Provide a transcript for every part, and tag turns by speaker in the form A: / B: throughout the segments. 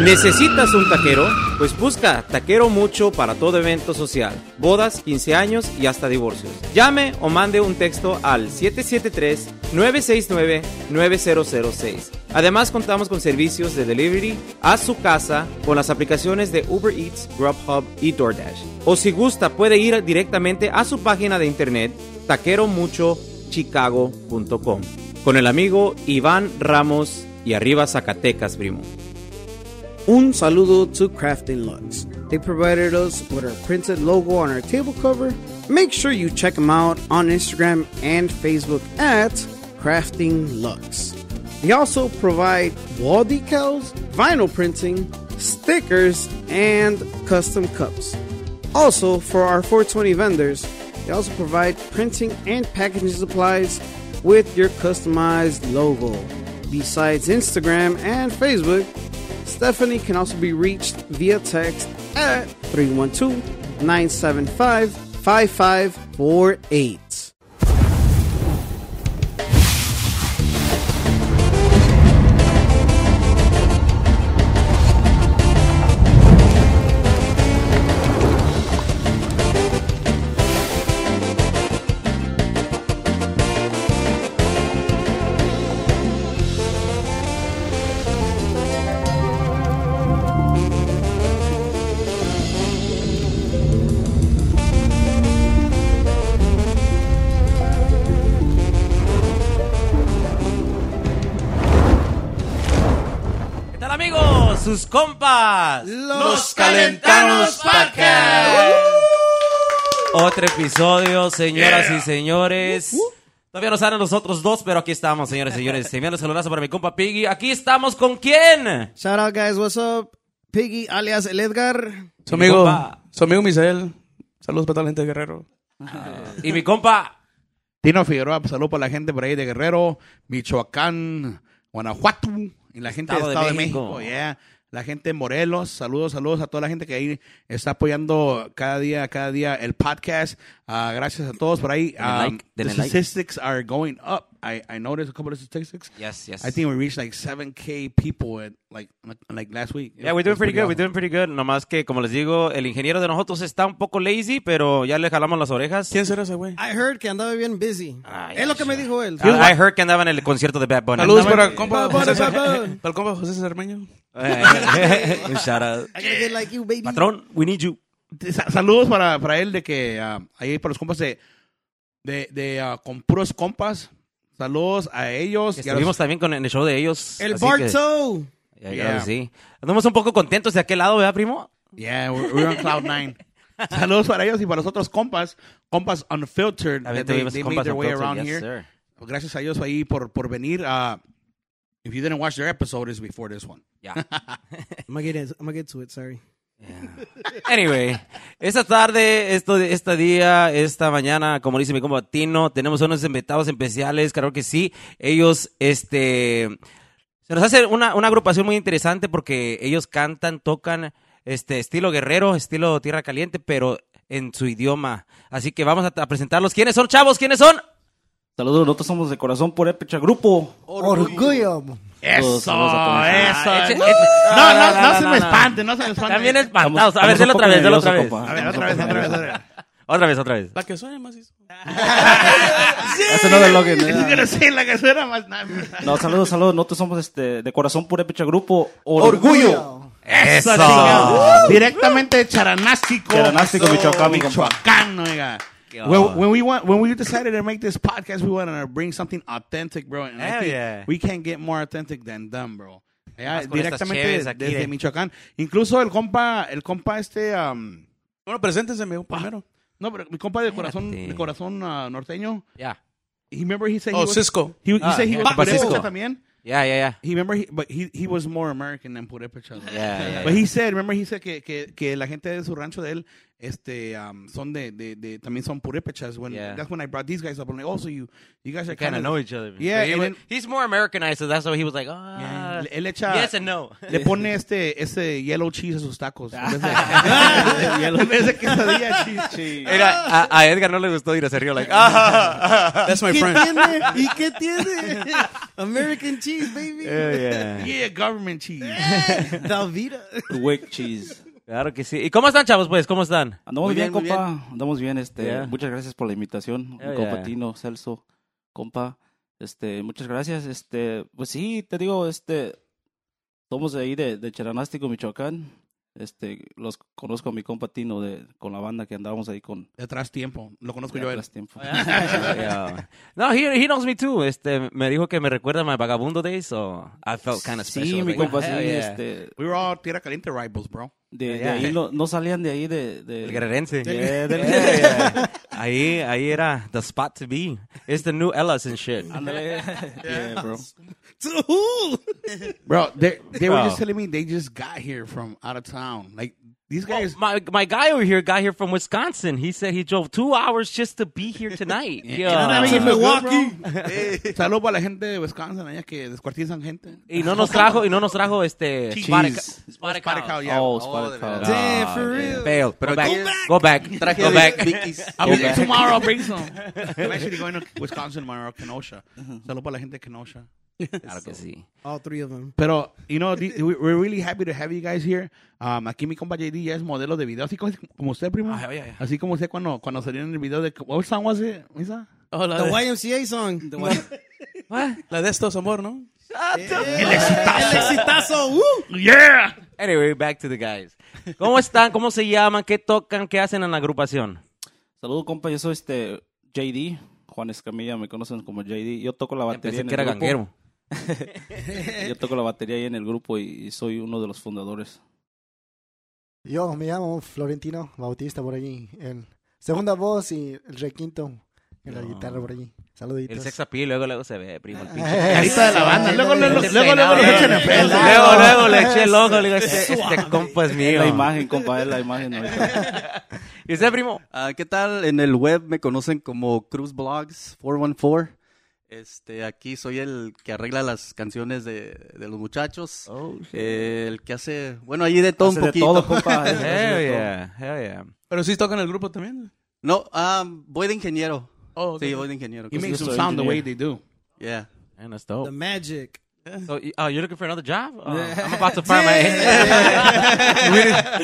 A: ¿Necesitas un taquero? Pues busca Taquero Mucho para todo evento social, bodas, 15 años y hasta divorcios. Llame o mande un texto al 773-969-9006. Además contamos con servicios de delivery a su casa con las aplicaciones de Uber Eats, Grubhub y DoorDash. O si gusta puede ir directamente a su página de internet taqueromuchochicago.com con el amigo Iván Ramos y arriba Zacatecas, primo.
B: Un saludo to Crafting Lux. They provided us with our printed logo on our table cover. Make sure you check them out on Instagram and Facebook at Crafting Lux. They also provide wall decals, vinyl printing, stickers, and custom cups. Also, for our 420 vendors, they also provide printing and packaging supplies with your customized logo. Besides Instagram and Facebook, Stephanie can also be reached via text at 312 975 5548.
A: ¿Qué tal amigos? Sus compas.
C: Los Calentanos Podcast.
A: Otro episodio, señoras y señores.
B: Uh,
A: Todavía no salen los otros dos, pero aquí estamos, señores y señores. Enviando el saludazo para mi compa Piggy. Aquí estamos con quién?
B: Shout out, guys. What's up? Piggy alias El Edgar.
C: Su amigo,
A: compa.
C: su amigo Misael. Saludos para toda la gente de Guerrero.
A: Y mi compa.
D: Tino Figueroa, pues, saludo para la gente por ahí de Guerrero, Michoacán, Guanajuato, y la gente
A: Estado de
D: del Estado de
A: México.
D: México, yeah. la gente de Morelos, saludos, saludos a toda la gente que ahí está apoyando cada día, cada día el podcast. Ah, gracias a todos por ahí. Um,
A: Denle like,
D: the
A: denle like.
D: statistics are going up. I, I noticed a couple of statistics.
A: Yes, yes.
D: I think we reached like 7K people at, like, like last week.
A: Yeah, we're doing pretty good, we're doing pretty good. Nomás que, como les digo, el ingeniero de nosotros está un poco lazy, pero ya le jalamos las orejas.
C: ¿Quién será ese güey?
B: I heard que andaba bien busy.
A: Ay,
B: es lo que me
A: shit.
B: dijo él.
A: I, I heard que andaba en el concierto de Bad Bunny.
C: Saludos
A: Andaba
C: para
A: en-
C: el compa
B: Pa-
C: José
B: pa- pa-
C: Cer- para el compa José Cermeño.
A: Eh, un shout out.
B: I gotta get like you, baby.
A: Patrón, we need you.
D: Sa- saludos para, para él de que ah, ahí para los compas de, de, de, ah, con puros compas. Saludos a ellos. y a los-
A: Estuvimos también con, en el show de ellos.
B: El
A: así que-
B: Barto.
A: Ya, claro que
D: Yeah.
A: sí. Andamos un poco contentos de aquel lado, ¿verdad, primo?
D: Yeah, we're, we're on cloud nine. saludos para ellos y para los otros compas, compas unfiltered.
A: También
D: that they,
A: tuvimos
D: they
A: compas
D: made their
A: en
D: way
A: Filter,
D: around
A: yes,
D: here.
A: sir.
D: Gracias a ellos ahí por, por venir. ah, if you didn't watch their episode, it's before this one.
A: Yeah.
B: I'm gonna get it. I'm gonna get to it. Sorry.
A: Anyway, esta tarde, esto, este día, esta mañana, como dice mi compa Tino, tenemos unos invitados especiales, claro que sí. Ellos, este, se nos hace una, una agrupación muy interesante porque ellos cantan, tocan, este, estilo guerrero, estilo tierra caliente, pero en su idioma. Así que vamos a, a presentarlos. ¿Quiénes son, chavos? ¿Quiénes son?
E: Saludos, nosotros somos de corazón por Epicha Grupo.
B: Orgullo.
D: Eso,
E: Saludos, saludos a
D: eso.
A: Ah, eche-
D: no,
A: eche-
D: no, no, no, se
A: no,
D: me
A: no.
D: espanten, no se me espanten.
A: También
E: Estamos-
A: espantados. A ver,
E: estamos un
A: dilo otra vez,
E: poco
A: dilo otra vez.
E: nerviosos, compa.
D: A ver,
E: Estamos
D: otra
E: un
D: vez,
E: poco
D: otra vez,
E: nerviosos.
D: otra vez.
A: Otra vez, otra vez.
C: La que suena más hizo.
E: That's another login,
D: Es que
E: yeah.
D: no sé, la que suena más nada.
E: No, saludos, saludos. Nosotros somos este, de corazón por Epicha Grupo.
A: Eso.
D: chingado. Directamente de Charanástico.
E: Charanástico, Michoacán, mi compa.
D: Michoacán, oiga.
A: Qué
D: When,
A: bárbaro.
D: when we want, when we decided to make this podcast, we wanted to bring something authentic, bro. And I
A: Hell
D: think
A: yeah.
D: We can't get more authentic than them, bro. Yeah,
A: Más con estas cheves
D: directamente
A: aquí
D: desde
A: de-
D: Michoacán. Incluso el compa, el compa este, um,
C: Bueno, preséntense mi-
D: Ah,
C: primero.
D: no, pero mi compa de corazón,
A: Espérate.
D: de corazón ah, norteño.
A: Ya.
D: He remember he said he
C: Oh,
D: was,
C: Cisco.
D: he, he
A: Ah,
D: said he
A: yeah,
D: was
A: compa Cisco.
D: Purépecha también.
A: Ya, ya, ya.
D: He remember, he, but he he was more American than Purépecha. though.
A: Ya, ya,
D: But
A: ya.
D: he said, remember he said que, que, que la gente de su rancho de él este, um, son de, de, de, también son purépechas. When,
A: Yeah.
D: That's when I brought these guys up. I'm like, oh, so you, you guys are
A: kind of know each other.
D: Yeah,
A: So he
D: and
A: was-
D: then-
A: he's more Americanized, so that's why he was like, ah,
D: Él echa,
A: yes and no.
D: le pone este, este yellow cheese a sus tacos. En vez de- en vez de quesadilla cheese.
A: Era, a, a Edgar no le gustó ir a se rió, like, ah.
C: That's my
B: ¿Qué
C: friend.
B: tiene? ¿Y qué tiene?
F: American cheese, baby.
D: Yeah, government cheese.
F: Velveeta.
E: Wake cheese.
A: Claro que sí. ¿Y cómo están, chavos, pues? ¿Cómo están?
E: Andamos
F: Muy
E: bien,
F: bien, Oh, muy
E: compa. Andamos bien, este.
A: Yeah.
E: Muchas gracias por la invitación,
A: Yeah,
E: compa
A: yeah.
E: Tino, Celso, compa. Este, muchas gracias. Este, pues sí, te digo, este, somos de ahí de, de Cheranástico, Michoacán. Este, los conozco a mi compa Tino de, con la banda que andábamos ahí con
D: Detrás tiempo. Lo conozco yo. a él.
E: Atlas tiempo.
F: Ah,
A: Yeah. No, he, he knows me too. Este, me dijo que me recuerda a my Vagabundo days, so I felt kind of special.
E: Sí, mi
A: Like,
E: compa, sí,
F: Oh,
A: hell yeah.
E: este,
D: We were all tierra caliente rivals, bro.
E: de, de
A: Yeah.
E: ahí no, no salían de ahí de, de-
A: El guerrerense.
E: Yeah, del-
A: Yeah, yeah. Ahí, ahí era the spot to be. It's the new Ellis and shit.
E: Ándale. Yeah, bro.
F: To who?
D: Bro, they, they were
A: Bro.
D: just telling me they just got here from out of town. Like, these guys.
A: Oh, My my guy over here got here from Wisconsin. He said he drove two hours just to be here tonight. Yeah.
F: I mean, Milwaukee.
D: Saludos para la gente de Wisconsin, allá que descuartizan gente.
A: Y no nos trajo, y no nos trajo este
D: Cheese.
A: Spotted- Spotted
D: Para
A: Cow.
D: acá, ya.
E: Oh, Spotted
D: de
E: Cow.
D: verdad.
F: Damn, for
A: Ah,
F: real.
A: Fail. Go back.
F: back.
A: Go back. Go back.
D: I'll be there tomorrow. I'll bring some. I'm actually going to Wisconsin tomorrow, Kenosha. Saludos para la gente de Kenosha.
A: Claro que sí.
F: All three of them.
D: Pero, you know, the- we- we're really happy to have you guys here. Um, aquí mi compa JD ya es modelo de video, así como, como usted, primo.
A: Ay, ay, ay.
D: Así como usted cuando, cuando salió en el video de... What song was it, Misa?
C: Hola,
F: The
C: de-
F: YMCA song.
C: la de estos, amor, ¿no?
F: El exitazo. Woo!
D: ¡Yeah!
A: Anyway, back to the guys. ¿Cómo están? ¿Cómo se llaman? ¿Qué tocan? ¿Qué hacen en la agrupación?
E: Saludos, compa. Yo soy este JD, Juan Escamilla, me conocen como JD. Yo toco la batería
A: Pensé
E: en
A: que
E: el
A: era
E: grupo.
A: ganguero.
E: Yo toco la batería ahí en el grupo y, y soy uno de los fundadores.
G: Yo me llamo Florentino Bautista por allí. En segunda voz y el requinto en la
A: No.
G: guitarra por
A: El
G: allí. Saluditos.
A: sex appeal, luego, luego se ve, primo. El pinche
G: Carita
D: Ah, de la banda. Luego, luego,
A: Este
D: luego, luego
A: peinado,
D: le echan el
A: luego,
D: pelo.
A: Luego, luego le eché el ojo. Le digo, este, este compa es
E: Es la
A: mío.
E: imagen, compa, es la imagen. ahorita.
A: ¿Y usted, primo?
H: Ah, ¿Qué tal? En el web me conocen como Cruz Blogs 414. Este, aquí soy el que arregla las canciones de, de los muchachos. Eh, el que hace, bueno, allí de todo
E: Hace
H: un
E: de
H: poquito.
E: todo, compa. hace
A: Hell
E: de todo.
A: yeah, hell yeah.
C: Pero sí tocan el grupo también.
H: No, ah, voy de ingeniero.
C: Oh, ok.
H: Sí, voy de ingeniero.
D: He makes
E: Yo
D: them
E: soy
D: sound the way
E: engineer.
D: they do.
H: Yeah.
A: Man, that's
F: The
A: dope.
F: magic.
A: So, y- oh, you're looking for another job? Oh, I'm about to find my...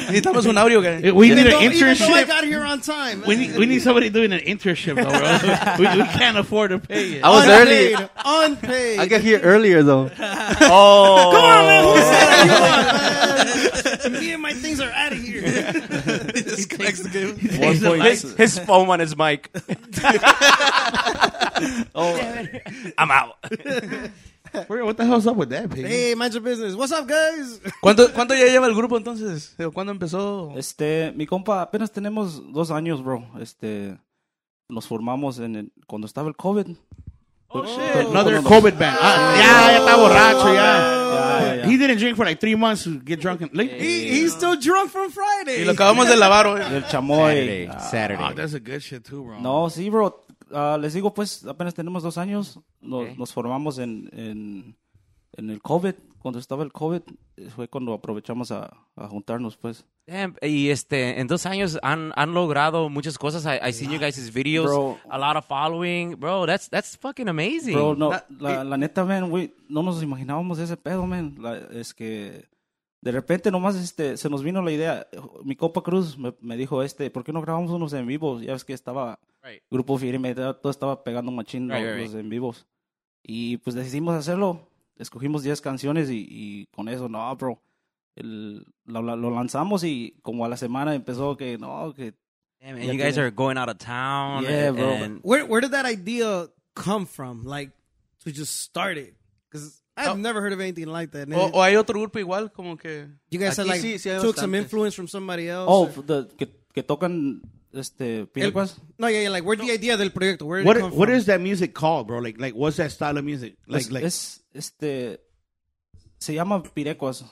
C: Necesitamos un audio, güey.
D: We
F: Even
D: need
F: though,
D: an
F: even though I
D: internship.
F: got here on time.
D: We need, we need somebody doing an internship, though, bro. we, we can't afford to pay it.
H: I was early.
F: Unpaid. Unpaid.
H: I got here earlier though.
A: Oh! Come on,
F: Me and my things are out of here.
E: One point-
A: His, his phone on his mic. Oh. I'm out.
D: What the hell's up with that, pig?
F: Hey, mind your business. What's up, guys?
C: ¿Cuánto, ¿Cuánto ya lleva el grupo entonces? Digo, ¿Cuándo empezó?
E: Este, mi compa, apenas tenemos dos años, bro. Este, nos formamos en el- cuando estaba el COVID. Oh,
D: Another COVID ban. Ah, ya, ya está borracho, ya.
E: Ya, ya, ya.
D: He didn't drink for like three months to get drunk. And, like,
F: He, he's still drunk from
C: Y
F: Friday.
C: lo acabamos de lavar, güey.
E: Del chamoy. Ah,
D: oh,
A: Saturday.
D: that's a good shit, too, bro.
E: No, sí, bro. Ah, les digo, pues, apenas tenemos dos años. Nos,
A: Ok.
E: nos formamos en, en, en el COVID. Cuando estaba el COVID, eh, fue cuando aprovechamos a, a juntarnos, pues.
A: Damn, y este, en dos años han, han logrado muchas cosas. I, I seen you guys' videos,
E: Bro.
A: a lot of following. Bro, that's, that's fucking amazing.
E: Bro, no,
C: Na-
E: la, la neta, man, güey, no nos imaginábamos ese pedo, man. La- es que de repente nomás este, se nos vino la idea. Mi copa Cruz me, me dijo, este, ¿por qué no grabamos unos en vivos? Ya ves que estaba
A: Right.
E: Grupo Firme, todo estaba pegando machín
A: Right,
E: los,
A: right, right.
E: los en vivos. Y pues decidimos hacerlo. Escogimos 10 canciones y, y con eso, no, bro. El- lo, lo- lo lanzamos y como a la semana empezó que no, que
A: Damn, and you guys are going out of town.
E: Yeah,
A: and-
E: bro.
A: and-
F: Where where did that idea come from? Like to just start it? Because I've
C: Oh.
F: never heard of anything like that.
C: O, o hay otro grupo igual, como que.
F: you guys had
H: oh, Aquí
F: like
H: sí, sí hay
F: took some
H: bastantes.
F: influence from somebody else.
E: oh,
F: or-
E: the- que, que tocan este piraguas.
F: no, yeah, yeah. Like where would the idea del proyecto? Where did it
D: What
F: come
D: what
F: from?
D: is that music called, bro? Like like what's that style of music? Like
E: es,
D: like
E: es, este se llama pirecuas.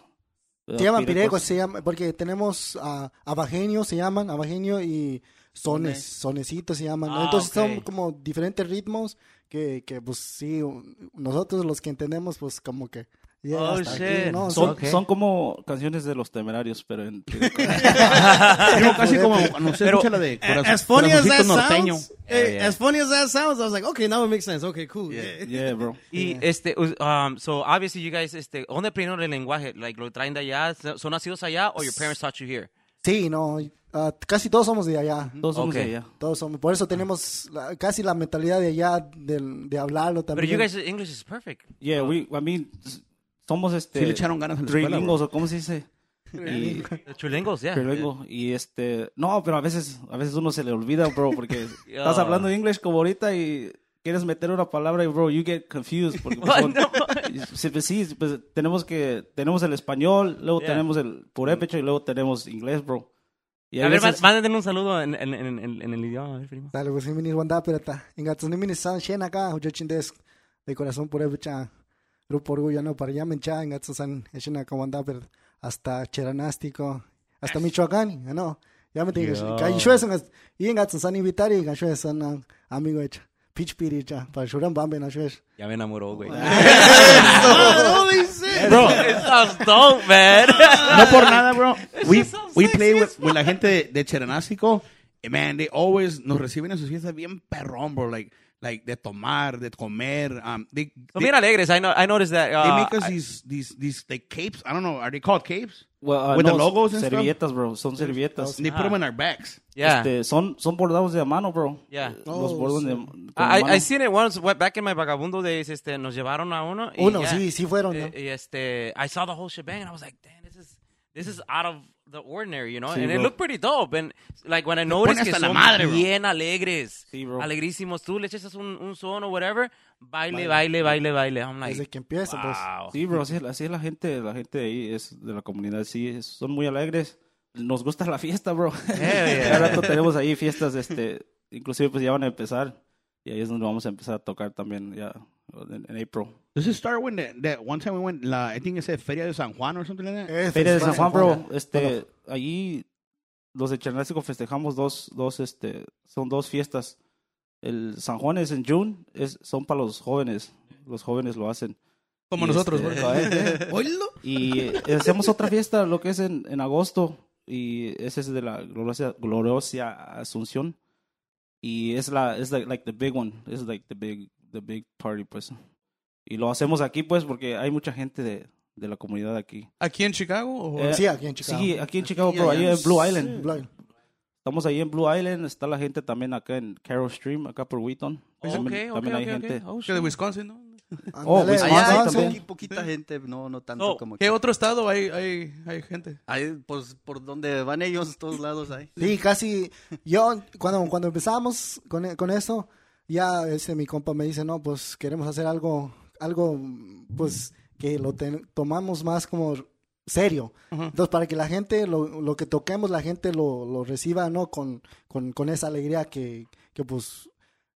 H: Se
G: Se llaman pireguas, se llama, porque tenemos a abagenio, se llaman abagenio y sones, sonecitos se llaman. ¿no?
A: Ah,
G: Entonces son
A: ok.
G: como diferentes ritmos que, que, pues sí, un- nosotros los que entendemos, pues como que llega
C: Oh,
G: hasta aquí,
C: shit.
G: ¿no?
E: Son,
G: Son-
A: Ok.
E: son como canciones de los temerarios, pero en...
D: Digo, casi como, no sé, escucha la de corazón-
F: eh, As funny as that
D: corazoncito
F: sounds, eh,
A: yeah.
F: as funny as that sounds, I was like, okay, now it makes sense. Okay, cool.
H: Yeah.
E: yeah, bro.
A: Y este, us- um, so obviously you guys, este, ¿dónde aprendieron el lenguaje? Like, ¿lo traen de allá? ¿Son nacidos allá o your parents taught you here?
G: Sí, no, ah, casi todos somos de allá.
E: Todos somos
A: Ok.
E: de allá.
G: Todos somos, por
A: Ah.
G: eso tenemos la- casi la mentalidad de allá del- de hablarlo
A: Pero
G: también.
A: you guys, English is perfect.
E: Yeah, we, I mean, s- somos este...
D: Sí le echaron ganas en la escuela,
E: trilingos, o cómo se dice. Y,
A: Chulengos, yeah.
E: trilingos, y este... No, pero a veces, a veces uno se le olvida, bro, porque estás
A: Yeah.
E: hablando inglés como ahorita y quieres meter una palabra y, bro, you get confused. Porque, pues, son- y, sí, pues, sí, pues, tenemos que... Tenemos el español, luego
A: Yeah.
E: tenemos el purépecho y luego tenemos inglés, bro. Y hay
A: A ver,
E: veces-
A: má- mándenle un saludo en, en, en, en, en el idioma, a ver, primo.
G: Dale, pues, mini Wanda, pirata. En gatos, ni mini san, shen acá, yo chindes, de corazón por echa, grupo orgullo, no, para allá, mencha, en gatos, san, echen acá, Wanda, pirata. Hasta Cheranástico, hasta Michoacán, ya no. Ya me tengo que y yo eso, y en gatos, san, invitar, y en yo san, amigo, hecha. Pitch piricha, para llorar, bambe, no, yo es.
A: Ya me enamoró, güey.
F: Holy shit.
A: Bro, it sounds dope, man.
D: No por nada, bro. We,
A: so
D: we
A: sexy
D: play
A: as
D: with, with la gente de, de Cheranástico. and Man, they always nos reciben en sus fiestas bien perrón, bro. Like, like de tomar, de comer. Um, they,
A: Son
D: they,
A: bien alegres. I, know, I noticed that.
D: they
A: uh,
D: make us
A: I-
D: these, these, these, like capes. I don't know. Are they called capes?
E: Well, uh,
D: With the
E: no,
D: logos and stuff? Oh,
E: Servilletas, bro. Son servilletas.
D: They put them in our backs.
A: yeah.
E: Este, son, son bordados de a mano, bro.
A: Yeah. Ah,
E: Los bordan
D: Oh,
E: de con la
A: I, I-
E: mano.
A: I seen it once went back in my vagabundo days. Este, nos llevaron a uno. y
G: Uno,
A: yeah.
G: sí, sí fueron, ¿no?
A: Eh, y este, I saw the whole shebang and I was like, damn, this is this is out of the ordinary, you know. and it
E: bro.
A: looked pretty dope. And like when I noticed
D: pone
A: que
D: hasta
A: son
D: la madre, bro.
A: bien alegres,
E: Sí, bro.
A: alegrísimos. Tú le echas un, un son o whatever, baile, baile, baile, baile. I'm like,
G: Desde que empieza, pues.
A: wow.
E: Sí, bro, así, es- así es la gente, la gente de ahí, es de la comunidad, sí, es- son muy alegres. Nos gusta la fiesta, bro. Cada rato tenemos ahí fiestas, este, inclusive pues ya van a empezar. Y ahí es donde vamos a empezar a tocar también, ya, en, en April.
D: Does it start when that, that one time we went, la, I think it said Feria de San Juan or something like that?
G: Eh,
E: Feria de San
G: festejo,
E: Juan, bro,
G: fuera.
E: este, allí los de Chernástico festejamos dos, dos, este, son dos fiestas. El San Juan es en June, es, son para los jóvenes, los jóvenes lo hacen.
C: Como
E: Y
C: nosotros,
E: este,
C: güey.
E: eh,
C: Oílo.
E: Y eh, hacemos otra fiesta, lo que es en, en agosto. Y ese es de la gloriosa, gloriosa Asunción. Y es la, es like, like the big one. Es like the big, the big party, pues. Y lo hacemos aquí, pues, porque hay mucha gente de, de la comunidad aquí.
C: ¿Aquí en Chicago? o-
E: Eh,
G: Sí, aquí en Chicago.
E: Sí, aquí en Chicago, bro,
H: allá
E: ahí
H: en-
E: en Blue Island.
G: Blanco.
E: Estamos ahí en Blue Island. Está la gente también acá en Carroll Stream, acá por Wheaton.
A: Okay, okay,
E: también, también hay
A: okay, okay.
E: gente.
A: Oh,
C: que de
A: shit.
C: Wisconsin, ¿no?
E: Oh,
G: Ándale,
E: Wisconsin
G: allá
H: Allá
E: Wisconsin.
G: son-
H: son
E: también.
H: poquita gente, no, no tanto
E: Oh.
A: No,
H: como
C: ¿Qué
H: aquí.
C: otro estado hay, hay, hay gente?
H: Ahí, pues, por donde van ellos, todos lados hay.
G: Sí, casi. Yo, cuando, cuando empezamos con, con eso, ya ese, mi compa me dice, no, pues queremos hacer algo, algo, pues que lo ten- tomamos más como serio. Entonces, para que la gente, lo, lo que toquemos, la gente lo, lo reciba, ¿no? Con, con, con esa alegría que, que, pues,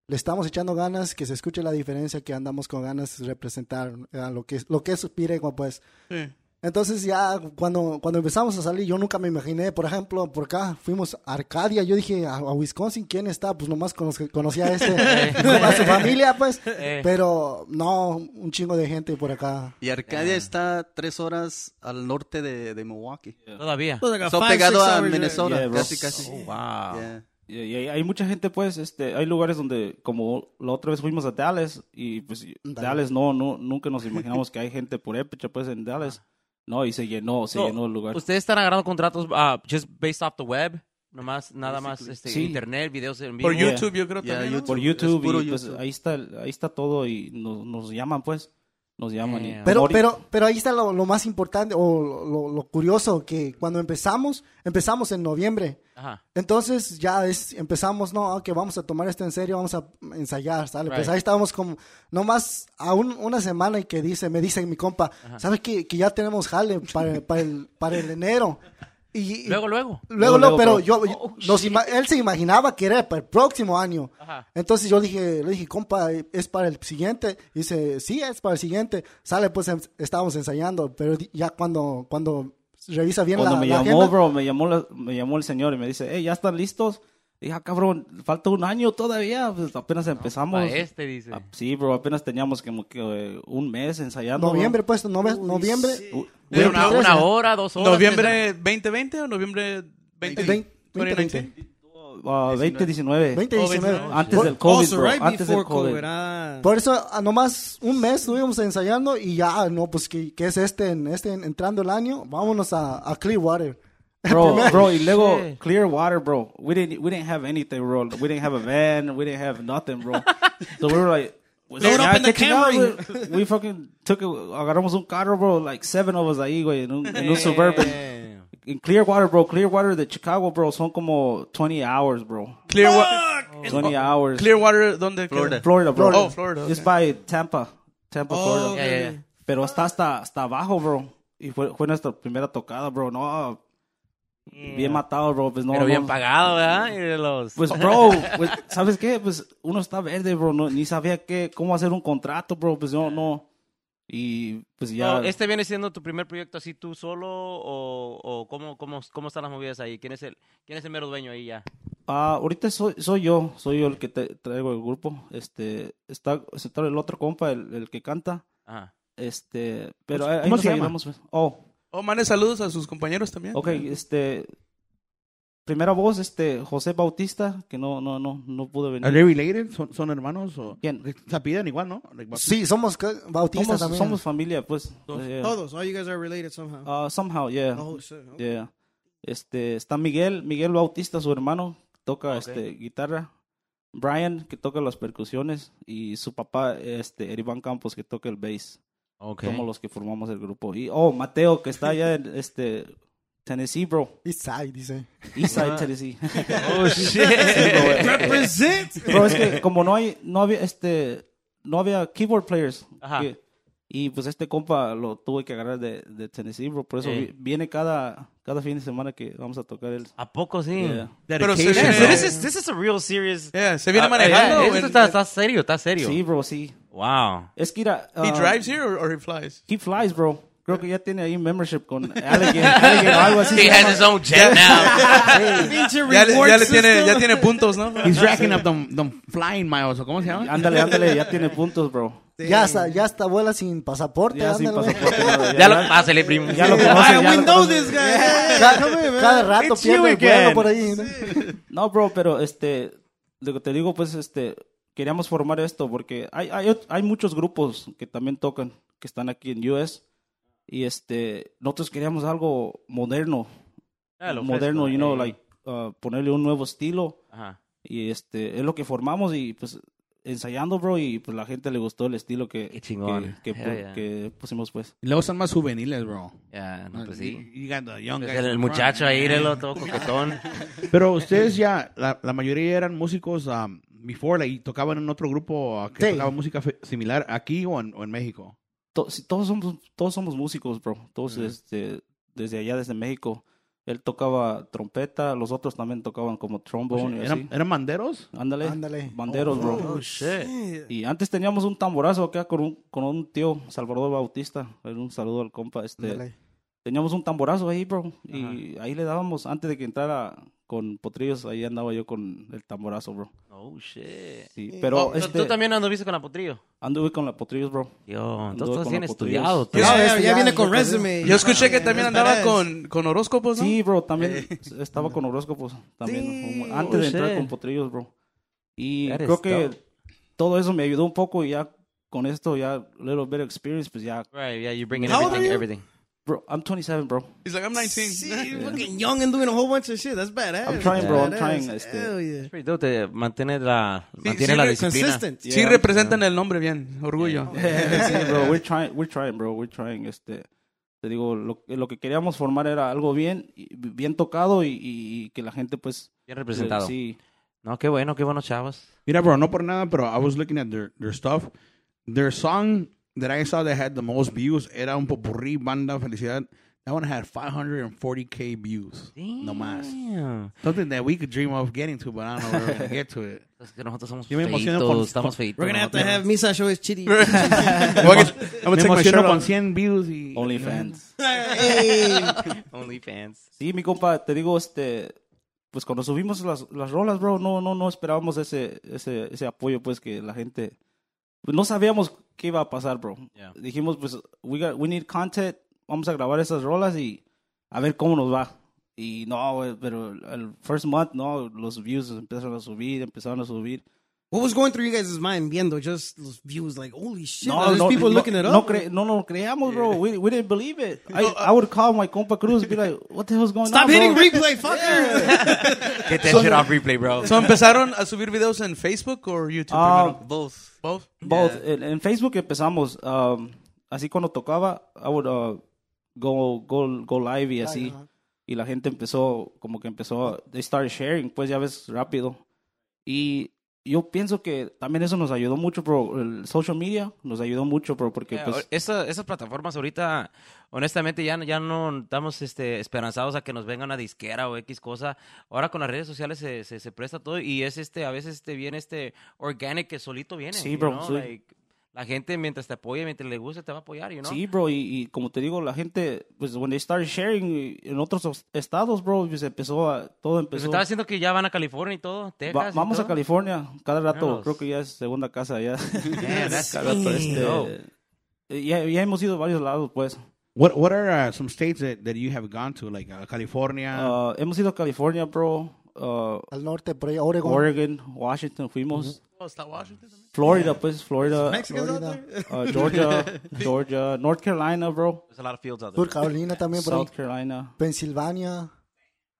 G: le estamos echando ganas, que se escuche la diferencia, que andamos con ganas de representar eh, lo que, es- lo que es Piregua, pues.
C: Sí.
G: Entonces ya cuando, cuando empezamos a salir, yo nunca me imaginé, por ejemplo, por acá fuimos a Arcadia, yo dije, a, a Wisconsin, ¿quién está? Pues nomás conoce- conocía a este, a su familia, pues,
A: Eh.
G: pero no, un chingo de gente por acá.
H: Y Arcadia está tres horas al norte de, de Milwaukee.
A: Todavía.
E: Pues,
F: It was like a
H: Está
F: five,
H: pegado
F: six
H: a
F: hour drive.
H: Minnesota,
E: Yeah, bro.
H: casi, casi.
A: Oh, Wow.
H: Yeah.
E: Y, y hay, hay mucha gente, pues, este, hay lugares donde, como la otra vez fuimos a Dallas, y pues y- Dallas no, no, nunca nos imaginamos que hay gente por épica, pues, en Dallas. No, y se llenó, se
A: So,
E: llenó el lugar.
A: Ustedes están agarrando contratos ah, just based off the web, nomás, nada más, este,
E: Sí.
A: internet, videos en vivo.
C: Por
E: Yeah.
C: YouTube, yo creo
H: Yeah,
C: también. ¿no?
H: YouTube.
E: Por
H: es
E: YouTube,
H: puro
E: y pues
H: YouTube.
E: ahí está, el- ahí está todo, y nos, nos llaman, pues, nos llaman. y-
A: Damn.
G: Pero,
E: Mori-
G: pero, pero ahí está lo, lo más importante o lo, lo- lo curioso, que cuando empezamos, empezamos en noviembre.
A: Ajá.
G: Entonces ya es, empezamos, no, que vamos a tomar esto en serio, vamos a ensayar, ¿sale? Pues
A: Right.
G: ahí estábamos como, nomás a un- una semana y que dice, me dice mi compa, ¿sabes qué? Que ya tenemos jale para, para, el, para el enero. Y, y-
A: Luego, luego.
E: Luego,
G: Luego,
E: oh,
G: luego, pero
E: luego,
G: yo, yo- nos ima- él se imaginaba que era para el próximo año.
A: Ajá.
G: Entonces yo dije, le dije, compa, es para el siguiente. dice, sí, es para el siguiente. Sale, pues em- estábamos ensayando, pero di- ya cuando, cuando revisa bien
E: Cuando
G: la,
E: me
G: la
E: llamó,
G: agenda-
E: bro, me llamó, la- me llamó el señor y me dice, hey, ¿ya están listos? Dije, ah, cabrón, falta un año todavía, pues apenas empezamos.
I: A este, dice.
E: Ah, sí, bro, apenas teníamos como que eh, un mes ensayando.
G: Noviembre, pues, nove- noviembre.
E: bro.
I: Pero una,
G: 23,
I: una
G: ¿eh?
I: hora, dos horas.
C: ¿Noviembre 2020 o noviembre 20,
G: Veinte-
C: 2019?
E: 2019.
G: 2019.
E: Ah, Antes
G: Por-
C: oh,
E: del COVID,
F: Also,
E: bro,
F: right
E: antes del
F: before
E: COVID.
F: COVID, ah.
G: Por eso, ah, nomás un mes estuvimos ensayando y ya, ah, no, pues, ¿qué, qué es este, en- este en- entrando el año? Vámonos a, a Clearwater.
E: Bro, bro, y luego Clearwater, bro. We didn't, we didn't have anything, bro. We didn't have a van. We didn't have nothing, bro. so we were like, pues,
C: Load
E: ya,
C: up in the
E: qué chingados,
C: Camry.
E: güey. We fucking took, a, agarramos un carro, bro. Like seven of us ahí, güey, en un, en un suburban. En Clearwater, bro. Clearwater de Chicago, bro. Son como 20 hours, bro.
C: Clearwater.
E: 20 hours.
C: Clearwater, ¿dónde?
H: Florida.
E: Florida, bro.
C: Florida. Oh, Florida,
E: It's
C: okay. Oh,
E: by Tampa. Tampa, Florida.
I: Yeah, yeah, yeah.
E: Pero está hasta, hasta abajo, bro. Y fue, fue nuestra primera tocada, bro. No. Bien matado, bro. Pues no,
I: Pero bien
E: no.
I: pagado, ¿verdad? Y de los-
E: Pues, bro, pues, ¿sabes qué? Pues uno está verde, bro. No, ni sabía qué, cómo hacer un contrato, bro. Pues no, no. Y pues ya.
I: No, ¿Este viene siendo tu primer proyecto así tú solo o, o cómo, cómo, cómo están las movidas ahí? ¿Quién es el, quién es el mero dueño ahí ya?
E: Ah, ahorita soy, soy yo. Soy yo el que te- traigo el grupo. Este. Está, está el otro compa, el, el que canta.
I: Ajá.
E: Este. Pero
D: ¿Cómo
E: ahí, ahí
D: se
E: nos
D: llama?
E: ayudamos, pues. Oh,
C: Oh, mande saludos a sus compañeros también.
E: ok, este. Primera voz, este, José Bautista, que no, no, no, no pudo venir.
D: ¿Are they related? ¿Son, son hermanos? O...
E: ¿Quién?
D: Se apellidan igual, ¿no? Like,
G: Sí, somos ca- bautistas
E: Somos,
G: también.
E: somos familia, pues. Yeah.
F: Todos, all you guys are related somehow.
E: Ah, somehow, yeah.
F: oh shit. okay.
E: Yeah. Este, está Miguel, Miguel Bautista, su hermano, toca este, guitarra. Brian, que toca las percusiones. Y su papá, este, Eribán Campos, que toca el bass.
I: Ok.
E: Somos los que formamos el grupo. Y, oh, Mateo, que está allá en este, Tennessee, bro.
G: Eastside, dice.
E: Eastside, Tennessee.
I: Oh, shit.
F: Represent.
E: Pero es que como no hay, no había este, no había keyboard players.
I: Ajá.
E: que- y pues este compa lo tuve que agarrar de, de Tennessee, bro. Por eso
I: Eh.
E: vi- viene cada, cada fin de semana que vamos a tocar el...
I: ¿A poco sí?
E: Yeah.
C: Pero
I: Yeah,
C: se, viene-
I: so this, is, this is a real serious...
C: Yeah, se
D: eh,
C: viene
I: Ah,
C: manejando.
I: yeah,
C: o
I: esto
C: en-
I: está, está serio, está serio.
E: Sí, bro, sí.
I: Wow.
E: Es que era...
C: He
E: ah,
C: drives here or, or he flies?
E: He flies, bro. Creo que ya tiene ahí membership con Allegan. Allegan o algo así.
I: He has his own jet now.
C: Ya le, ya le tiene, ya tiene puntos, ¿no?
D: He's racking up them, them flying miles. ¿o ¿Cómo se llama?
E: Ándale, ándale, ya tiene puntos, bro.
G: Ya hasta, ya hasta abuela sin pasaporte.
E: Este, Ya sin
G: ándale, güey.
E: pasaporte. bro.
I: ya lo... ah, Pásale, primo.
E: ya lo conoce, ya lo conoce.
G: Cada, cada rato
I: It's you
G: pierde el
I: again.
G: vuelo por ahí. ¿no?
E: No, bro, pero este, lo que te digo, pues, este, queríamos formar esto porque hay, hay, ot- hay muchos grupos que también tocan, que están aquí en US, y este, nosotros queríamos algo moderno,
I: Ah, lo
E: moderno,
I: fresco,
E: you know,
I: eh.
E: like, uh, ponerle un nuevo estilo,
I: Ajá.
E: y este, es lo que formamos, y pues, ensayando, bro, y pues la gente le gustó el estilo que,
I: Qué chingón.
E: que, que
I: Hell
E: pu-
I: yeah.
E: que pusimos, pues.
D: Y luego son más juveniles, bro.
I: Ya, no, pues sí.
D: You- you got the young
I: Pues
D: guys
I: el, el
D: in front,
I: muchacho
D: man.
I: ahí, el todo coquetón.
D: Pero ustedes ya, la, la mayoría eran músicos um, before, like, y tocaban en otro grupo uh, que
G: Sí.
D: tocaba música fe- similar aquí o en, o en México.
E: to- sí, todos somos todos somos músicos, bro. Todos este, desde allá, desde México. Él tocaba trompeta, los otros también tocaban como trombone y
D: ¿Eran,
E: así.
D: eran banderos?
E: Ándale,
G: Ándale.
E: banderos,
D: Oh,
E: bro.
I: shit.
E: Y antes teníamos un tamborazo acá con un, con un tío, Salvador Bautista. Era Un saludo al compa. Este,
G: Ándale.
E: Teníamos un tamborazo ahí, bro. Y ahí le dábamos, antes de que entrara con Potrillos, ahí andaba yo con el tamborazo, bro.
I: Oh, shit.
E: Sí, pero
I: Oh, ¿tú-
E: este,
I: ¿Tú también anduviste con Apotrillo?
E: anduve con la Potrillos, bro.
I: Yo,
E: Anduve
I: entonces estás
E: con
I: bien pues.
E: Apotrillos.
I: estudiado. tú.
F: Ya,
G: No,
F: ya,
G: este
F: Oh, ya
G: ya
F: viene
G: lo
F: con
G: conocí.
F: resume.
C: Yo escuché que también andaba
F: badass.
C: con, con horóscopos, ¿no? Eh.
E: Sí, bro, también estaba con horóscopos. También,
I: Sí,
E: antes de entrar
I: José.
E: con potrillos, bro. Y
I: Oh, That is
E: creo que
I: dope.
E: todo eso me ayudó un poco y ya con esto, ya little bit of experience, pues ya.
I: Right, yeah, you bring in
F: How old
I: everything,
F: are you?
I: everything.
E: Bro, I'm 27, bro.
C: He's like, I'm 19.
F: See, fucking young and doing a whole bunch of shit. That's badass.
C: Eh,
E: I'm trying, bro, I'm
F: Badass.
E: trying, este.
F: Hell yeah.
I: Pretty dope, te mantiene la, mantiene
F: sí,
I: la
F: re-
I: disciplina.
F: consistent.
C: Sí representan el nombre bien, orgullo.
E: Sí, bro, we're trying, we're trying, bro, we're trying. Este, te digo, lo, lo que queríamos formar era algo bien, y- bien tocado y, y- y que la gente, pues.
I: Bien representado.
E: Sí,
I: No, qué bueno, qué bueno, chavos.
D: Mira, bro, no por nada, pero I was looking at their, their stuff. Their song that I saw that had the most views era un popurrí, banda, felicidad. That one had 540k views. No más.
I: Damn.
D: Something that we could dream of getting to, but I don't know where we can get to it.
I: Es que nosotros somos
D: Yo me emociono con-
I: feitos, estamos feitos.
F: We're gonna have to
I: nosotros.
F: have Misa show his chitty.
D: I'm gonna,
E: Me
D: take my
E: emociono
D: shirt off.
E: con
D: 100 views y...
E: OnlyFans.
F: Hey.
I: OnlyFans.
E: Sí, mi compa, te digo, este, pues cuando subimos las, las rolas, bro, no, no, no esperábamos ese, ese, ese apoyo, pues, que la gente, pues, no sabíamos qué iba a pasar, bro.
I: Yeah.
E: Dijimos, pues, we, got- we need content, vamos a grabar esas rolas y a ver cómo nos va. Y no, güey, pero el first month, no, los views empezaron a subir, empezaron a subir.
B: What was going through you guys' mind viendo just those views? Like, holy shit,
E: No,
B: are there's
E: no,
B: people
E: no,
B: looking it
E: No,
B: up?
E: cre no, no, creamos, bro. We, we didn't believe it. I, I would call my compa Cruz and be like, what the hell's going
B: uh, Stop
E: on,
B: hitting
E: bro?
B: replay, fucker!
A: Get that shit off replay, bro.
C: So empezaron a subir videos en Facebook o YouTube
E: Ah,
C: primero?
H: Both.
C: Both.
E: Both. En, en Facebook empezamos, um, así cuando tocaba, I would uh, go, go, go live y así.
G: ajá.
E: Y la gente empezó, como que empezó, a- they started sharing, pues ya ves, rápido. Y yo pienso que también eso nos ayudó mucho, bro. El social media nos ayudó mucho, bro, porque
A: Eh,
E: pues...
A: esa- esas plataformas ahorita, honestamente, ya, ya no estamos este, esperanzados a que nos venga una disquera o X cosa. Ahora con las redes sociales se, se, se presta todo y es este, a veces este viene este organic que solito viene.
E: Sí,
A: you
E: bro,
A: know,
E: sí.
A: like, la gente mientras te apoya, mientras le gusta, te va a apoyar, you know?
E: Sí, bro, y, y como te digo, la gente, pues, when they started sharing en otros os- estados, bro, pues empezó a, todo
A: Pues
E: empezó.
A: estaba diciendo que ya van a California y todo, Texas.
E: Va-
A: y
E: vamos a
A: todo.
E: California cada rato,
A: Vámonos.
E: creo que ya es segunda casa ya.
A: Yeah, that's
E: Cada rato,
A: fucking
E: este,
A: dope.
E: eh, ya, ya hemos ido a varios lados, pues.
D: What What are uh, some states that, that you have gone to, like uh, California?
E: Ah, hemos ido a California, bro, ah,
G: Al norte, por allá, Oregon.
E: Oregon, Washington, fuimos.
C: Oh, está Washington también.
E: Florida, pues, Florida,
B: Mexicans out
G: Florida.
B: there?
E: ah, Georgia, Georgia, North Carolina, bro,
I: There's a lot of fields out there.
G: Sur Carolina también, por ahí.
E: South Carolina,
G: Pensilvania.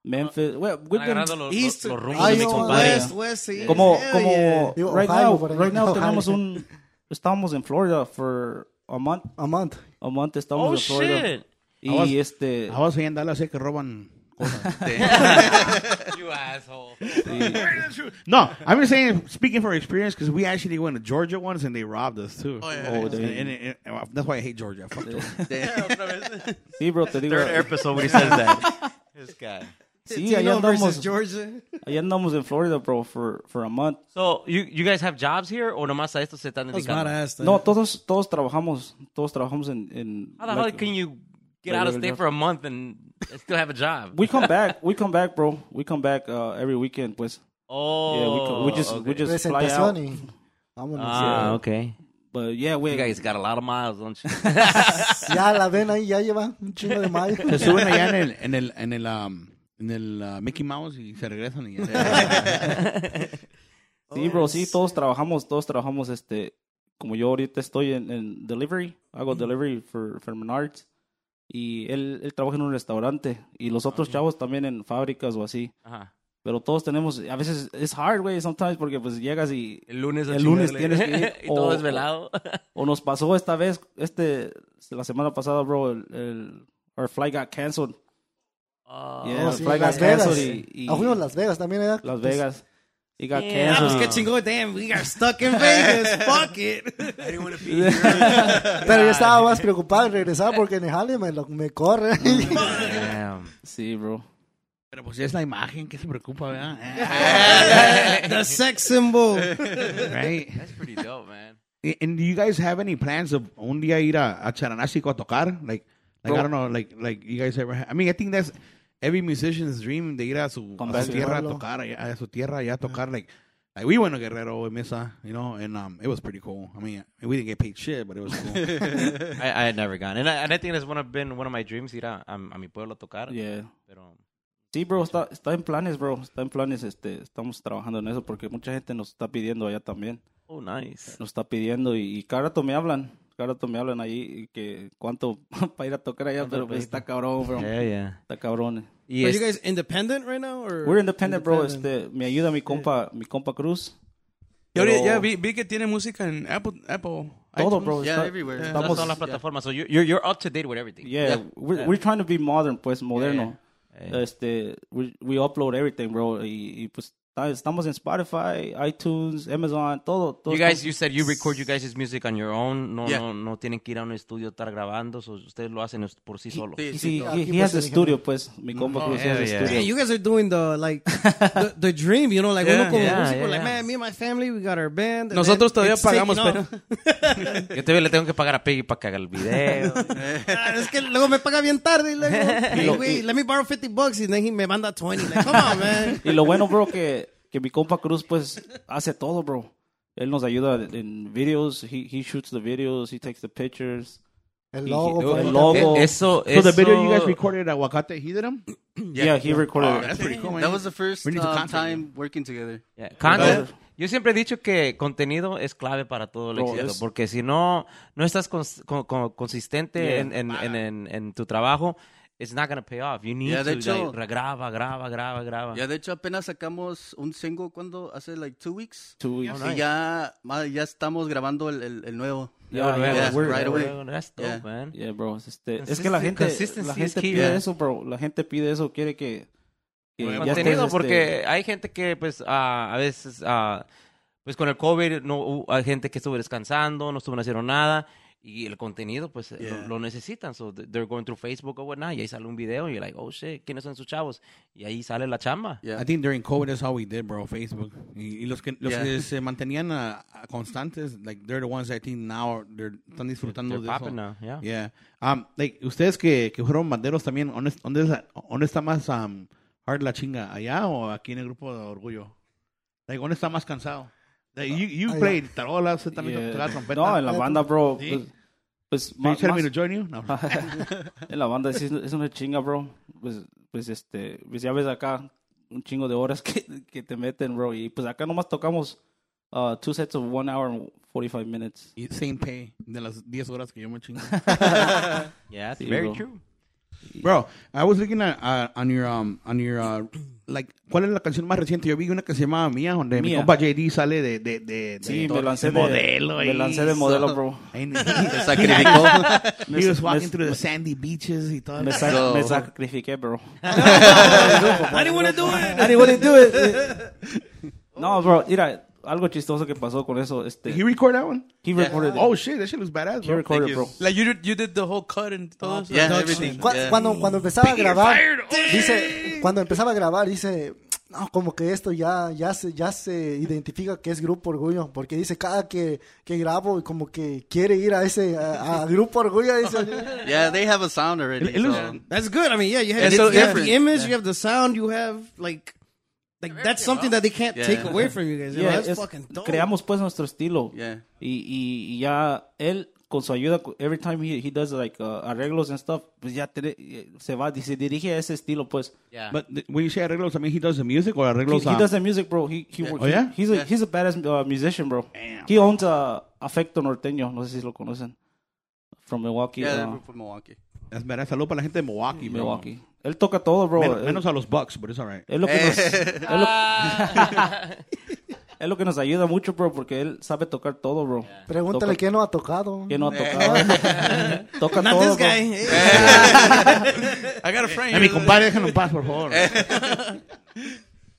E: Memphis. Well, we've
A: Están
E: been-
A: agarrando los,
B: East-
A: los- los rumos
G: Ay,
A: de mi
G: no,
A: compadre.
B: West, West, sí.
E: como
B: Hell
E: como
B: yeah.
G: Digo,
E: right
G: Ohio,
E: now
G: por ahí.
E: right now
G: Ohio.
E: tenemos un estábamos en Florida for a month
G: A month.
E: a month estamos
I: Oh,
E: en Florida
I: shit.
E: y
D: I was-
E: este
D: I was in Dallas, sé que roban cosas.
I: You asshole.
D: no, I'm just saying, speaking from experience, because we actually went to Georgia once and they robbed us too. Oh,
C: yeah,
D: and, and, and- and that's why I hate Georgia. Fuck Georgia.
E: sí bro te digo
I: Third episode when he says that. this guy.
E: sí allá
B: Latino versus
E: andamos
B: Georgia.
E: allá andamos en Florida bro for for a month
I: So, you, you guys have jobs here or nomás a esto se están
B: That was
I: dedicando?
B: badass,
E: no todos todos trabajamos todos trabajamos en, en
A: How the
E: like-
A: hell can you get out of
E: Like-
A: state for a month and still have a job?
E: we come back we come back bro we come back uh, every weekend pues
I: Oh.
E: yeah we, co- we just we
I: okay.
E: just fly out
G: Presentación y... Vámonos.
A: Ah, okay.
E: but yeah we
A: You guys got a lot of miles, don't you?
G: Ya la ven ahí, ya lleva un chingo de mayo.
D: Se suben allá en el, en el, en el, um, en el uh, Mickey Mouse y se regresan y ya.
G: Oh,
E: Sí, bro, sí, todos trabajamos, todos trabajamos, este, como yo ahorita estoy en, en delivery, hago delivery for, for Menards, y él, él trabaja en un restaurante, y
G: Ah,
E: los otros chavos también en fábricas o así,
A: Ajá.
E: pero todos tenemos, a veces es hard, güey, sometimes, porque pues llegas y,
A: El lunes, a
E: El lunes
A: chingarle.
E: tienes que ir, Oh.
A: y todo
E: o-
A: desvelado.
E: o nos pasó esta vez, este, la semana pasada, bro, el, el our flight got canceled. Yeah,
G: Oh,
E: our
G: sí,
E: flight got
G: Las Vegas.
E: canceled y, y
G: Ah, fuimos a Las Vegas también, ¿verdad?
E: Las Vegas. It got
B: Ah,
E: canceled.
B: pues qué chingón. Damn, we got stuck in Vegas. Fuck it.
G: Pero yo estaba más preocupado en regresar porque en el jale me, lo- me corre.
A: Damn.
E: Sí, bro.
D: Pero pues es la imagen que se preocupa, ¿verdad?
B: The sex symbol.
D: right.
A: That's pretty dope, man.
D: And- And do you guys have any plans of un día ir a, a Charanásico a tocar? Like, like I don't know, like, like you guys ever ha- I mean, I think that's every musician's dream de ir a su,
E: Come
D: a su
E: back.
D: tierra a
G: Pueblo.
D: tocar, allá- a su tierra allá a tocar. Like, like we went to Guerrero with Mesa, you know, and um, it was pretty cool. I mean, we didn't get paid shit, but it was cool.
A: I, I had never gone. And I, and I think that's one of, been one of my dreams, ir a, a, a mi pueblo a tocar.
E: Yeah.
A: Pero,
E: Sí, bro, está, está en planes, bro. Está en planes, este, estamos trabajando en eso porque mucha gente nos está pidiendo allá también.
A: oh, nice.
E: Nos está pidiendo y, y cada rato me hablan, cada rato me hablan ahí y que cuánto para ir a tocar allá, pero pues, está cabrón, bro.
A: Yeah, yeah.
E: Está cabrón.
A: Y
B: Are
A: es-
B: you guys independent right now? Or?
E: We're independent, bro. Este, me ayuda mi compa, mi compa Cruz.
C: Y ahorita
E: Pero-
C: ya vi, vi que tiene música en Apple. Apple
E: Todo,
C: iTunes.
E: bro.
H: Yeah,
E: está-
H: everywhere.
I: That's
E: Estamos-
I: all las plataformas. So, you're, you're, you're up to date with everything.
E: yeah, we're, we're trying to be modern, pues, moderno. Este, we, we upload everything, bro. Y, y, pues Ta- Estamos en Spotify, iTunes, Amazon, todo. todo
I: You guys,
E: estamos-
I: you said you record your guys' music on your own. No,
H: Yeah.
I: no, no tienen que ir a un estudio a estar grabando. so ustedes lo hacen por sí solos.
E: Y sí,
H: Sí, sí,
E: he-
H: todo.
E: he,
G: Aquí,
E: has
G: pues,
E: a
G: el
E: studio, pues. Mi compa Cruz he has a
I: yeah,
B: Yeah,
E: studio.
B: you guys are doing the like the, the dream, you know, like uno como
I: yeah,
B: músico,
I: yeah,
B: like
I: yeah.
B: man, me and my family, we got our band. and
C: Nosotros
B: then
C: todavía
B: it's taking
C: pagamos,
B: off.
C: pero-
A: Yo todavía le tengo que pagar a Peggy para que haga el video.
B: Ah, es que luego me paga bien tarde y luego, hey, güey, let me borrow 50 bucks y then he me manda 20. Like, come on, man.
E: Y lo bueno, bro, que, que mi compa Cruz, pues, hace todo, bro. Él nos ayuda en videos. He, he shoots the videos. He takes the pictures.
G: El
E: He-
G: logo.
E: he-
G: por ahí
E: el
G: también.
E: logo.
A: Eh, Eso,
D: So
A: eso.
D: the video you guys recorded at Wakate Hidram?
E: Yeah, he recorded it.
D: Oh, That's pretty cool, man.
H: That was the first
D: We need to
H: uh,
D: contact
H: time working together.
A: Yeah, content. Yo siempre he dicho que contenido es clave para todo el
E: Bro,
A: éxito,
E: es-
A: porque si no, no estás cons- con- con- consistente
E: Yeah.
A: en, en- en- en- en tu trabajo, it's not gonna pay off. You need
H: Yeah,
A: to,
H: de hecho-
A: like, graba, graba, graba, graba.
H: Ya, de hecho, apenas sacamos un single cuando hace like two weeks.
E: Two weeks.
H: Y ya, ma- ya estamos grabando el, el, el nuevo.
E: Yeah,
A: luego,
H: yeah,
A: luego,
H: right
A: luego,
H: away.
A: luego. That's dope,
H: Yeah.
A: man.
E: Yeah, bro. Este, es que la
A: Consisten-
E: gente,
A: consistency
E: la
A: is
E: gente
A: key,
E: pide
H: man.
E: eso, bro. La gente pide eso. Quiere que. que ya estés,
A: contenido
E: este,
A: porque hay gente que pues ah, a veces ah, pues con el COVID no hu- hay gente que estuvo descansando, no estuvo haciendo nada y el contenido pues lo-
H: Yeah.
A: lo, necesitan. So th- they're going through Facebook o whatnot y ahí sale un video y you're like, "Oh shit, ¿quiénes son sus chavos?" Y ahí sale la chamba.
H: Yeah.
D: I think during COVID is how we did, bro. Facebook. Y, y los que, los
H: Yeah.
D: que se mantenían uh, constantes, like they're the ones I think now they're, están disfrutando
A: They're
D: de eso.
A: popping now,
E: Ah.
A: yeah.
D: Yeah. Um, like, ustedes que, que fueron banderos también, ¿dónde, dónde, es la- dónde está más um, hard la chinga? ¿Allá o aquí en el grupo de Orgullo? Like, ¿Dónde está más cansado? Like, you you
G: allá.
D: played tarola, usted también
E: Yeah.
D: tocaba trompeta.
E: eh, No, en la banda, bro.
D: Sí.
E: Pues, pues
D: Can you
E: más,
D: tell me to
E: más- Ah.
D: join you? No.
E: en la banda es, es una chinga, bro. Pues, pues, este, pues ya ves acá un chingo de horas que, que te meten, bro. Y pues acá nomás tocamos uh, two sets of one hour and 45 minutes.
D: Y Same pay de las 10 horas que yo me chingo.
A: Yeah, it's
E: Sí,
A: very
E: bro.
A: true.
D: Bro, I was looking at uh, on your um on your uh, like ¿cuál es la canción más reciente? Yo vi una que se llamaba Mía donde mi
E: Mía.
D: compa JD sale de de de, de
E: Sí,
D: todo
E: me lancé de
D: ese modelo
E: Me
D: ahí.
E: lancé de modelo, bro.
D: Ahí-
H: Se sacrificó.
D: He was
E: Me-
D: walking
E: me-
D: through the sandy beaches y todo.
E: Me, sac-
H: No.
E: me sacrifiqué, bro.
B: I didn't want to do it.
E: I didn't do it. No, bro, mira, algo chistoso que pasó con eso. Este,
D: Did he record that one?
E: he recorded it.
D: Oh shit, that shit looks badass.
E: He
D: Bro.
E: recorded, bro.
C: Like you did, you did the whole cut and todo eso.
H: Yeah, everything.
G: Cu-
H: Yeah.
G: cuando, cuando empezaba a grabar, dice, cuando empezaba a grabar, dice, no, como que esto ya, ya, se, ya se identifica que es Grupo Orgullo, porque dice, cada que, que grabo, como que quiere ir a ese, a, a Grupo Orgullo, dice,
H: Yeah, they have a sound already.
D: It- it looks-
H: so-
B: That's good. I mean, yeah, you have,
H: And
B: you
H: it's
B: have the
H: different.
B: image, you have the sound, you have like like that's something that they can't
H: Yeah.
B: take away from you guys. You know,
E: Yeah,
B: that's
E: es-
B: fucking dope.
E: creamos pues nuestro estilo.
H: Yeah.
E: Y, y, y ya él, con su ayuda, cu- every time he, he does like uh, arreglos and stuff, pues ya tiene- eh, se va, di- se dirige a ese estilo pues.
A: Yeah.
D: But th- when you say arreglos, I mean he does the music or
E: He,
D: arreglos.
E: he
D: um,
E: does the music, bro. He, he,
D: Oh, yeah?
E: He's a, he's a badass uh, musician, bro.
D: Damn.
E: He owns uh, Afecto Norteño, no sé si lo conocen. From Milwaukee.
H: Yeah,
E: uh,
H: they're from Milwaukee.
D: That's badass. Salud para la gente de Milwaukee, bro.
E: Milwaukee. Él toca todo, bro.
D: Menos,
E: Él-
D: menos a los Bucks, but it's alright.
E: Es lo, que nos, es, lo- es lo que nos ayuda mucho, bro, porque él sabe tocar todo, bro.
G: pregúntale
E: Toca-
G: quién no ha tocado.
E: ¿Quién no ha tocado? Toca
B: Not
E: todo.
B: this
E: bro.
B: guy. Hey.
C: I got a friend.
D: A mi compadre, déjenlo en paz, por favor.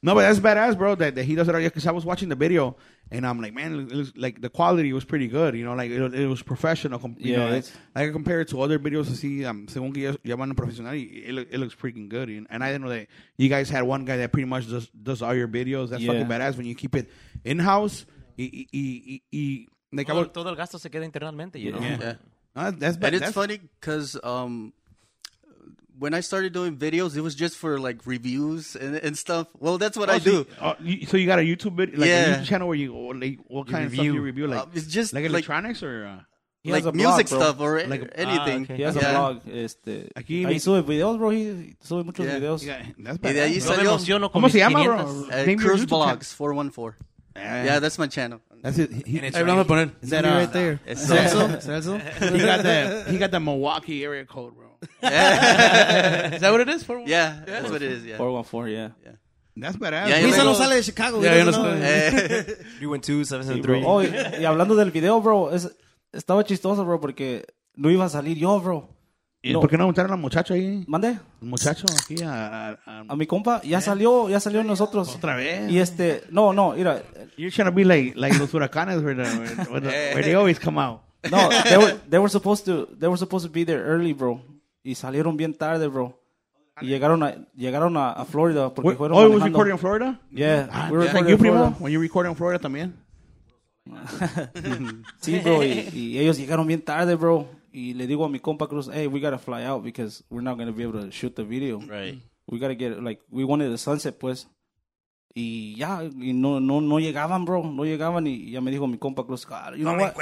D: no, but that's badass, bro, that, that he does it all because I was watching the video and I'm like, man, it looks, like the quality was pretty good, you know, like it, it was professional. com- You
E: Yeah,
D: know, like,
E: it's-
D: like compared to other videos, see, um, según que ellos llaman a profesional, it, loo- it looks freaking good. you know? And I didn't know that you guys had one guy that pretty much does, does all your videos. That's
E: Yeah.
D: fucking badass when you keep it in house. Y, y, y, y, like, I
A: Todo,
D: was,
A: todo el gasto se queda internamente. you know?
H: Yeah.
D: Ah, that's,
H: And it's
D: that's
H: funny because um, when I started doing videos, it was just for like reviews and, and stuff. Well, that's what I
D: Oh, so
H: do.
D: you- oh, you- so you got a YouTube video, like
H: Yeah.
D: a YouTube channel where you or, like what kind of stuff you review, like
H: Uh, it's just
D: like
H: like-
D: electronics or uh,
E: He has
H: like
E: a blog,
H: music
E: bro.
H: stuff or
D: Like a-
H: anything.
A: Ah, okay.
E: He has
H: Yeah.
E: a blog. Este,
D: Aquí
E: ahí
D: mi-
E: sube videos, bro. He sube muchos
H: Yeah.
E: videos.
D: that's
H: Y de ahí
D: badass, bro.
A: Yo me
H: salió-
A: emociono con
D: ¿Cómo
A: mis
D: se llama,
A: 500.
D: bro?
H: Uh,
D: Name your
H: Cruz
D: YouTube channel.
H: Blogs 414.
D: Yeah.
H: Yeah, that's my channel.
D: That's it. He,
A: And it's
D: he-
A: right.
C: poner.
B: Is that right there?
H: It's, uh,
B: Celso, Celso.
D: he got the he got the Milwaukee area code, bro.
C: Is that what it is? For
H: yeah, that's what it is. Yeah.
E: 414, yeah.
D: That's badass.
H: Yeah,
D: bro.
H: yeah.
B: Luisa no
H: luego-
B: sale de Chicago.
C: Yeah,
B: he
C: yo no
B: doesn't
C: sé.
B: know.
H: Eh,
E: Sí, bro. Oh, y, y hablando del video, bro, es, estaba chistoso, bro, porque no iba a salir yo, bro.
D: ¿Y
E: No.
D: ¿Por qué no montaron al muchacho ahí?
E: ¿Mande?
D: El muchacho aquí uh, um, a... a- a-
E: A mi compa, ya salió, ya salió en nosotros.
D: otra vez.
E: Y este, no, no, mira,
D: You're trying to be like, like los huracanes where, the, where, the- where they always come out.
E: no, they were, they were supposed to, they were supposed to be there early, bro. Y salieron bien tarde, bro. Y llegaron a, llegaron a, a Florida porque
D: Wait,
E: fueron
D: oh, it was
E: manejando.
D: recorded in Florida?
E: Yeah,
D: Ah,
E: we were
D: like
E: recording
D: you,
E: in Florida.
D: primo? When you recorded in Florida también?
H: Ah,
E: Sí, bro, y, y ellos llegaron bien tarde, bro. Y le digo a mi compa Cruz, hey, we gotta fly out because we're not gonna be able to shoot the video.
H: Right.
E: We gotta get, like, we wanted the sunset, pues. Y ya, y no, no, no llegaban, bro, no llegaban. Y ya me dijo mi compa Cruz, "Ah, you know what?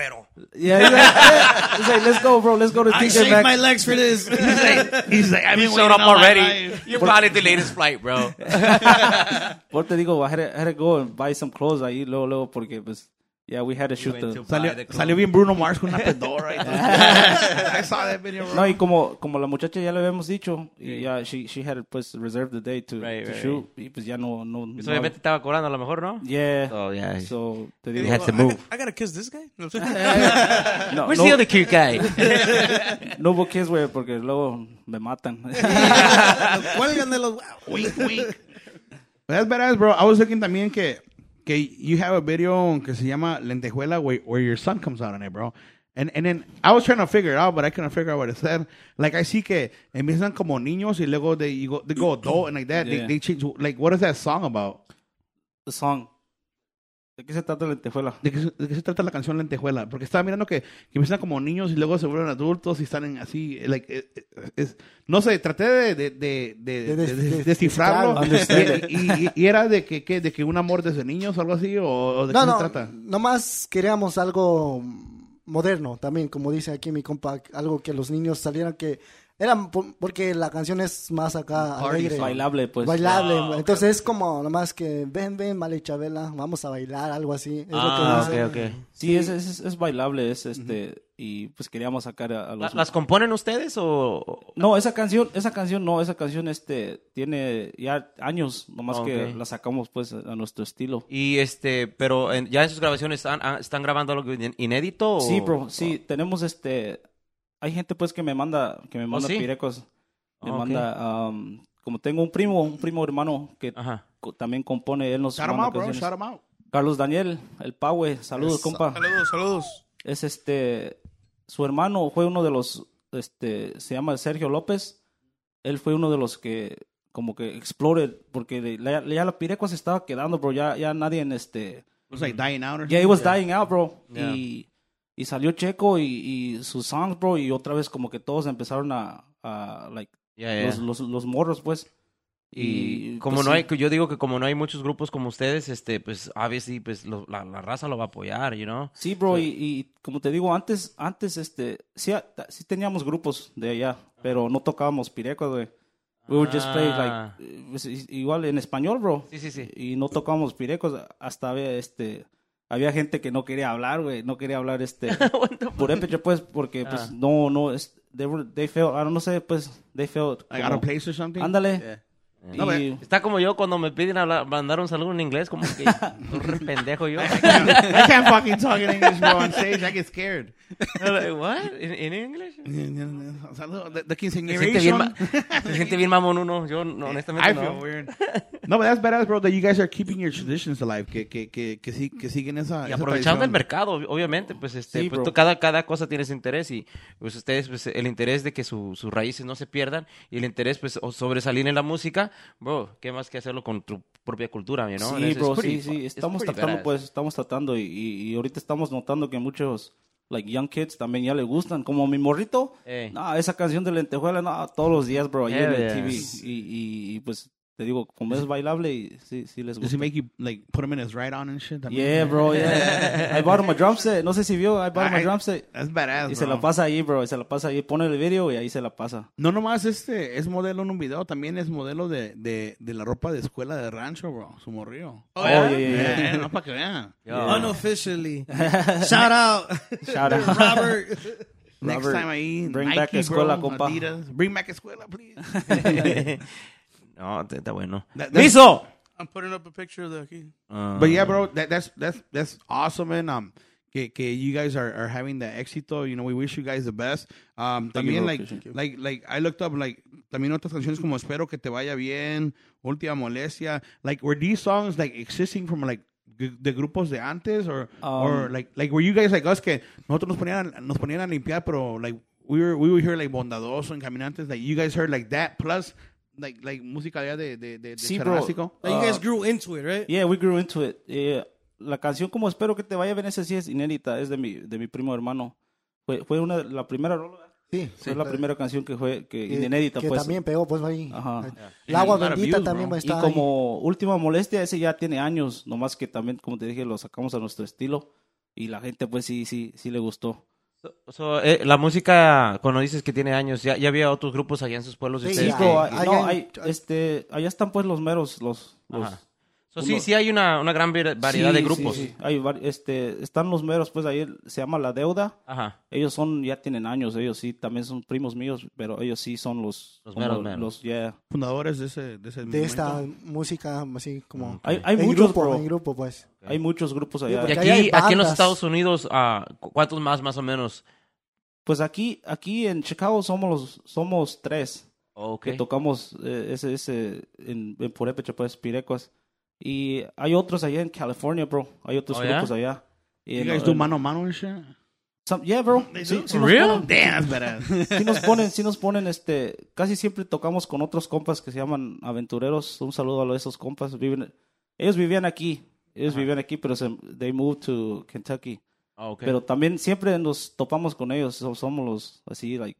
E: Yeah, he's like, yeah. He's like, let's go, bro, let's go to
B: I
E: TJ
B: shaved my
E: Maxx.
B: legs for this.
D: He's like, I've been
I: Showed
D: waiting
I: up
D: all my
I: already.
D: life.
I: You're probably the latest flight, bro.
E: Por te digo, I had, to, I had to go and buy some clothes ahí luego, luego, porque, pues, yeah, we had to shoot the...
D: Salió, salió bien Bruno Mars con una pedora. y todo. I saw that video. bro.
E: No, y como, como la muchacha ya le habíamos dicho, y ya, she, she had, pues, reserved the day to,
I: Right,
E: to
I: right,
E: shoot. Y pues ya no... no, no
I: Pues obviamente estaba cobrando a lo mejor, ¿no?
E: Yeah.
I: Oh, yeah.
E: So, te
C: You
E: digo,
A: had
C: go,
A: to
C: "I-
A: move.
C: I, gotta kiss this guy. No,
E: no,
I: Where's
E: no,
I: the other cute guy?
E: no hubo kiss, güey, porque luego me matan.
B: Cuelgan de los.
D: Wink, wink. That's badass, bro. I was looking también que, que you have a video que se llama Lentejuela where, where your son comes out on it, bro. And, and then I was trying to figure it out, but I couldn't figure out what it said. Like, I see que empiezan como niños y luego they, you go, they go adult and like that.
E: Yeah.
D: They, they change. Like, what is that song about?
E: The song. ¿De qué se trata la lentejuela?
D: ¿De qué, se- de qué se trata la canción Lentejuela? Porque estaba mirando que, que empiezan como niños y luego se vuelven adultos y están en así, eh, like, eh, eh, es- no sé, traté de, de, de, de-
G: De
D: de-
G: des-
D: de-
G: de-
D: descifrarlo
E: descifrarlo.
D: y, y- y- y era de que, que- de que un amor desde niños o algo así, o, o de
G: No,
D: qué
G: no,
D: se trata.
G: nomás queríamos algo moderno también, como dice aquí mi compa, algo que los niños salieran que eran por- porque la canción es más acá alegre,
E: Bailable, pues.
G: bailable, entonces es como nomás que ven, ven, vale Chabela, vamos a bailar, algo así, es lo que
I: Ah,
G: dice.
I: ok, ok.
E: Sí, es, es, es bailable, es este... Y pues queríamos sacar a, a
I: ¿La-
E: los...
I: ¿Las componen ustedes o...?
E: No, esa canción, esa canción no, esa canción este tiene ya años, nomás que
I: Oh, Ok.
E: la sacamos pues a a nuestro estilo.
I: Y este, pero en- ya en sus grabaciones han- han- están grabando algo in- inédito o...
E: Sí, bro, sí, tenemos este hay gente pues que me manda que me manda
I: ¿Oh, sí? Oh,
E: pirecos. Me
I: Ok.
E: manda um, como tengo un primo, un primo hermano que
I: Ajá.
E: co- también compone él nos
D: Shout 'em
E: manda
D: out, bro.
E: canciones.
D: Shout 'em out.
E: Carlos Daniel, el Pahue, saludos, compa.
C: Saludos, saludos.
E: Es este su hermano fue uno de los este se llama Sergio López. Él fue uno de los que como que exploded porque le- la- ya la pirecua se estaba quedando, bro, ya ya nadie en este
D: It was like dying out or
E: ya it
D: something.
E: was dying out, bro. Y, y salió Checo y, y sus songs, bro, y otra vez como que todos empezaron a, a, like
I: Ya, ya.
E: Los, los los morros, pues.
I: Y
E: Y,
I: Mm, como
E: pues,
I: no
E: sí.
I: hay, yo digo que como no hay muchos grupos como ustedes, este, pues, obviously, pues, lo- la, la raza lo va a apoyar, you know?
E: Sí, bro, y, y como te digo, antes, antes, este, sí, a- ta- sí teníamos grupos de allá, pero no tocábamos pirecos, güey. We were just playing, like,
I: Ah.
E: eh, pues, i- igual en español, bro.
I: Sí, sí, sí.
E: Y no tocábamos pirecos, hasta había, este, había gente que no quería hablar, güey, no quería hablar, este, purépecha, pues, porque, pues,
I: Ah.
E: no, no, es, they were, they felt, I don't know, sé, pues, they felt,
D: Like out
E: como,
D: of place or something.
E: ándale.
I: Eh,
H: Yeah.
E: Y-
D: No, pero-
I: Está como yo cuando me piden hablar- mandar un saludo en inglés, como que un re pendejo yo.
D: I can't fucking talk in English, bro, on stage. I get scared.
I: Like, What? In, in English?
D: Saludos. The, the
I: Se siente, bien
D: quinceañeration.
I: ma- se siente bien mamón uno. Yo, no, honestamente,
D: I
I: no.
D: feel weird. No, but that's badass, bro, that you guys are keeping your traditions alive. Que, que, que, que, sí- que siguen esa.
E: Ah,
I: Y
D: esa
I: aprovechando el
D: tradición.
I: mercado, ob- obviamente, pues este,
E: Sí,
I: pues,
E: bro.
I: tú- cada, cada cosa tiene su interés y pues ustedes, pues el interés de que su- sus raíces no se pierdan y el interés, pues, o sobresalir en la música, bro, qué más que hacerlo con tu propia cultura, you know? And
E: Sí,
I: it's- it's
E: bro,
I: pretty
E: sí,
I: fu-
E: sí.
I: it's
E: Estamos
I: pretty
E: tratando,
I: badass.
E: pues, estamos tratando. Y, y- y ahorita estamos notando que muchos, like, young kids también ya le gustan. Como mi morrito,
I: Ey.
E: no, esa canción de lentejuela, no, todos los días, bro, ahí en el
I: Hell
E: TV.
I: yes.
E: Y, y- y, pues, te digo, como es bailable, y sí, sí les
D: Does he
E: gusta.
D: make you like put him in his right on and shit? I mean,
E: Yeah, bro, yeah. I bought him a drum set. eh. No sé si vio, I bought him a
D: I-
E: drum set.
D: That's badass,
E: eh. Y se
D: bro.
E: la pasa ahí, bro, y se la pasa ahí. Pone el video y ahí se la pasa.
D: No nomás este es modelo en un video, también es modelo de, de, de la ropa de escuela de rancho, bro. Su morrillo.
E: Oh, yeah, yeah, yeah.
D: Eh, no para que vean.
C: Ah,
B: Unofficially. Shout out.
E: Shout out.
B: Robert.
D: Next
E: Robert,
D: time ahí,
E: bring
D: Nike,
E: back escuela,
D: bro,
E: compa.
D: Adidas. Bring back escuela, please.
I: No, te- está bueno. Ah.
D: That- that's-
I: ¡Liso!
C: I'm putting up a picture of the aquí.
D: But yeah, bro, that, that's that's that's awesome, and um, que, que you guys are, are having the éxito. You know, we wish you guys the best. Um,
E: Thank
D: también,
E: you, bro.
D: like,
E: Thank you.
D: like, like, I looked up, like, también otras canciones como Espero que te vaya bien, Última molestia. Like, were these songs, like, existing from, like, gu- de grupos de antes? Or, or
E: Um,
D: like, like, were you guys like us que nosotros nos ponían, nos ponían a limpiar, pero, like, we were, we were here, like, bondadoso en caminantes. Like, you guys heard, like, that plus, like, like, música ya de, de, de, de
E: Sí, bro.
D: charrástico?
B: Like you
C: Uh,
B: guys grew into it, right?
E: Yeah, we grew into it. Eh, la canción como Espero que te vaya bien, esa sí es inédita, es de mi, de mi primo hermano. Fue, fue una, de- la primera rola, ¿verdad?
G: Sí.
E: fue la primera canción que fue que,
G: Que-
E: inédita.
G: que
E: pues.
G: también pegó, pues ahí.
E: Ajá.
G: El agua
D: Y a lot of
G: bendita
D: views,
G: también
D: bro.
E: Y
G: está. ahí.
E: como última molestia, ese ya tiene años, nomás que también, como te dije, lo sacamos a nuestro estilo y la gente pues sí, sí, sí le gustó.
I: So- so, eh, la música, cuando dices que tiene años, ya, ya había otros grupos allá en sus pueblos. de
G: Sí,
I: ustedes
G: sí,
I: que-
E: Pero,
G: hay-
E: ah, no,
G: hay-
E: hay, este, allá están pues los meros, los... los-
I: Ajá. So, sí,
E: uno-
I: sí hay una, una gran var- variedad
E: Sí,
I: de grupos.
E: sí, sí. Hay vari- este, están los meros, pues ahí se llama La Deuda.
I: Ajá.
E: Ellos son, ya tienen años, ellos sí, también son primos míos, pero ellos sí son los...
I: Los
E: como
I: meros, meros.
E: los- yeah.
D: Fundadores de ese, de ese
G: de esta
D: movimiento.
G: música así como
E: Hay, hay
G: en
E: muchos,
G: grupo,
E: bro.
G: en grupo pues.
E: Hay muchos grupos allá.
I: Y
G: Porque
I: aquí,
G: ahí hay
I: aquí en los
G: bandas.
I: Estados Unidos, ah, cu- ¿cuántos más, más o menos?
E: Pues aquí, aquí en Chicago somos, los- somos tres.
I: Ok.
E: que tocamos eh, ese, ese en, en Purépecha, pues, Pirecuas. Y hay otros allá en California, bro. Hay otros
I: Oh, yeah?
E: grupos allá. Y
D: You
E: en-
D: guys do
E: en-
D: mano a mano and shit?
E: some- yeah, bro. Sí, sí nos ponen-
D: Damn, that's badass.
E: sí nos ponen, sí nos ponen, este, casi siempre tocamos con otros compas que se llaman aventureros. Un saludo a esos compas. Viven, ellos vivían aquí. Ellos vivían aquí, pero se, they moved to Kentucky.
I: Ah, ok.
E: Pero también siempre nos topamos con ellos. So- somos los, así, like,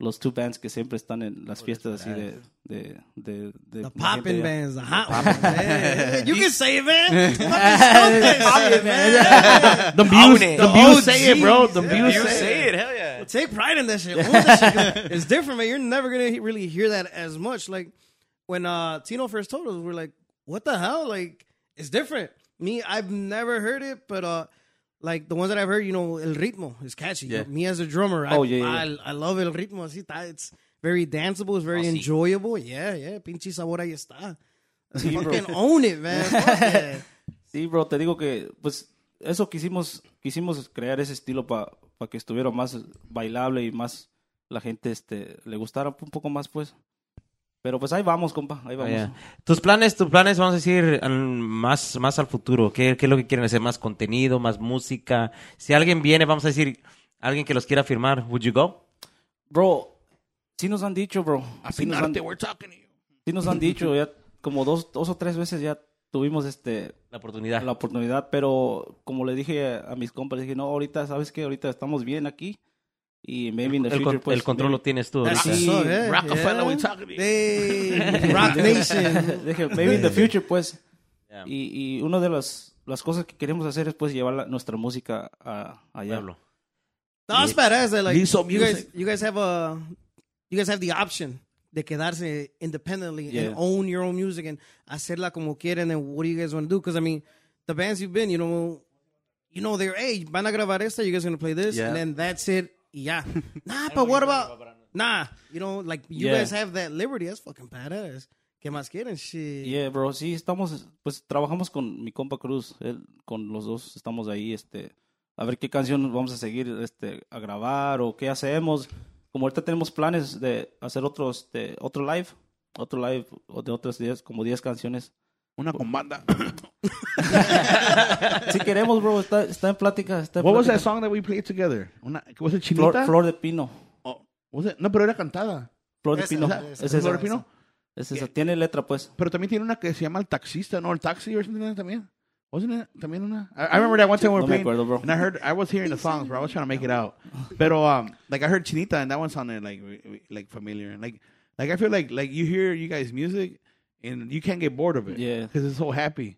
E: los two bands que siempre están en las fiestas así de... de, de, de
B: The
E: de
B: popping
E: gente allá.
B: bands, the hot ones. Hey, you can say it, man. Fucking smoke that shit, man.
D: The views,
I: it.
D: the views say it, bro. The
B: Yeah.
D: views
B: You
D: say it.
B: say
I: it, hell yeah.
B: Take pride in that shit. Own that shit. It's different, man. You're never gonna he- really hear that as much. Like when uh Tino first told us, we're like, "What the hell?" Like it's different. Me, I've never heard it, but uh, like the ones that I've heard, you know, el ritmo is catchy.
H: Yeah.
B: Me as a drummer, I,
E: Oh, yeah, yeah,
B: I, I love el ritmo. Así está. It's very danceable. It's very
G: Oh,
B: enjoyable. Yeah, yeah. Pinche sabor ahí está.
E: Sí, bro.
B: Fucking own it, man. Fuck yeah.
E: Sí, bro, te digo que, pues, eso quisimos, quisimos crear ese estilo para que estuviera más bailable y más la gente este, le gustara un poco más, pues. Pero pues ahí vamos, compa, ahí vamos.
I: Yeah. Tus planes, tus planes, vamos a decir, al- más, más al futuro. ¿Qué, ¿Qué es lo que quieren hacer? ¿Más contenido, más música? Si alguien viene, vamos a decir, alguien que los quiera firmar, ¿would you go?
E: Bro, sí nos han dicho, bro. Sí nos, han,
D: Afinarte, we're talking to you.
E: sí nos han dicho, ya como dos, dos o tres veces ya tuvimos este
I: La oportunidad.
E: la oportunidad, pero como le dije a mis compas, les dije, no, ahorita, ¿sabes qué? Ahorita estamos bien aquí y maybe in the
I: el,
E: future,
I: con-
E: pues,
I: el control
E: maybe-
I: lo tienes tú.
B: That's
I: ahorita.
B: what's up, eh?
D: Rockefeller,
B: Yeah.
D: we talking to you.
B: Hey, Rock Nation.
E: Dije, maybe in the future, pues.
I: Yeah.
E: Y, y una de las, las cosas que queremos hacer es pues llevar la- nuestra música a, allá.
I: Pueblo.
B: No, it's badass that like
D: Lizzo
B: you guys
D: music.
B: you guys have a you guys have the option de quedarse independently
E: Yeah.
B: and own your own music and hacerla como quieren and what do you guys want to do? Because I mean, the bands you've been, you know, you know they're hey van a grabar esta, you guys gonna play this,
H: Yeah.
B: and then that's it. Yeah, nah, but what about nah? You know, like you
E: Yeah.
B: guys have that liberty. That's fucking badass. ¿Qué más quieren? Shit.
E: Yeah, bro, sí, estamos, pues trabajamos con mi compa Cruz, él, con los dos estamos ahí, este, a ver qué canción vamos a seguir, este, a grabar o qué hacemos. Como ahorita tenemos planes de hacer otro, este, otro live, otro live o de otras 10, como 10 canciones.
D: Una con banda.
E: Si queremos, bro, está, está en plática. Está en
D: What was that
E: plática.
D: song that we played together? Una, was it Chinita?
E: Flor, Flor de Pino.
D: Oh, was it? No, pero era cantada.
E: Flor de
G: Esa,
E: Pino.
G: esa,
E: Es
G: esa,
E: esa,
D: Flor de Pino.
E: es esa. Tiene letra, pues.
D: Pero también tiene una que se llama El Taxista, ¿no? El Taxi or something like that también. Wasn't it también una? I, I remember that one time we were
E: No me
D: playing.
E: acuerdo, bro.
D: And I heard, I was hearing the songs, bro. I was trying to make it out. Pero, um, like, I heard Chinita, and that one sounded, like, re- re- like familiar. Like, like I feel like, like, you hear you guys' music, and you can't get bored of it.
E: Yeah.
D: Because it's so happy.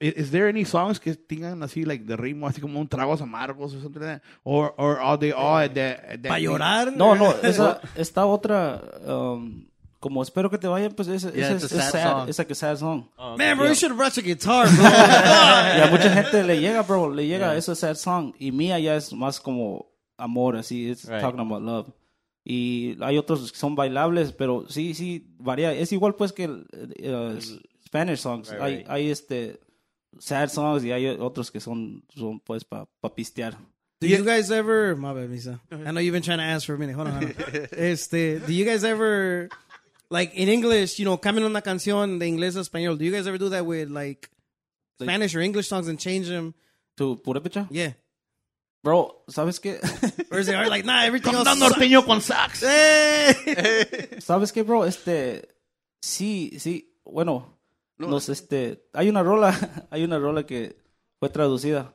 D: Is, is there any songs que tengan así, like, de ritmo, así como un tragos amargos or something like that? Or, or are they all at that, at that
B: Pa llorar.
E: No, no, esa, esta otra, um, como espero que te vayan, pues esa,
H: Yeah,
E: esa
H: it's
E: es
H: a
E: es
H: sad
E: sad,
H: song. Oh.
E: esa que sad song.
B: Man, bro, you should have brought your guitar, bro.
E: Y a mucha gente le llega, bro, le llega esa sad song. Y mía ya es más como amor, así, it's talking about love. Y hay otros que son bailables, pero sí, uh, sí, varía. Es igual pues que el, eh, eh, Spanish songs. hay, hay este sad songs y hay otros que son, son pues para pistear.
C: Do you guys ever? My bad, Misa. I know you've been trying to ask for a minute. Hold on. Hold on. este, do you guys ever, like in English, you know, cambian una canción de inglés a español? Do you guys ever do that with like Spanish or English songs and change them?
E: ¿Tu purépecha?
C: Yeah.
E: Bro, ¿sabes qué?
C: Or is it hard? Like, nah, everything else. sucks.
D: norteño con sax.
E: ¿Sabes qué, bro? Este, sí, sí, bueno, nos, este, hay una rola, hay una rola que fue traducida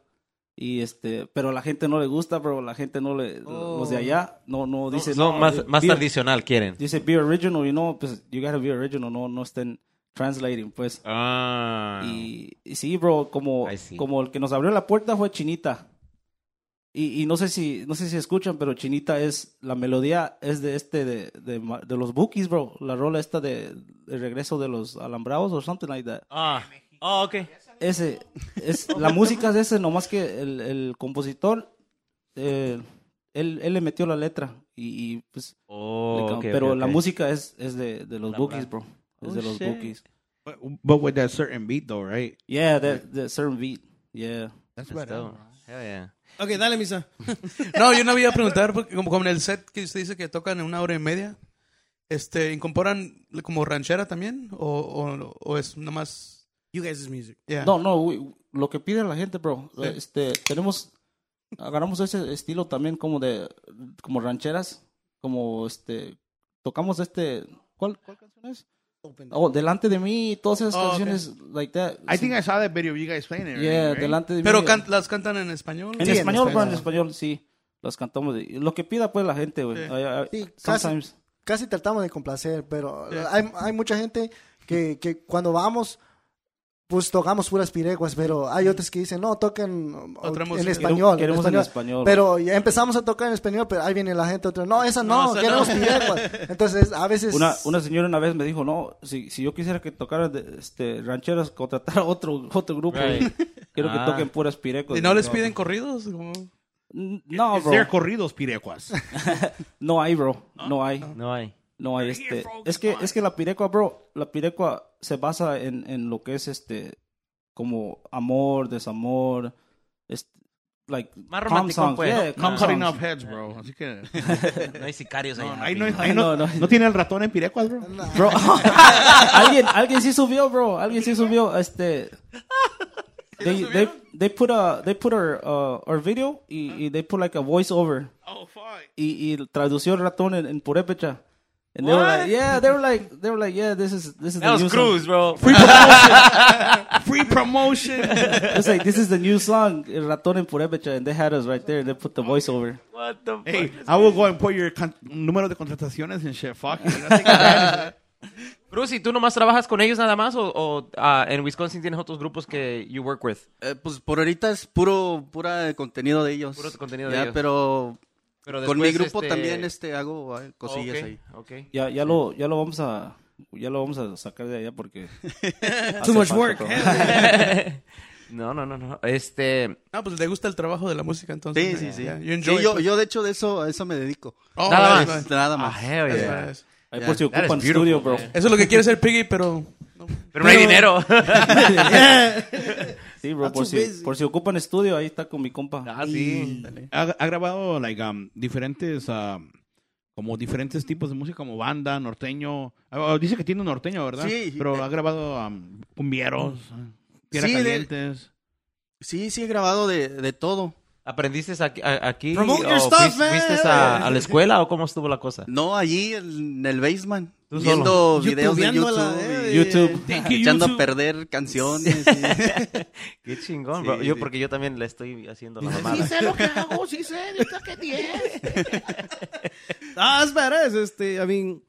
E: y este, pero a la gente no le gusta, bro, la gente no le, los de allá no, no dicen.
A: Oh. No, más,
E: eh,
A: más
E: be-
A: tradicional quieren.
E: Dice be original, you know, pues you gotta be original, no, no estén translating, pues.
A: Ah.
E: Y, y sí, bro, como,
A: I see.
E: como el que nos abrió la puerta fue Chinita. Y, y no sé si no sé si escuchan, pero Chinita es la melodía es de este de, de, ma- de los Bookies, bro. La rola esta de, de regreso de los alambrados o something like that.
A: Ah, oh, ok.
E: Ese es la música es ese, nomás que el, el compositor eh, él, él le metió la letra y, y, pues
A: Oh,
E: le cam-
A: ok, ok,
E: pero la
A: ok. Oh,
E: música es, es de, de los Bookies, bro. Es de los Bookies.
D: But, but with that certain beat, though, right?
E: Yeah, that, that certain beat. Yeah.
D: That's
A: That's dope. Hell yeah.
C: Okay, dale, Misa.
J: No, yo no voy a preguntar, porque como, como en el set que usted dice que tocan en una hora y media, este, ¿incorporan como ranchera también? ¿O, o, o es nomás...?
C: You guys' music.
J: Yeah.
E: No, no, we- lo que pide la gente, bro. Este, tenemos, agarramos ese estilo también como de, como rancheras, como este, tocamos este, ¿cuál, cuál canción es? Oh, delante de mí, todas esas
J: Oh, ok.
E: canciones like that.
D: I think I saw that video of you guys playing it.
E: Yeah,
D: right?
E: delante de
J: ¿Pero
E: mí.
J: can- las cantan en español?
E: en español, bro, en español, sí. Las cantamos. y Lo que pida pues la gente, güey.
J: Sí.
E: Ay, ay,
G: Sí, casi.
E: Sometimes.
G: casi tratamos de complacer, pero hay, hay mucha gente que, que cuando vamos, pues tocamos puras pireguas, pero hay otras que dicen, no, toquen o-
J: Otra
G: en
J: música.
G: español.
E: Queremos en español.
G: Pero ya empezamos a tocar en español, pero ahí viene la gente otra, no, esa no,
J: No, esa
G: queremos
J: no."
G: pireguas. Entonces, a veces...
E: Una,
J: Pues,
E: una señora una vez me dijo, no, si, si yo quisiera que tocaran de- este, rancheras, contratar a otro, otro grupo.
A: Right.
E: Quiero
A: Ah.
E: que toquen puras pirecos.
J: ¿Y no les piden corridos? Como-
E: N- No,
D: Is there
E: bro.
D: corridos pirecuas?
E: No hay, bro. No hay.
A: No hay.
E: No hay este. Es que, es que la pirecua, bro, la pirecua se basa en, en lo que es este, como amor, desamor, este, like,
A: Más
E: calm
A: romántico,
E: songs.
A: pues.
E: Yeah, calm
D: I'm cutting
E: songs.
D: off heads, bro. Así que
A: No hay sicarios ahí.
D: ahí no,
A: papi.
D: ahí no,
E: No,
D: no,
E: no.
D: tiene el ratón en pirecuas, bro.
E: Bro, alguien, alguien sí subió, bro. Alguien sí subió, este. They, they, they put a they put our uh, our video y, y they put like a voiceover. Oh fuck. Y, y tradució el ratón en, en purépecha. And they were like, yeah, they were like, they were like, yeah, this is this is
A: That
E: the new
A: was Cruz,
E: song.
A: bro.
D: Free promotion.
E: It's like this is the new song, el ratón en purépecha, and they had us right there. They put the voiceover.
A: What the fuck?
D: hey, I will go and put your con- número de contrataciones and shit. Fuck. you. I think that is-
A: Cruz, ¿y tú nomás trabajas con ellos nada más o, o, ah, en Wisconsin tienes otros grupos que you work with?
H: Eh, pues por ahorita es puro pura contenido de ellos.
A: Puro contenido de
H: Ya,
A: ellos.
H: Pero,
A: Pero
H: con mi
A: después,
H: grupo
A: este-
H: también este hago eh, cosillas
A: Ok,
H: ahí.
A: ok.
E: Ya ya lo ya lo vamos a ya lo vamos a sacar de allá porque
C: Too much work.
A: No, no, no, no. Este,
J: Ah, pues le gusta el trabajo de la música, entonces.
H: Sí, sí, sí.
J: Yeah, you
H: Sí,
J: enjoy it,
H: yo,
J: pues.
H: yo de hecho de eso a eso me dedico.
J: Oh,
A: Nada
J: nice,
A: más.
J: nice.
H: Nada
A: ah,
H: más.
A: hell
J: That's
A: yeah.
J: nice.
E: ahí
H: Yeah,
E: por si
H: that is
E: ocupan
H: beautiful,
E: estudio, bro.
J: Eso es lo que quiere ser Piggy, pero...
A: Pero no hay dinero.
E: Sí, bro, por si, por si ocupan estudio, ahí está con mi compa.
A: ah, sí.
D: ha, ha grabado like um, diferentes um, como diferentes tipos de música como banda, norteño. Ah, oh, dice que tiene un norteño, ¿verdad?
H: Sí.
D: Pero ha grabado um, cumbieros, tierra
H: Sí, de-
D: calientes.
H: Sí, sí he grabado de, de todo.
A: ¿Aprendiste aquí? a- aquí
C: Promote your
A: o
C: stuff,
A: fuiste,
C: man.
A: fuiste a, a la escuela o cómo estuvo la cosa?
H: No, allí en el basement.
A: Tú solo.
H: Viendo videos de
C: Youtubeando la-
H: YouTube. y
E: YouTube.
H: Echando a perder canciones. y-
A: Qué chingón,
H: Sí,
A: bro. Yo
H: sí.
A: porque yo también le estoy haciendo la mamada.
D: sé lo que hago, sí sé, que tienes.
C: Ah, that's badass. Este, I mean,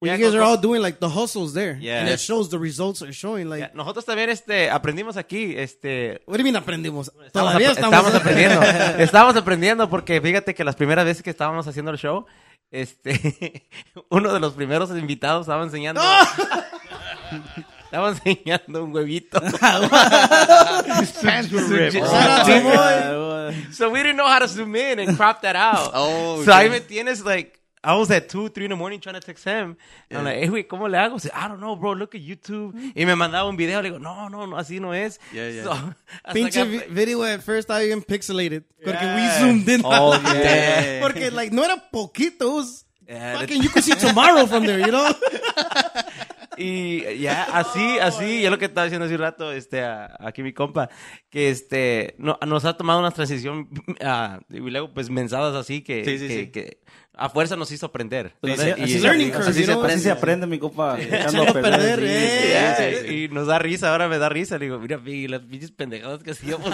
C: when
A: Yeah,
C: you guys are
A: Coco.
C: all doing like the hustles there,
A: Yeah.
C: and it shows the results are showing. Like,
A: Ya, Nosotros también este aprendimos aquí, este
C: what do you mean aprendimos?
A: Estamos,
C: Todavía
A: ap- estamos aprendiendo. estamos aprendiendo porque fíjate que las primeras veces que estábamos haciendo el show, este, uno de los primeros invitados estaba enseñando. estaba enseñando un huevito. so we didn't know how to zoom in and crop that out.
H: Oh,
A: so ahí
H: yeah.
A: me tienes like I was at 2, 3 in the morning trying to text him. And I'm like, hey, güey, ¿cómo le hago? He said, I don't know, bro, look at YouTube. Y me mandaba un video. Le digo, no, no, no, así no es.
H: Yeah, yeah.
A: So, I was like,
G: Pinche
A: I-
G: vi- video at first estaba bien pixelated. Porque we zoomed in.
A: Oh, yeah.
G: Porque, like, no era poquito. It was
A: Yeah,
G: fucking, you could see tomorrow from there, you know?
A: Y ya, así, así, ya lo que estaba diciendo hace un rato, este, a- aquí mi compa, que este, no, nos ha tomado una transición, ah, y luego, pues, mensadas así que,
H: Sí, sí,
A: que,
H: sí.
A: que a fuerza nos hizo aprender.
E: Pues, Así,
A: Y-
E: así se-
G: learning
E: así
G: curve,
E: se-
G: you know?
E: así se aprende, mi compa. echando
G: Echando a perder, eh.
A: Yeah, Y nos da risa, ahora me da risa. Le digo, mira, Piggy, las pinches pendejadas que hacíamos.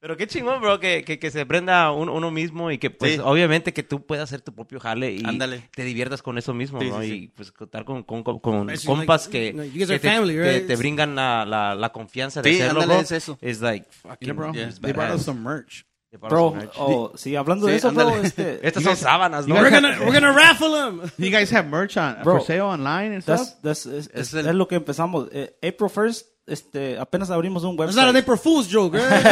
A: Pero qué chingón, bro, que, que, que se aprenda un- uno mismo y que, pues,
H: Sí.
A: obviamente que tú puedas hacer tu propio jale y
H: Ándale.
A: te diviertas con eso mismo,
H: Sí,
A: ¿no?
H: sí,
A: Y,
H: sí.
A: pues, contar con, con, con- con
G: It's
A: compas
G: like,
A: que,
G: no, you guys
A: que
G: are
A: te,
G: family,
A: que
G: right?
A: te brindan la, la, la confianza de
H: Sí,
A: hacerlo,
H: ándale,
A: bro.
H: es eso.
A: It's like, fucking,
D: Yeah, bro.
A: it's
D: They brought
A: badass.
D: us some merch.
A: They brought
E: Bro,
A: us some merch.
E: oh, sí, hablando de
H: Sí,
E: eso, bro,
H: ándale.
E: este,
A: Estas son sábanas, ¿no?
G: We're gonna, we're gonna raffle 'em. them.
D: You guys have merch on
E: Bro.
D: for sale online and stuff.
E: that's- that's- es, es-
H: Es el-
E: es lo que empezamos. Eh, April 1st, este, apenas abrimos un
G: It's not an
E: website.
G: April Fool's joke, eh. right?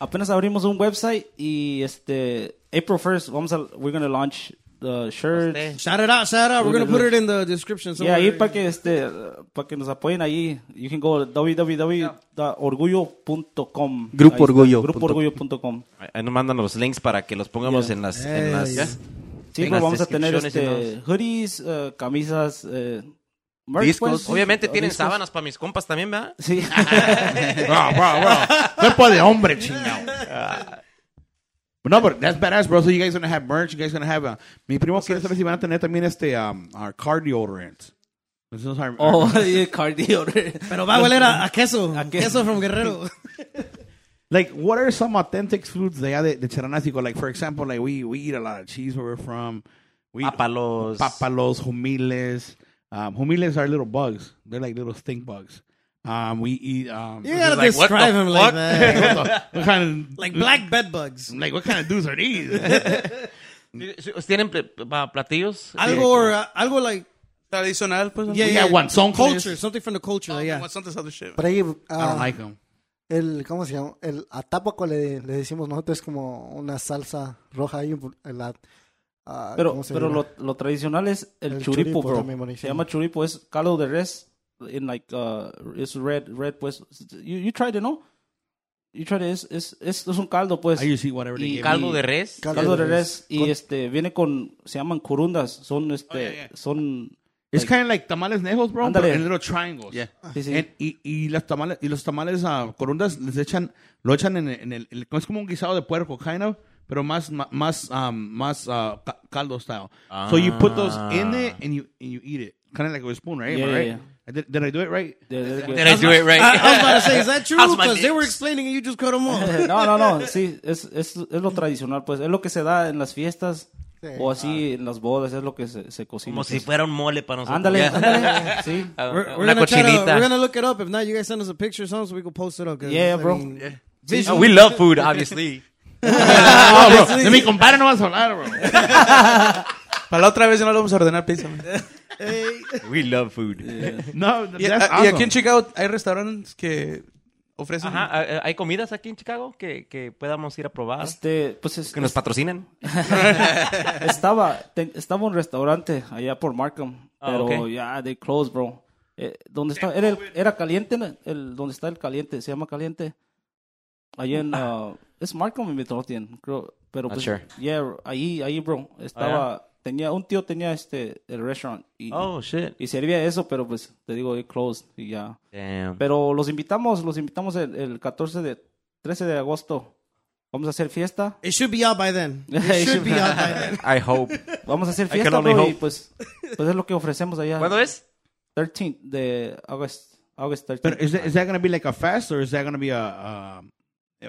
E: Apenas abrimos un website y, este, April 1st, vamos a, we're gonna launch the shirts.
A: Este.
G: shout it out, shout it out. We're gonna put it in the description
E: Y
G: somewhere.
E: ahí para que este para que nos apoyen ahí, you can go to www.orgullo.com.
H: Grupo
E: Ahí está,
H: Orgullo.
E: Grupoorgullo.com.
A: Ahí nos mandan los links para que los pongamos
E: Yeah.
A: en las... en las-
E: Sí,
A: En
E: pues
A: las
E: vamos a tener
A: descripciones y
E: este hoodies, eh, camisas, eh, merch,
H: Discos.
E: pues, sí,
A: Obviamente
E: o
A: tienen
E: discos.
A: sábanas para mis compas también, ¿verdad?
E: Sí.
D: bro, bro, bro. Cuerpo de hombre, chingado. But no, but that's badass, bro. So you guys gonna have merch. You guys gonna have. Uh, mi primo quiere saber si van a tener también este um, our car deodorant. This is our-
E: oh, yeah, cardio.
G: Pero va a oler a, a queso. A
E: queso.
G: queso from Guerrero.
D: Like, what are some authentic foods they have de, de Charanástico? Like, for example, like we we eat a lot of cheese where we're from. We eat
A: Papalos.
D: papalos, humiles. Um, humiles are little bugs. They're like little stink bugs. Um, we eat. Um,
G: You gotta
A: Like, what the
G: describe him like
A: fuck?
G: that.
D: what kind of
G: Like black bed bugs.
D: like what kind of dudes are these?
A: ¿Tienen pl- pa- platillos?
G: Algo, or, uh, algo like,
C: Tradicional, pues.
G: yeah,
D: We
G: yeah.
D: got one song for this.
G: Culture, something from the culture,
C: Oh,
G: yeah.
C: What's on this other shit?
K: Por ahí,
D: I
G: uh,
D: don't
K: ah,
D: like them.
K: el, ¿cómo se llama? El atápaco le, le decimos nosotros, es como una salsa roja ahí. el at-
G: uh,
K: ah,
E: Pero
K: ¿cómo se
E: pero
K: llama?
E: lo, lo tradicional es el,
K: El
E: churipo,
K: churipo
E: bro.
K: también, buenísimo.
E: Se llama churipo, es caldo de res in like uh it's red red pues you, you tried it, ¿no? You tried it, es es es, es un caldo pues.
D: I just eat whatever they
E: Y
D: give me.
A: Caldo de res.
K: Caldo
E: caldo de
K: de
E: res y
K: Con-
E: este viene con se llaman corundas son este
D: yeah, yeah.
E: son
D: It's kind of like tamales nejos, bro, but
E: Ándale.
D: in little triangles.
H: Yeah.
E: sí, sí.
D: And- y, y las tamales, y los tamales a corundas les echan, lo echan en, el- en el, el- es como un guisado de puerco, kind of, pero más, ma- más, um, más uh, ca- caldo style. So you put those in it and you, and you eat it. Kind of like with a spoon, right? Am I
E: Ah. Yeah, yeah,
D: right?
E: yeah.
D: I did, did I do it right?
E: de- de- de-
A: Did I do it right?
G: Ah, I, I was about to say, is that true?
A: How's my
G: Because they
A: lips?
G: were explaining it, you just cut them off.
E: no no no sí es, es es lo tradicional pues es lo que se da en las fiestas
K: Sí.
E: o así en las bodas es lo que se, se cocina
A: Como si
E: pues.
A: fuera un mole para nosotros.
E: ándale
A: Yeah.
E: ándale sí
A: Ah,
G: We're, we're
A: Una
G: gonna try to- we're
A: cochinita.
G: gonna look it up. If not, you guys send us a picture or something so we can post it up. 'cause,
E: Yeah,
G: I
E: bro.
G: mean,
A: Oh, we love food, obviously.
D: Oh, bro, de mi compadre no vas a hablar, bro.
C: Para la otra vez ya no lo vamos a ordenar pizza. man.
A: We love food.
D: No, that's
C: Y, a- y
D: awesome.
C: aquí en Chicago hay restaurantes que ofrecen.
A: Ajá, ah, eh, ¿hay comidas aquí en Chicago que, que podamos ir a probar?
E: este pues es-
A: Que nos patrocinen.
E: estaba te- estaba un restaurante allá por Markham
A: Ah,
E: pero
A: ok.
E: ya they closed bro eh, donde está era, el- era caliente ¿no? el donde está el caliente se llama caliente allá en ah, es Markham y Midlothian creo pero
A: Not
E: pues
A: sure. Ah,
E: yeah ahí ahí bro estaba tenía un tío tenía este el restaurant y,
A: Oh, shit.
E: y servía eso pero pues te digo it closed y ya
A: Damn.
E: pero los invitamos los invitamos el, el 14 de 13 de agosto vamos a hacer fiesta
G: It should be out by then. It should be out by then.
A: I hope.
E: Vamos a hacer
A: can
E: fiesta,
A: only
E: bro,
A: hope.
E: y pues, pues es lo que ofrecemos allá.
A: ¿Cuándo es?
E: 13 de August, August 13.
D: But is that, is that going to be like a fest or is that going to be a, a,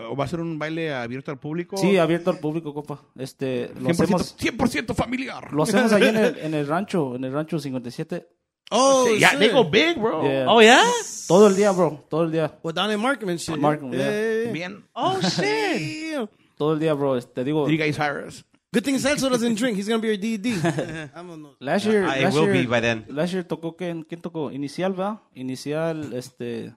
D: o va a ser un baile abierto al público?
E: sí, abierto al público, copa. Este, lo
D: 100%,
E: hacemos,
D: 100% familiar.
E: lo hacemos allá en el, en el rancho, en el rancho 57.
G: Oh,
D: Yeah,
G: shit.
D: they go big, bro.
E: Yeah.
A: Oh, yeah?
E: Todo el día, bro, todo el día,
G: Well, down in Markham and shit.
E: Markham, yeah.
D: Bien.
A: Oh, shit.
E: todo el día, bro. Te digo,
D: Did you guys hire us?
G: Good thing Celso doesn't drink. He's gonna be your DD. I'm on
E: last year,
I: Ah,
A: I
E: last
A: will
E: year-
A: be by then.
E: Last year tocó, ¿quién, quién tocó? Inicial, ¿verdad? Inicial, este,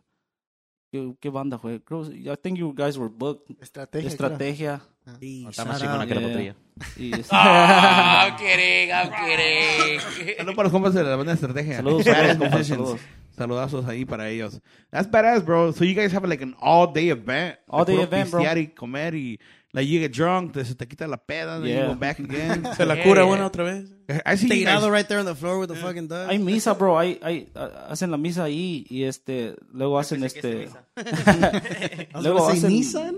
E: ¿Qué, qué banda fue? Creo, I think you guys were booked.
G: Estrategia.
E: Estrategia. Ah,
I: Está más chingona que la botella.
E: Y este-
A: I'm kidding, I'm kidding.
D: Saludos para los compas de la banda de estrategia.
E: Eh, Saludos,
D: Badass
E: saludos, compas,
D: Musicians.
E: saludos.
D: Saludazos ahí para ellos. That's badass, bro. So you guys have like an all day event.
E: All
D: De
E: day
D: puro
E: event, bro.
D: pistear y comer y like you get drunk, te, se te quita la peda, then you
E: Yeah.
D: go back again.
C: Se la cura
D: Eh,
C: buena otra vez.
D: I see you guys.
B: Tirado right there on the floor with the fucking dog.
E: Hay misa, bro. Hay, hay, a- hacen la misa ahí y este, luego hacen este. luego
G: ¿Say
E: hacen.
G: Nissan?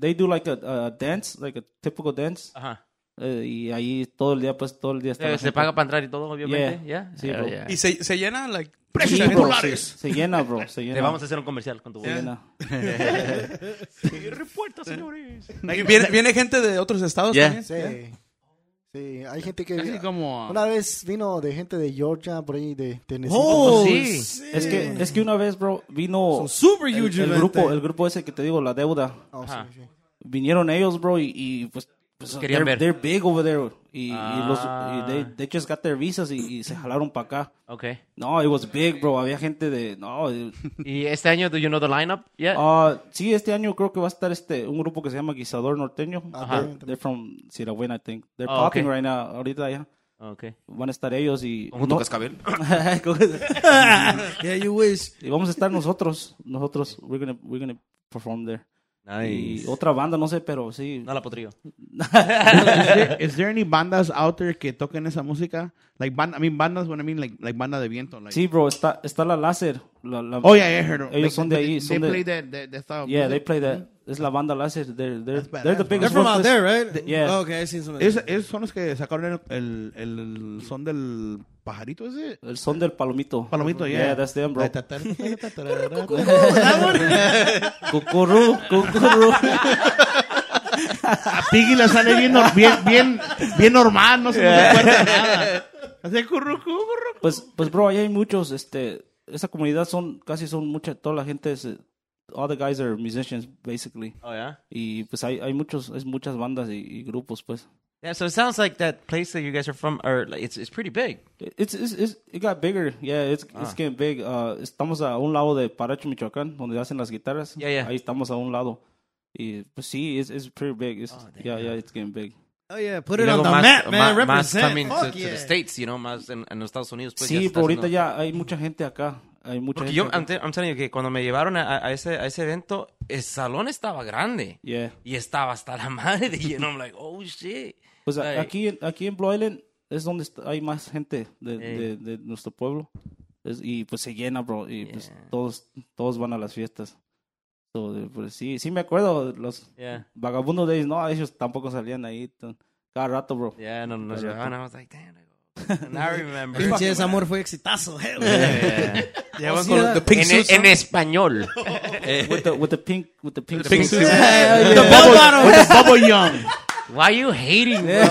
E: They do like a, a dance, like a typical dance.
I: Ajá.
E: eh, y ahí todo el día, pues todo el día está. la
I: Eh, se
E: gente.
I: paga para entrar y todo, obviamente.
E: Yeah.
I: ¿Ya?
E: Sí,
I: Yeah,
E: bro.
I: yeah.
C: Y se, se llena, like,
D: Precios
E: Sí,
D: en
E: bro,
D: dólares.
E: se, se llena, bro. Se llena.
I: Te vamos a hacer un comercial con tu
E: Se
I: voz.
E: llena.
C: y viene, viene gente de otros estados
H: Yeah.
C: también.
B: ¿Eh?
G: Sí. Sí, hay gente
D: Así
G: que...
D: como.
G: Una vez vino de gente de Georgia, por ahí de Tennessee.
B: Oh,
I: Sí.
E: Es que, es que una vez, bro, vino
B: so super
E: el,
B: huge
E: el
B: event eh.
E: grupo,
B: there.
E: el grupo ese que te digo, la deuda.
G: Oh, sí, sí.
E: vinieron ellos, bro, y, y, pues, pues
I: Querían ver.
E: they're, they're big over there. Y, y los
I: Ah.
E: y they, they just got their visas y, y se jalaron para acá.
I: Ok.
E: No, it was big, bro. Había gente de no, eh,
I: ¿Y este año, do you know the lineup? Yeah.
G: Oh.
E: ah, sí, este año creo que va a estar este un grupo que se llama Guisador Norteño.
G: Ajá.
E: They're, they're from Sirabuena, I think. They're
I: Oh,
E: popping
I: ok.
E: right now ahorita ya.
I: Ok.
E: Van a estar ellos y
L: Conjunto
E: no-
L: Cascabel.
B: Yeah, you wish.
E: y vamos a estar nosotros, nosotros we're gonna we're gonna perform there. Y
I: Nice.
E: otra banda, no sé, pero sí.
I: No la potrillo.
D: is, there, is there any bandas out there que toquen esa música? Like band, I mean bandas, what I mean like like banda de viento. Like,
E: Sí, bro, está está la láser. La, la-
D: Oh yeah, I heard. of-
E: Ellos
D: like,
E: son de
D: they-
E: ahí,
D: They
E: son de-
D: play that that that style. of
E: Yeah, they
D: music.
E: play that. Es la banda láser. They're, they're,
D: That's
E: they're
D: badass, bro.
E: the
B: They're
E: biggest
B: from out
E: vocalist.
B: there, right? Oh,
E: yeah.
B: Okay, I seen some of
D: Es,
B: that.
D: esos son los que sacaron el, el, el son del pajarito ese.
E: El son del palomito.
D: Palomito, yeah.
E: Yeah, that's them, bro.
D: bro.
E: Cucurú, cucurú.
D: Piggy la sale bien, nor- bien, bien, bien normal, no se no se acuerda de nada. Hace curru, curru.
E: Pues, pues, bro, ahí hay muchos, este, esa comunidad son, casi son mucha, toda la gente es, eh, all the guys are musicians, basically.
I: Oh, yeah?
E: Y pues hay, hay muchos, es muchas bandas y, y grupos, pues.
I: Yeah, so it sounds like that place that you guys are from, or like, it's, it's pretty big.
E: It's, it's, it's- it got bigger, yeah, it's,
I: Ah.
E: it's getting big. Uh, estamos a un lado de Paracho, Michoacán, donde hacen las guitarras.
I: Yeah, yeah.
E: Ahí estamos a un lado. Y pues sí, it's, it's pretty big. It's,
I: Oh,
E: yeah, yeah, it's getting big.
B: Oh yeah, put
I: Y
B: it on
I: luego
B: the
I: más-
B: map, man.
I: ma- más
B: Represent.
I: coming to,
B: Fuck
I: to
B: yeah.
I: the States, you know, más en, en los Estados Unidos. Pues,
E: Sí,
I: está
E: pero ahorita
I: haciendo-
E: ya hay mucha gente acá. Hay mucha
I: Porque
E: gente
I: yo,
E: acá.
I: I'm, te- I'm telling you que cuando me llevaron a, a ese, a ese evento, el salón estaba grande.
E: Yeah.
I: Y estaba hasta la madre de lleno. I'm like, oh, shit.
E: Pues a-
I: Like,
E: aquí, en- aquí en Blue Island es donde está- hay más gente de,
I: Ey.
E: de- de nuestro pueblo. Es- y pues se llena, bro. Y pues todos, todos van a las fiestas. So, eh, pues sí, sí me acuerdo. Los
I: Yeah.
E: vagabundos de ellos, no, ellos tampoco salían ahí. t- Cada rato, bro.
I: Yeah, no, nos
E: Pero-
I: llevaban. I was like, damn. Now I remember.
B: Pinche desamor fue exitazo, eh, güey.
C: Llevan
B: sí,
C: con
B: ¿verdad?
C: los the pink
I: En, e,
C: suits.
I: en español. Eh,
E: With the, with the pink, with the pink.
C: Pink suits.
D: With the Bubble Young.
I: Why you hating, bro?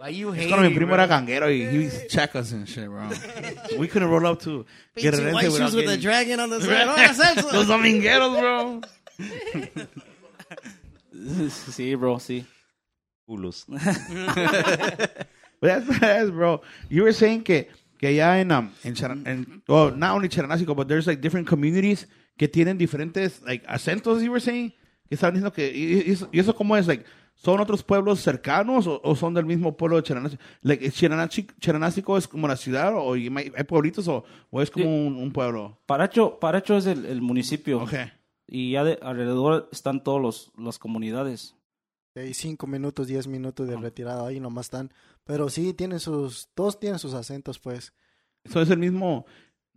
I: Why you hating,
D: Es cuando mi primo
I: bro?
D: era ganguero y he used to check us and shit, bro. We couldn't roll up to
B: Pinche white
D: Guerrerense
B: shoes
D: without
B: with a
D: getting...
B: dragon on the side. Oh, that's excellent.
D: Los domingueros, bro.
E: Sí, bro, sí.
D: But that's badass, bro. You were saying que, que allá en, um, en, Charan, en, well, not only Charanásico, but there's like different communities que tienen diferentes, like, acentos, you were saying. Que estaban diciendo que, y, y eso- y eso cómo es, like, ¿son otros pueblos cercanos o, o son del mismo pueblo de Charanásico? Like, ¿es Charanásico, Charanásico es como la ciudad o y hay hay pueblitos o, o es como un, un pueblo?
E: Paracho, Paracho es el, el municipio.
D: Ok.
E: Y ya de alrededor están todas los, las comunidades.
G: Hay cinco minutos, diez minutos
B: Ah.
G: de retirada ahí nomás están. Pero sí, tienen sus, todos tienen sus acentos, pues.
D: Eso es el mismo...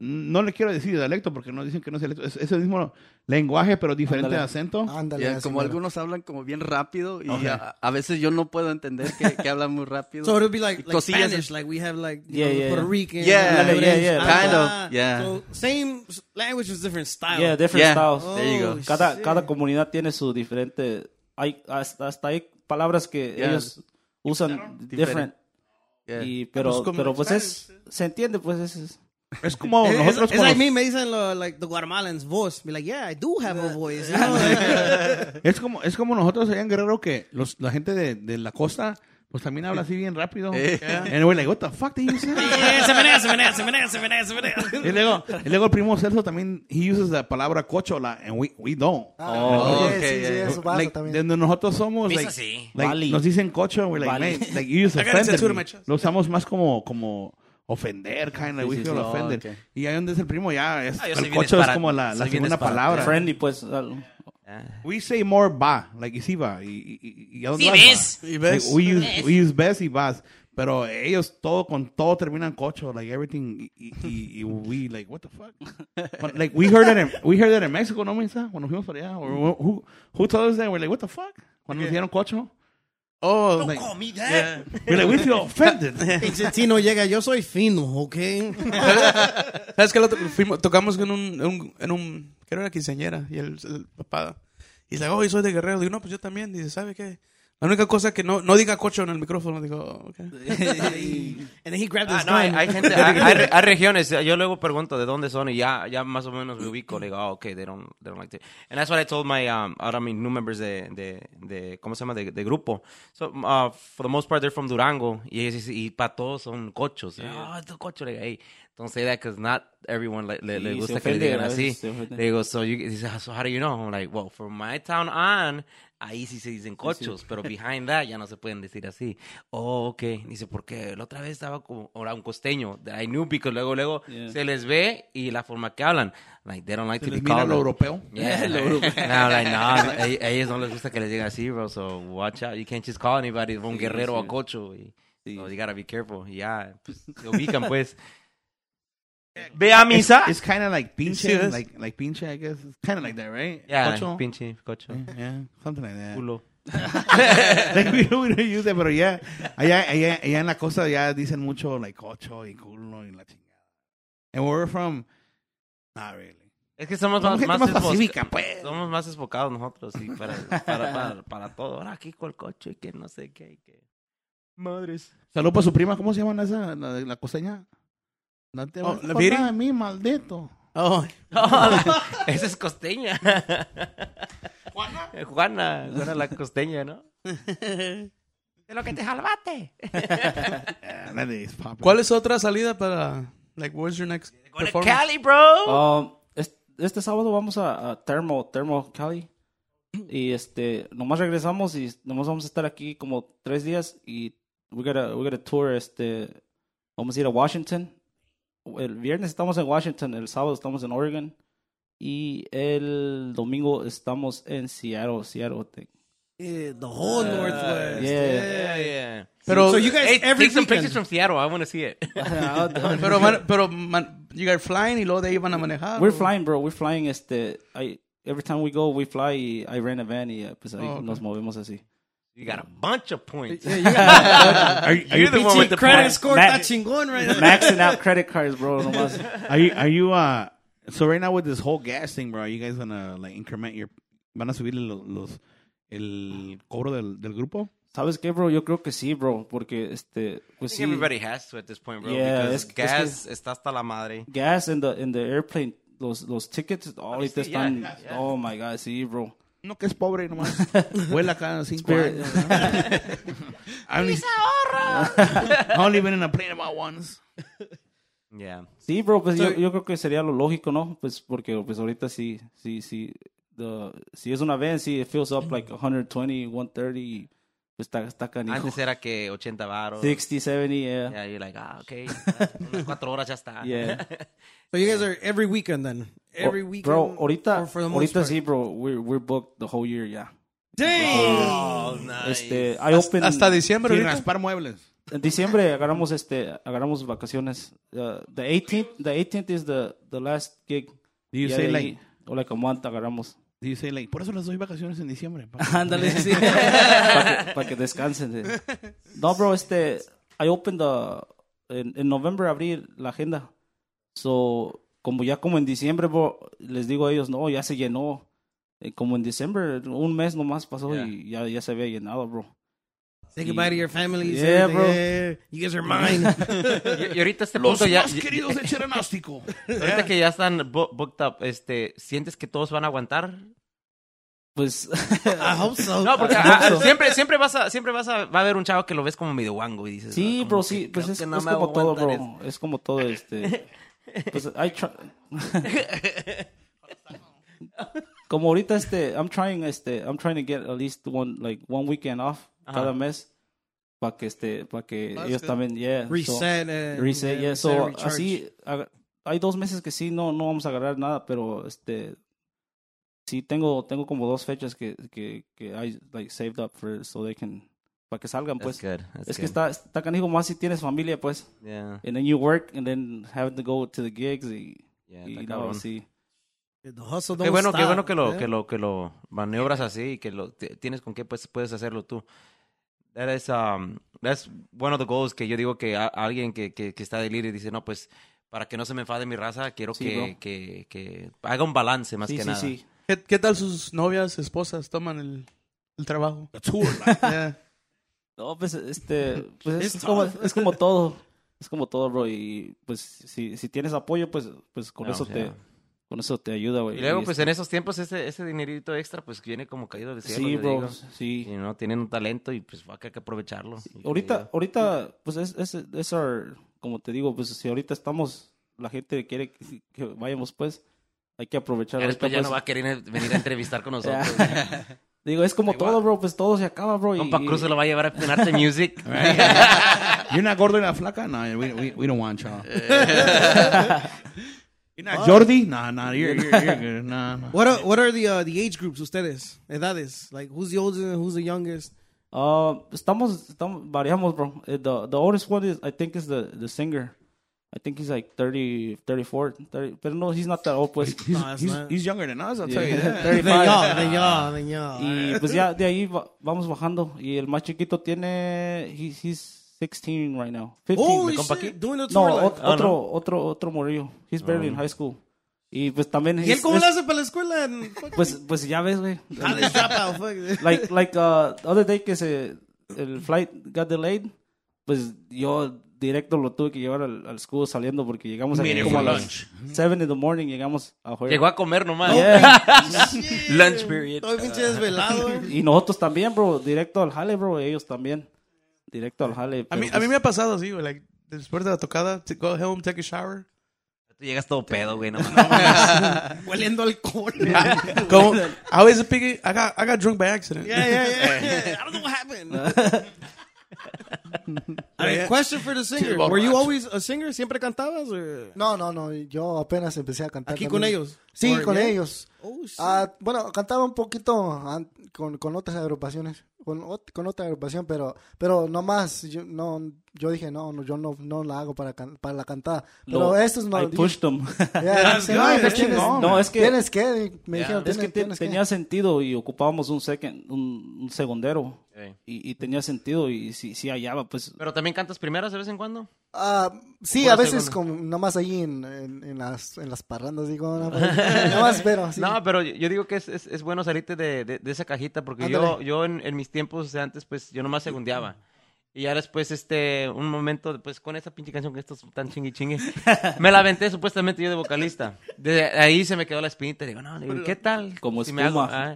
D: No le quiero decir dialecto porque no dicen que no es dialecto. Es, es el mismo lenguaje, pero diferente
E: Ándale.
D: acento.
B: Oh.
G: Ándale.
H: Ya,
G: así
H: como
G: mero.
H: algunos hablan como bien rápido y
D: Ok.
H: a, a veces yo no puedo entender que, que hablan muy rápido.
B: So it'll be like, like
H: Cosillas.
B: Spanish, like we have like you
E: Yeah,
B: know,
E: yeah,
B: Puerto
E: yeah.
B: Rican.
H: Yeah,
B: Lebanese,
E: yeah, yeah.
B: ah,
H: Kind of,
B: ah.
H: yeah.
B: So same s- language with different style.
E: Yeah, different
H: Yeah.
E: styles.
H: There you go.
B: Oh,
E: cada,
B: shit.
E: cada comunidad tiene su diferente. Hay, hasta, hasta hay palabras que
H: Yeah.
E: ellos usan different.
H: Diferente. Yeah.
E: Y,
C: Pues
E: pero,
C: como
E: pero
C: los
E: pues es. Se entiende, pues es. es-
D: Es como
B: It- It's,
D: nosotros
B: it's
D: con
B: like
D: los-
B: me, me dicen lo, like the Guatemalans voice. Be like, yeah, I do have a voice. You know, like,
D: Es como, es como nosotros allá en Guerrero que los, la gente de, de la costa pues también habla así bien rápido.
H: Eh.
D: And we're like, what the fuck did you say?
B: Se menea, se menea, se menea, se menea, se menea.
D: y, luego, y luego el primo Celso también, he uses la palabra cochola, and we, we don't.
G: Ah,
H: Oh,
G: sí,
H: ok,
G: sí, sí,
H: yeah.
G: eso pasa
D: like,
G: también.
D: de donde nosotros somos, like,
A: así.
D: like,
E: Vali.
D: nos dicen cocho, and we're like,
E: Vali.
D: man, like, you just
C: I gotta
D: offended
C: censor
D: me.
C: my chest.
D: Lo usamos más como, como ofender, kind of, we
E: sí,
D: feel
E: sí.
H: Oh,
D: offended.
H: ok.
D: Y ahí donde es el primo, ya, es,
A: Ah, yo soy
D: el
A: bien
D: cocho es
A: disparate.
D: como la, la
A: Soy bien
D: segunda
A: disparate.
D: palabra.
E: Friendly, pues. algo.
D: We say more va, like, y si va, y, y, y- y a dónde
A: Sí,
D: vas,
A: ves.
D: va.
C: Y ves.
D: Like, we, use, we use best y vas. Pero ellos todo con todo terminan cocho, like everything y, y, y we like what the fuck? But, like we heard that in, we heard that in Mexico, ¿no, Misa? Cuando fuimos para allá, or who who told us that? We're like what the fuck? Cuando nos dieron cocho,
C: Oh,
D: like,
C: me that.
D: we're like we feel offended.
B: Pinche Tino llega, yo soy fino, ¿ok?
C: ¿Sabes que tocamos en un, en un, en un- que era una quinceañera y el, el papá. Y dice, oh, yo soy de Guerrero. Digo, no, pues yo también. Dice, ¿sabe qué? La única cosa que no, no diga cocho en el micrófono. Digo, oh, ok.
B: And then he grabbed
A: Ah,
B: his
A: no, hay,
B: gun.
A: hay gente, hay, hay re- hay regiones. Yo luego pregunto de dónde son y ya, ya más o menos me ubico. Le digo, oh, okay, they don't, they don't like it. And that's what I told my, um, ahora mis new members de, de, de, ¿cómo se llama? De, de grupo. So, uh, for the most part, they're from Durango. Y, ellos dicen- y para todos son cochos. Ah, oh, cocho. Le digo, hey, don't say that because not everyone le, le, le
E: Sí, se
A: gusta que le
E: ofende,
A: digan
E: a veces
A: así.
E: se ofende.
A: Le digo, so, you, dice, "Ah, so how do you know? I'm like, well, from my town on, ahí sí se dicen cochos, pero behind that ya no se pueden decir así. Oh, ok. Dice, porque la otra vez estaba como ahora un costeño, that I knew, because luego, luego
E: Yeah.
A: se les ve y la forma que hablan. Like, they don't like to
D: Les
A: be
D: mira
A: called.
D: lo europeo.
A: Yeah,
E: Lo
A: like,
E: europeo.
A: no, like, no, a a ellos no les gusta que les digan así, bro, so watch out. You can't just call anybody un
E: Sí,
A: guerrero
E: sí.
A: a cocho. Y,
E: Sí.
A: so you gotta be careful. Y ya, pues, se ubican, pues. Ve a misa.
D: It's kind of like
C: Sí,
D: pinche,
C: ves.
D: like like pinche, I guess. It's kind of like that, right?
A: yeah,
D: Cocho.
A: pinche cocho.
D: Yeah, Eh, something like that.
A: Culo.
D: like, we don't, we don't use it, pero ya, allá, allá, allá en la costa ya dicen mucho, like, cocho y culo y la chingada. And where we're from, not really.
A: Es que somos más,
D: Somos gente
A: más,
D: más
A: enfo-
D: pacífica, pues.
A: Somos más enfocados nosotros, sí, para, para, para, para todo. Ahora aquí con el coche, que no sé qué. Que... Madres.
D: Salud para su prima, ¿cómo se llama esa, la, de la costeña? No te
C: Oh,
D: vas a
C: ¿la Viri?
D: acordar de mí, maldito.
C: Oh,
A: esa es costeña. ¿Juana? Juana, Juana la costeña, ¿no? De lo que te jalbate.
D: Yeah, Ah, that is popular.
C: ¿Cuál es otra salida para, like, where's your next performance?
A: Cali, bro.
E: Um, es- este, sábado vamos a, a Thermo, Thermo Cali. Y este, nomás regresamos y nomás vamos a estar aquí como tres días y we gotta, we gotta tour, este, vamos a ir a Washington. El viernes estamos en Washington, el sábado estamos en Oregon y el domingo estamos en Seattle, Seattle. I think.
B: Yeah, the whole
A: Este,
B: Northwest.
E: yeah.
C: Pero,
B: So you guys,
A: Hey,
B: every
A: take some
B: weekend-
A: pictures from Seattle. I want to see it.
C: pero, man- pero, man- you guys flying y luego de ahí van a manejar.
E: We're
C: o-
E: flying, bro. We're flying. Este, I, every time we go, we fly. y I rent a van y eh, pues ahí
C: Oh, okay.
E: nos movemos así.
A: You got a bunch of points.
D: Are, are,
A: You're the
D: you,
A: one with the
B: Credit
A: points.
B: score está
E: Matt-
B: chingón right now.
E: Maxing out credit cards, bro. Nomás.
D: are you, are you, uh, so right now with this whole gas thing, bro, are you guys gonna, like, increment your, van a subir los, los el cobro del, del grupo?
E: ¿Sabes qué, bro? Yo creo que sí, bro. Porque este,
A: I
E: pues
A: think
E: sí.
A: everybody has to at this point, bro.
E: Yeah,
A: because
E: es- es que-
A: gas está hasta la madre.
E: Gas in the, in the airplane. Los, los tickets ahorita están. Oh my god, sí, bro.
D: No, que es pobre nomás. Vuela cada cinco
E: Spirit.
D: años. I only, I only been in a plane about once.
A: Yeah.
E: Sí, bro, pues yo, yo creo que sería lo lógico, ¿no? Pues porque pues ahorita sí, sí, sí. the- si es una van, sí, it fills up like 120, 130. Pues está, está canijo.
A: Antes era que 80 baros.
E: 60, 70, yeah.
A: Yeah, you're like, ah, okay. Unas cuatro horas ya está.
E: Yeah.
B: So you guys are every weekend then? Every weekend?
E: Oh, Bro,
B: or
E: ahorita,
B: for the most
E: ahorita
B: part?
E: sí, bro. We're, we're booked the whole year, yeah.
B: Damn!
A: Oh, nice.
E: Este, I open
C: Hasta diciembre
D: Sin
C: ahorita.
D: raspar muebles.
E: en diciembre agarramos este agarramos vacaciones. Uh, the 18th, the 18th is the the last gig.
D: Do you
E: Ya
D: say
E: de
D: like,
E: ahí, o like a month agarramos
D: do you say like, por eso les doy vacaciones en diciembre? pa"?
B: Ándale, sí.
E: para que, pa' que descansen. eh. No, bro, este I opened the en, en noviembre abrí la agenda. So, como ya como en diciembre, bro, les digo a ellos, no, ya se llenó. Eh, Como en diciembre, un mes nomás pasó y ya, ya se había llenado, bro.
B: Say goodbye to your families.
E: Yeah,
B: everything.
E: bro.
B: Yeah, You guys are mine.
A: Y, y ahorita este
D: Los
A: punto ya,
D: más
A: y-
D: queridos de Cheranástico.
A: ahorita que ya están bu- booked up, este, ¿sientes que todos van a aguantar?
E: Pues
B: I hope so.
A: No, porque
B: I
A: ah,
B: hope so.
A: siempre, siempre vas a, siempre vas a, va a haber un chavo que lo ves como medio guango y dices. "Ah,
E: sí,
A: como
E: bro,
A: que
E: sí, pues
A: creo
E: es,
A: que no
E: es
A: me
E: como todo,
A: aguantan
E: bro. Es como todo, este. Pues I try. como ahorita, este, I'm trying, este, I'm trying to get at least one, like, one weekend off cada mes. Para que, este, para que ellos también, yeah. so-
B: Reset. eh. and-
E: Reset, yeah. So,
B: recharge.
E: así, haga- hay dos meses que sí, no, no vamos a agarrar nada, pero este. Sí, tengo, tengo como dos fechas que, que, que I like, saved up for, so they can. Para que salgan, pues.
A: That's good, that's
E: es que
A: good.
E: está, está canijo más si tienes familia, pues.
A: Yeah,
E: And then you work and then having to go to the gigs y.
A: yeah,
E: y
A: está
E: no,
A: cabrón.
E: sí.
B: The hustle
A: Qué
B: don't
A: bueno, qué
B: stop,
A: bueno que lo,
B: eh?
A: que lo, que lo maniobras así y que lo te- tienes con qué pues, puedes hacerlo tú. That is, um, that's one of the goals que yo digo que a- alguien que, que, que está de líder dice, no, pues, para que no se me enfade mi raza, quiero
E: Sí,
A: que,
E: bro.
A: que, que haga un balance más
E: sí,
A: que
E: sí,
A: nada.
E: sí.
C: ¿Qué, qué tal sus novias, esposas toman el, el trabajo? Yeah.
E: No, pues, este, pues
B: It's
E: es, como,
B: tough.
E: es como todo. Es como todo, bro. Y pues, si, si tienes apoyo, pues, pues con
A: No,
E: eso
A: yeah.
E: te, con eso te ayuda, güey.
A: Y luego,
E: Y
A: pues,
E: este-
A: en esos tiempos, ese, ese dinerito extra, pues, viene como caído del cielo.
E: Sí,
A: yo
E: bro.
A: digo.
E: Sí.
A: Y no tienen un talento y pues va a que hay que aprovecharlo. Y que
E: Ahorita,
A: diga,
E: ahorita, pues es, es, es our- como te digo, pues si ahorita estamos, la gente quiere que, que vayamos, pues, hay que aprovechar.
A: "Ya
E: ahorita,
A: después ya
E: pues".
A: no va a querer venir a entrevistar con nosotros.
E: Ya. Digo, es como todo, bro, pues todo se acaba, bro. y-
A: Compa Cruz se lo va a llevar a Penarte Music.
D: You're not gordo y not flaca? No, we, we, we don't want y'all. you're not Jordi? Nah, nah, you're, you're, you're good. Nah, nah.
B: What are what are the uh, the age groups ustedes? Edades? Like who's the oldest and who's the youngest?
E: Ah, estamos, estamos, variamos, bro. Eh, The, the oldest one is, I think, is the, the singer. I think he's like 30, 34, 30, pero no, he's not that old, pues.
B: No, it's
D: He's,
B: not.
D: he's younger than us, I'll tell you that.
E: Yeah,
B: Then
E: 35.
B: y'all, then y'all, then y'all.
E: Y pues ya de ahí va- vamos bajando. Y el más chiquito tiene. he- He's 16 right now. 15.
B: Holy
E: mi compa
B: shit,
E: aquí.
B: doing the
E: No,
B: tour, like- Ah,
E: ot- otro, otro, otro morrillo. He's barely in high school. Y pues también.
B: ¿Y él
E: es-
B: cómo
E: es-
B: le hace para la escuela? And fuck,
E: Pues, pues ya ves, güey.
B: how did drop out? Fuck.
E: like, like, uh, the other day que se. El flight got delayed. Pues yo directo lo tuve que llevar al, al school saliendo porque llegamos aquí como a las 7 in the morning. Llegamos a jugar.
A: Llegó a comer nomás.
E: Yeah.
A: Lunch period.
B: Estoy pinche desvelado.
E: Y nosotros también, bro. Directo al jale, bro. Ellos también. Directo al jale.
C: A,
E: pero
C: mí, a
E: pues-
C: mí me ha pasado así, güey. Like, después de la tocada, t- go home, take a shower.
A: Tú llegas todo pedo, güey. No,
B: Hueliendo alcohol.
C: Como, I was a piggy. I got, I got drunk by accident.
B: Yeah, yeah, yeah, yeah. I don't know what happened. I mean, question for the singer. Were you always a singer? ¿Siempre cantabas? Or...
G: No, no, no. Yo apenas empecé a cantar.
B: Aquí
G: también.
B: con ellos.
G: Sí,
B: Or,
G: con
B: yeah.
G: ellos.
B: Oh, shit.
G: Ah, bueno, cantaba un poquito an- con, con otras agrupaciones, con, ot- con otra agrupación, pero pero nomás yo no yo dije, no, no, yo no, no la hago para can- para la cantada. Pero
E: Lo-
G: estos no
E: I pushed them.
G: Yeah, sí, no, pues tienes,
E: No, es que-
G: tienes que me dijeron,
E: es
G: tienes,
E: que te-
G: tienes que.
E: tenía sentido y ocupábamos un second, un, un segundero. Y, y tenía sentido y si, si hallaba, pues.
A: Pero también cantas primeras de vez en cuando.
G: Ah, sí,
A: Puro
G: a veces
A: segundo.
G: como nomás ahí en, en, en las en las parrandas digo, no, pues, nomás pero sí.
A: No, pero yo- yo digo que es, es, es bueno salirte de, de, de esa cajita porque yo,
G: Ándale.
A: yo en, en mis tiempos, o sea, antes, pues yo nomás segundeaba. Y ya después, este, un momento, después con esa pinche canción que estos tan chingui chingue, me la aventé supuestamente yo de vocalista. De ahí se me quedó la espinita. Digo, no, digo, ¿qué tal?
E: Como
A: me
E: espuma.
A: ah?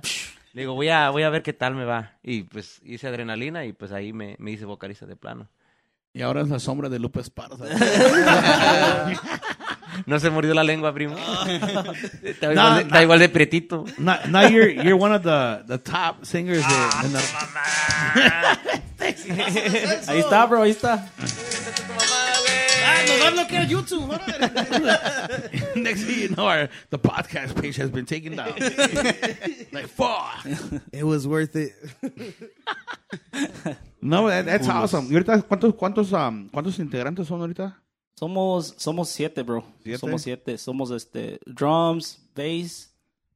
A: Le digo, voy a, voy a ver qué tal me va. Y pues hice adrenalina y pues ahí me, me hice vocalista de plano.
D: Y ahora es la sombra de Lupe Esparza.
A: No se murió la lengua, primo. está, igual
D: No,
A: de,
D: no.
A: está igual de prietito.
D: now, now you're you're one of the, the top singers.
B: Ah,
D: in- in the-
E: Ahí está, bro, ahí está.
B: Ah, nos va a bloquear YouTube. ahora.
D: next thing you know, our, the podcast page has been taken down. like, fuck.
B: It was worth it.
D: No, that, that's awesome. ¿Y ahorita cuántos, cuántos, um, cuántos integrantes son ahorita?
E: Somos, somos siete, bro.
D: ¿Siete?
E: Somos siete. Somos este, drums, bass,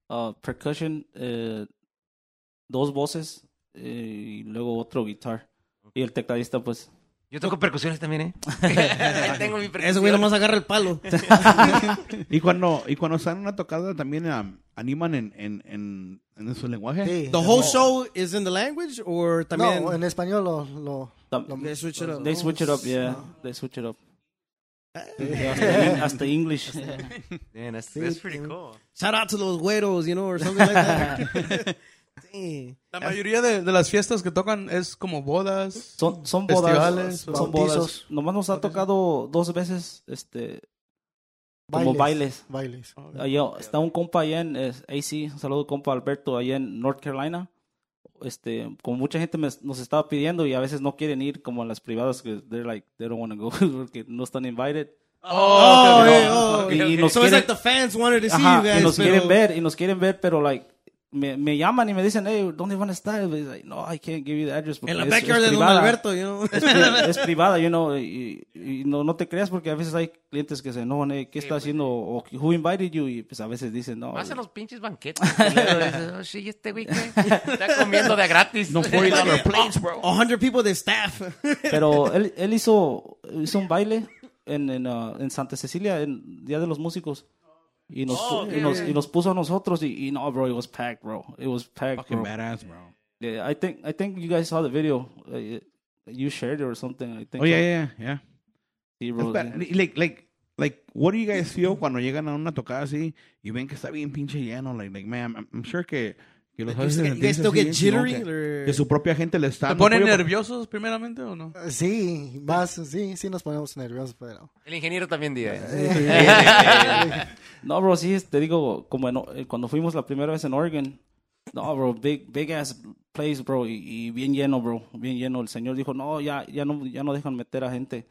E: uh, percussion, eh, dos voces eh, y luego otro guitar. Y el tecladista, pues.
A: Yo toco percusiones también, ¿eh? Ahí tengo mi
B: Ese güey
A: percusión.
B: nomás agarra el palo.
D: Y cuando, y cuando están en una tocada también um, animan en, en, en, en su lenguaje.
G: Sí.
B: The whole show is in the language or también
G: No, en español lo, lo
E: tam-
B: they switch it up.
E: They switch it up, yeah. They switch it up.
G: Eh.
E: Yeah, hasta, hasta English.
A: Man, that's, that's pretty cool.
B: Shout out to those güeros, you know, or something like that.
C: Dang.
M: La mayoría de, de las fiestas que tocan es como bodas.
E: Son, son bodas.
M: Festivales,
E: Son bodas.
G: bautizos.
E: Nomás nos ha tocado dos veces este, como bailes. Ah,
G: Bailes.
E: Allá está un compa allá en es, AC, un saludo compa Alberto allá en North Carolina. Este, como mucha gente me- nos estaba pidiendo y a veces no quieren ir como en las privadas que they're like they don't want to go porque no están invited.
C: Oh, hey, oh,
E: Y- y
C: okay.
E: nos
C: so it's like
E: quieren-
C: the fans wanted to see
E: Ajá,
C: you guys.
E: y nos
C: pero-
E: quieren ver y nos quieren ver, pero like me, me llaman y me dicen, "Hey, ¿dónde van a estar?" Y like, "No, I can't give you the address porque
C: En la
E: es-
C: backyard
E: es
C: de Don
E: privada."
C: Alberto, you know.
E: es, pri- es privada, you know, y, y no, no te creas porque a veces hay clientes que se enojan, eh, ¿qué está
C: pues,
E: haciendo? O who invited you? Y pues a veces dicen, no.
A: Vas a los pinches banquetes. culero. Dices, "Oh, sí, este güey que está comiendo de gratis. No fue
C: A hundred people de staff.
E: Pero él, él hizo, hizo un baile en, en, ah, en Santa Cecilia, en Día de los Músicos. Y nos,
A: Oh,
E: pu- y nos, y nos puso a nosotros y, y no, bro, it was packed, bro. It was packed,
D: Fucking
E: bro.
D: badass, bro.
E: Yeah, I think, I think you guys saw the video. Uh, you shared it or something. I think.
D: Oh, yeah, yeah, yeah.
E: Sí, bro.
D: It's bad. Like, like, like, what do you guys feel cuando llegan a una tocada así y ven que está bien pinche lleno? Like, like man, I'm, I'm sure que, que los haces
C: You guys
D: sentirse
C: still
D: así,
C: get
D: you know,
C: jittery?
D: que-
C: or-
D: Que su propia gente le está...
M: ¿Te
D: dando
M: ponen
D: apoyo,
M: nerviosos primeramente o no?
N: Ah,
G: Sí, más, sí, sí nos ponemos nerviosos, pero...
A: El ingeniero también diga. ¿eh?
E: No, bro, sí, es- te digo, como en O- eh, cuando fuimos la primera vez en Oregon, no, bro, big, big ass place, bro, y, y bien lleno, bro, bien lleno. El señor dijo, no, ya, ya no, ya no dejan meter a gente.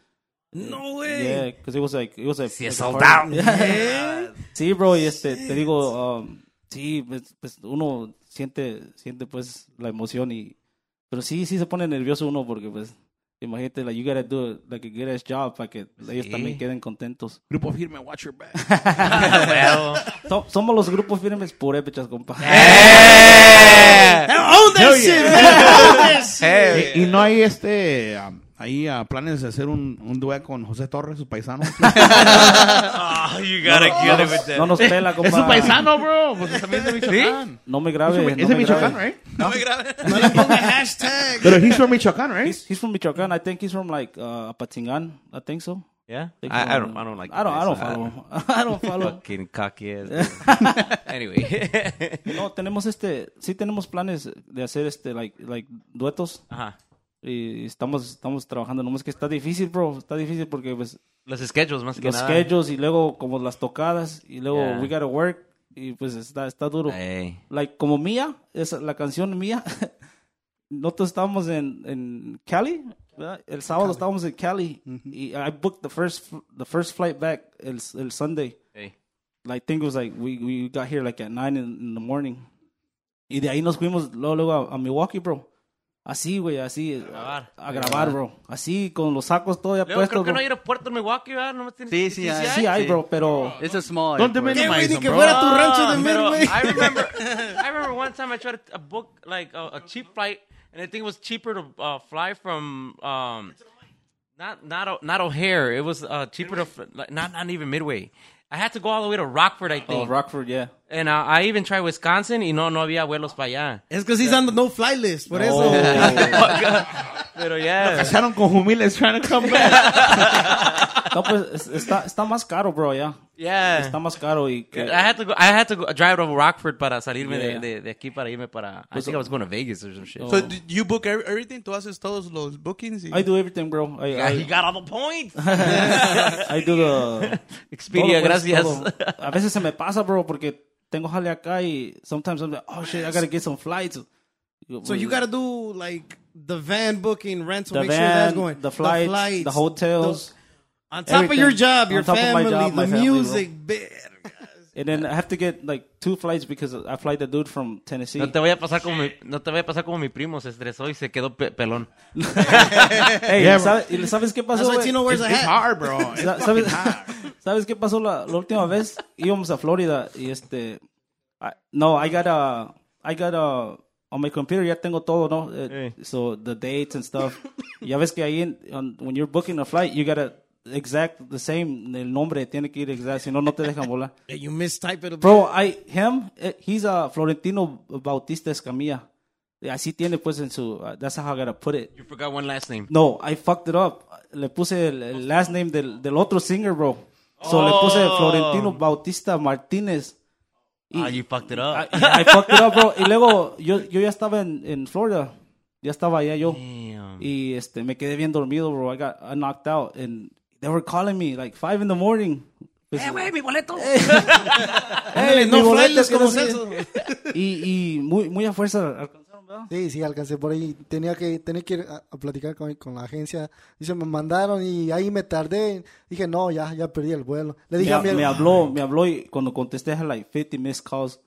C: No
E: Yeah,
C: way.
E: 'cause it was like, it was a-
A: Sí,
E: like
A: es
E: a
A: sold
E: party.
A: out.
C: Yeah.
E: Sí, bro, y este, te digo, um, sí, pues, pues, uno siente, siente pues la emoción y, pero sí, sí se pone nervioso uno porque pues, imagínate, like, you gotta do it, like a good ass job para que ellos también queden contentos.
D: Grupo firme, watch your back.
E: So- somos los grupos firmes por épechas, compa.
D: Eh.
C: Own that shit.
A: Eh,
D: Y, y no hay este... um, ahí uh, planes de hacer un, un duet con José Torres, su paisano.
E: No nos pela, compa.
D: es su paisano, bro. Porque también es de Michoacán.
E: No me grabe. no
D: Es de
E: me
D: Michoacán,
E: grabe.
D: right?
C: No le ponga hashtag.
D: Pero he's from Michoacán, right?
E: He's from Michoacán. I think he's from like uh, Apatingan. I think so.
I: Yeah?
E: think
I: I, I
E: so.
I: don't, I don't like
E: I don't. I
I: this.
A: uh,
E: don't follow.
D: uh,
E: him. I don't follow.
I: Fucking cocky ass. anyway.
E: no, tenemos este, sí tenemos planes de hacer este like like duetos
I: Ajá.
E: y estamos estamos trabajando. No es que está difícil, bro. Está difícil porque pues
I: Los schedules más que
E: los
I: nada.
E: schedules y luego como las tocadas y luego
I: Yeah.
E: we gotta work y pues está está duro.
I: Ey.
E: like como mía, es la canción mía. Nosotros estábamos en, en Cali, ¿verdad? el sábado estábamos en Cali y I booked the first the first flight back el, el Sunday.
I: Ey.
E: Like think it was like we we got here like at 9 in, in the morning. Y de ahí nos fuimos luego, luego a, a Milwaukee, bro. Así, güey, así a
A: grabar.
E: a grabar, bro. Así con los sacos todo ya
A: Luego creo
E: puestos.
A: que
E: bro.
A: no hay aeropuerto en Milwaukee, ¿verdad? No me tienes-
H: Sí, sí, hay.
E: Sí hay, bro, pero
H: It's a small.
D: Don't
H: airport.
C: Qué güey, ni
D: minimize him,
C: que
D: bro.
C: fuera tu rancho de
A: Pero
C: Midway.
A: I remember, I remember one time I tried to book like a, a cheap flight, and I think it was cheaper to uh, fly from um, not not O- not O'Hare. It was uh, cheaper to fl- like, not not even Midway. I had to go all the way to Rockford, I
E: oh,
A: think,
E: Rockford, yeah.
A: and uh, I even tried Wisconsin. Y no no había vuelos para allá.
C: Es because he's on the no fly list. Por eso.
E: Oh,
A: Pero yeah,
D: Casaron con Jumiles trying to come back.
E: No, pues es- está, está más caro, bro, ya.
A: yeah.
E: Está más caro y que-
A: I had to go. I had to go, drive to Rockford para salirme
E: Yeah.
A: de, de, de aquí para irme para. I think I was going to Vegas or some shit.
E: Oh.
M: So, do you book every- everything? ¿Tú haces todos los bookings? Y...
E: I do everything, bro. I,
A: Yeah, he
E: I,
A: got all the points.
E: I do the...
A: Expedia,
E: todo, pues,
A: gracias.
E: todo. A veces se me pasa, bro, porque tengo jale acá y sometimes I'm like, oh shit, I gotta get some flights.
C: So you gotta do like the van booking, rental,
E: Mm. the
C: make sure
E: van,
C: that's going.
E: the flights, the, hotels,
C: On top of your
E: everything.
C: job,
E: On
C: your
E: top of my
C: family,
E: job, my
C: the
E: family, bro.
C: music, verga.
E: and then I have to get like two flights because I fly the dude from Tennessee.
A: No te voy a pasar como mi, no te voy a pasar como mi primo se estresó y se quedó pe- pelón.
E: Hey, ¿sabes, y ¿sabes qué pasó?
C: That's why
E: güey?
C: Tino wears a
D: It's
C: hat.
D: hard, bro. It's
E: Sa- ¿Sabes, ¿Sabes qué pasó la, la última vez? Íbamos a Florida y este. I- no, I got a. I got a. On my computer ya tengo todo, ¿no? Eh, So the dates and stuff. ya ves que ahí, en- on- when you're booking a flight, you gotta exact the same. El nombre tiene que ir exact, si no, no te dejan volar.
C: Yeah, you mistype it. Bro.
E: Bro, I, him, eh, he's a Florentino Bautista Escamilla. Así tiene pues en su. uh, that's how I gotta put it.
A: You forgot one last name.
E: No, I fucked it up. Le puse el, el last name del, del otro singer, bro. So le puse Florentino Bautista Martínez.
A: Oh. Ah, you fucked it up.
E: I fucked it up, bro. Y luego yo, yo ya estaba en, en Florida. Ya estaba allá yo.
A: Damn.
E: Y este, me quedé bien dormido, bro. I got I knocked out. And they were calling me like 5 in the morning. Pues,
O: Eh, güey, mi boleto.
E: "Hey, mi
G: no
E: boleto,
G: frailes
E: que no
G: como
E: sé".
G: eso.
E: Y, y muy, muy a fuerza alcanzaron, ¿verdad?
N: Sí, sí, alcancé por ahí. Tenía que, tenía que ir a, a platicar con, con la agencia. Dice, me mandaron y ahí me tardé. Dije, no, ya, ya perdí el vuelo. Le dije
E: Me,
N: a mi
E: me habló, me habló y cuando contesté, had like 50 missed calls.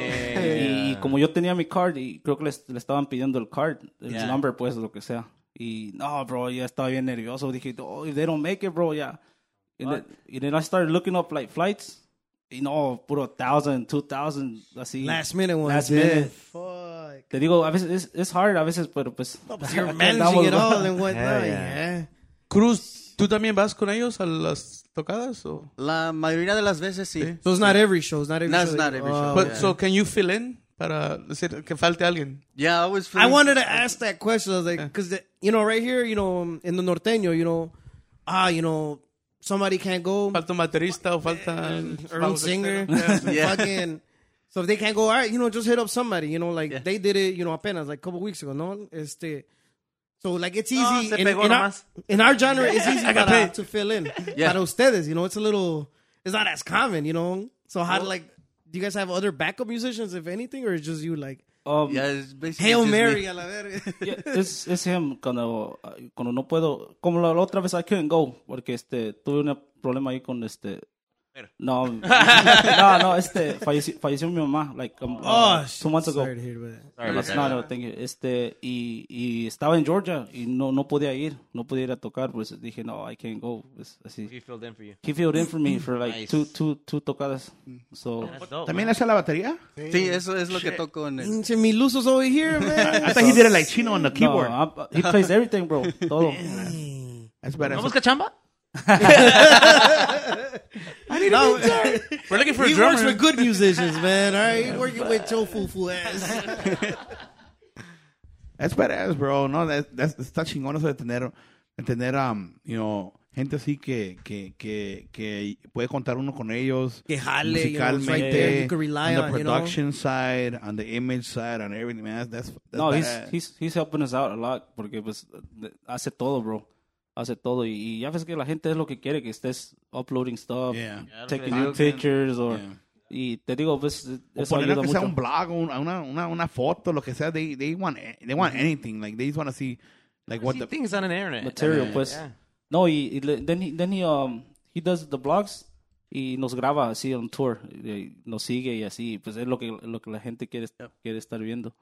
E: Y, y como yo tenía mi card y creo que les- le estaban pidiendo el card, el number, pues, lo que sea. Y no, bro, ya estaba bien nervioso. Dije, oh, if they don't make it, bro, ya. Yeah. And, then- and then I started looking up like flights. Y no, puro thousand, two thousand, así.
G: Last minute ones.
E: Last
G: yeah.
E: minute.
G: Fuck.
E: Te digo, a veces es it's hard, a veces, pero pues.
G: You're
E: acá
G: managing
E: andamos,
G: it
E: bro.
G: all and whatnot.
A: Hell yeah.
G: Yeah.
C: Cruz, ¿tú también vas con ellos a las tocadas? O?
H: La mayoría de las veces sí.
C: Sí.
G: So it's not every show. It's not every
H: No,
G: show.
H: it's
G: that
H: not
G: you-
H: every
G: Oh,
H: show.
C: But,
H: yeah.
C: So, can you fill in para decir que falte alguien?
H: Yeah, I always
G: I
H: feel-
G: wanted to ask that question. I was like, because you know, right here, you know, in the norteño, you know, ah, you know, somebody can't go,
C: Falta un baterista o falta
G: or own singer,
H: Yeah.
G: fucking. So if they can't go, all right, you know, just hit up somebody. You know, like they did it, you know, apenas like a couple weeks ago. No, este. So like it's easy
A: se
G: in,
A: pegó
G: in our,
A: nomás.
G: in our genre. It's easy
C: got
G: para,
C: paid.
G: to fill in.
H: Yeah.
G: Para ustedes, you know, it's a little, it's not as common, you know. So how do like, do you guys have other backup musicians, if anything, or is just you like
E: Um,
H: Yeah, it's basically
G: Hail
H: just me.
G: Mary a la verga?
E: Yeah, es, es him cuando, cuando no puedo, como la, la otra vez I couldn't go, porque este, tuve un problema ahí con este, no, no, no, este, falleció, falleció mi mamá, like, um, uh, two months ago.
G: Oh, Sorry to hear about that.
E: No, no, thank you. Este, y, y estaba en Georgia y no, no podía ir, no podía ir a tocar, pues dije, no, I can't go, pues así.
A: He filled in for you.
E: He filled in for me for like
A: Nice.
E: two, two, two tocadas, so.
A: That's dope,
D: ¿También
A: man.
D: hace la batería?
H: Sí, eso es lo que toco en el...
G: Pinche milusos over here, man.
D: I thought he did it like chino on the
E: No,
D: keyboard.
E: I'm- he plays everything, bro. Todo.
D: That's badass.
A: ¿No busca chamba?
G: no,
C: We're looking for a
G: he
C: drummer.
G: works with good musicians, man. All right, He's working with Joe Fufu ass.
D: That's badass, bro. No, that, that's, está chingón eso de tener, de tener um, you know, gente así que, que, que, que puede contar uno con ellos.
G: Que jale, you know, it's
D: musicalmente,
G: right there. You can rely
D: on
G: on,
D: the
G: you know.
D: production side, on the image side, on everything, man. That's, that's
E: No, he's,
D: badass.
E: he's, he's helping us out a lot porque pues de- hace todo, bro. Hace todo y, y ya ves que la gente es lo que quiere que estés uploading stuff,
D: Yeah. Yeah,
E: taking
D: content.
E: pictures or
D: Yeah.
E: y te digo pues
D: O
E: eso
D: poner
E: ayuda
D: que sea
E: mucho.
D: un blog, un- una, una, una foto, lo que sea. They, they, want, they want anything. Like, they just want to see, like, what
A: See
D: the...
A: things on an internet.
E: material pues.
A: yeah.
E: No, y, y le- then he, then he um he does the blogs y nos graba así on tour, y nos sigue y así, pues es lo que lo que la gente quiere quiere estar viendo.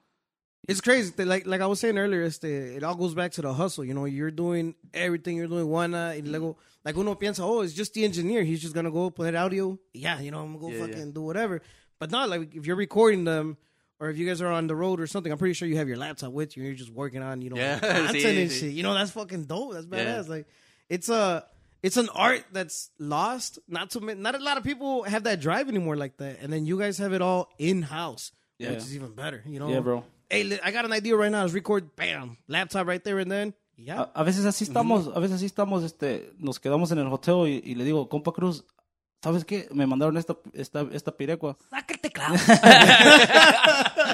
G: It's crazy. that, Like like I was saying earlier, it's the, it all goes back to the hustle. You know, you're doing everything. You're doing one. Uh,
H: Mm.
G: y luego, like uno piensa, oh, it's just the engineer. He's just gonna go play audio. Yeah, you know, I'm gonna go fucking do whatever. But not like if you're recording them. Or if you guys are on the road or something, I'm pretty sure you have your laptop with you and you're just working on, you know,
H: Yeah,
G: content
H: sí,
G: and
H: sí.
G: shit. You know, that's fucking dope. That's
H: Yeah.
G: badass. Like, it's a, it's an art that's lost. Not too many, not a lot of people have that drive anymore like that. And then you guys have it all in house,
E: Yeah.
G: which is even better. You know,
E: Yeah, bro.
G: hey, li- I got an idea right now. Let's record, bam, laptop right there, and then, yeah.
E: A, a veces así estamos, a veces así estamos, este, nos quedamos en el hotel y, y le digo, compa Cruz, ¿sabes qué? Me mandaron esta, esta, esta pirecua.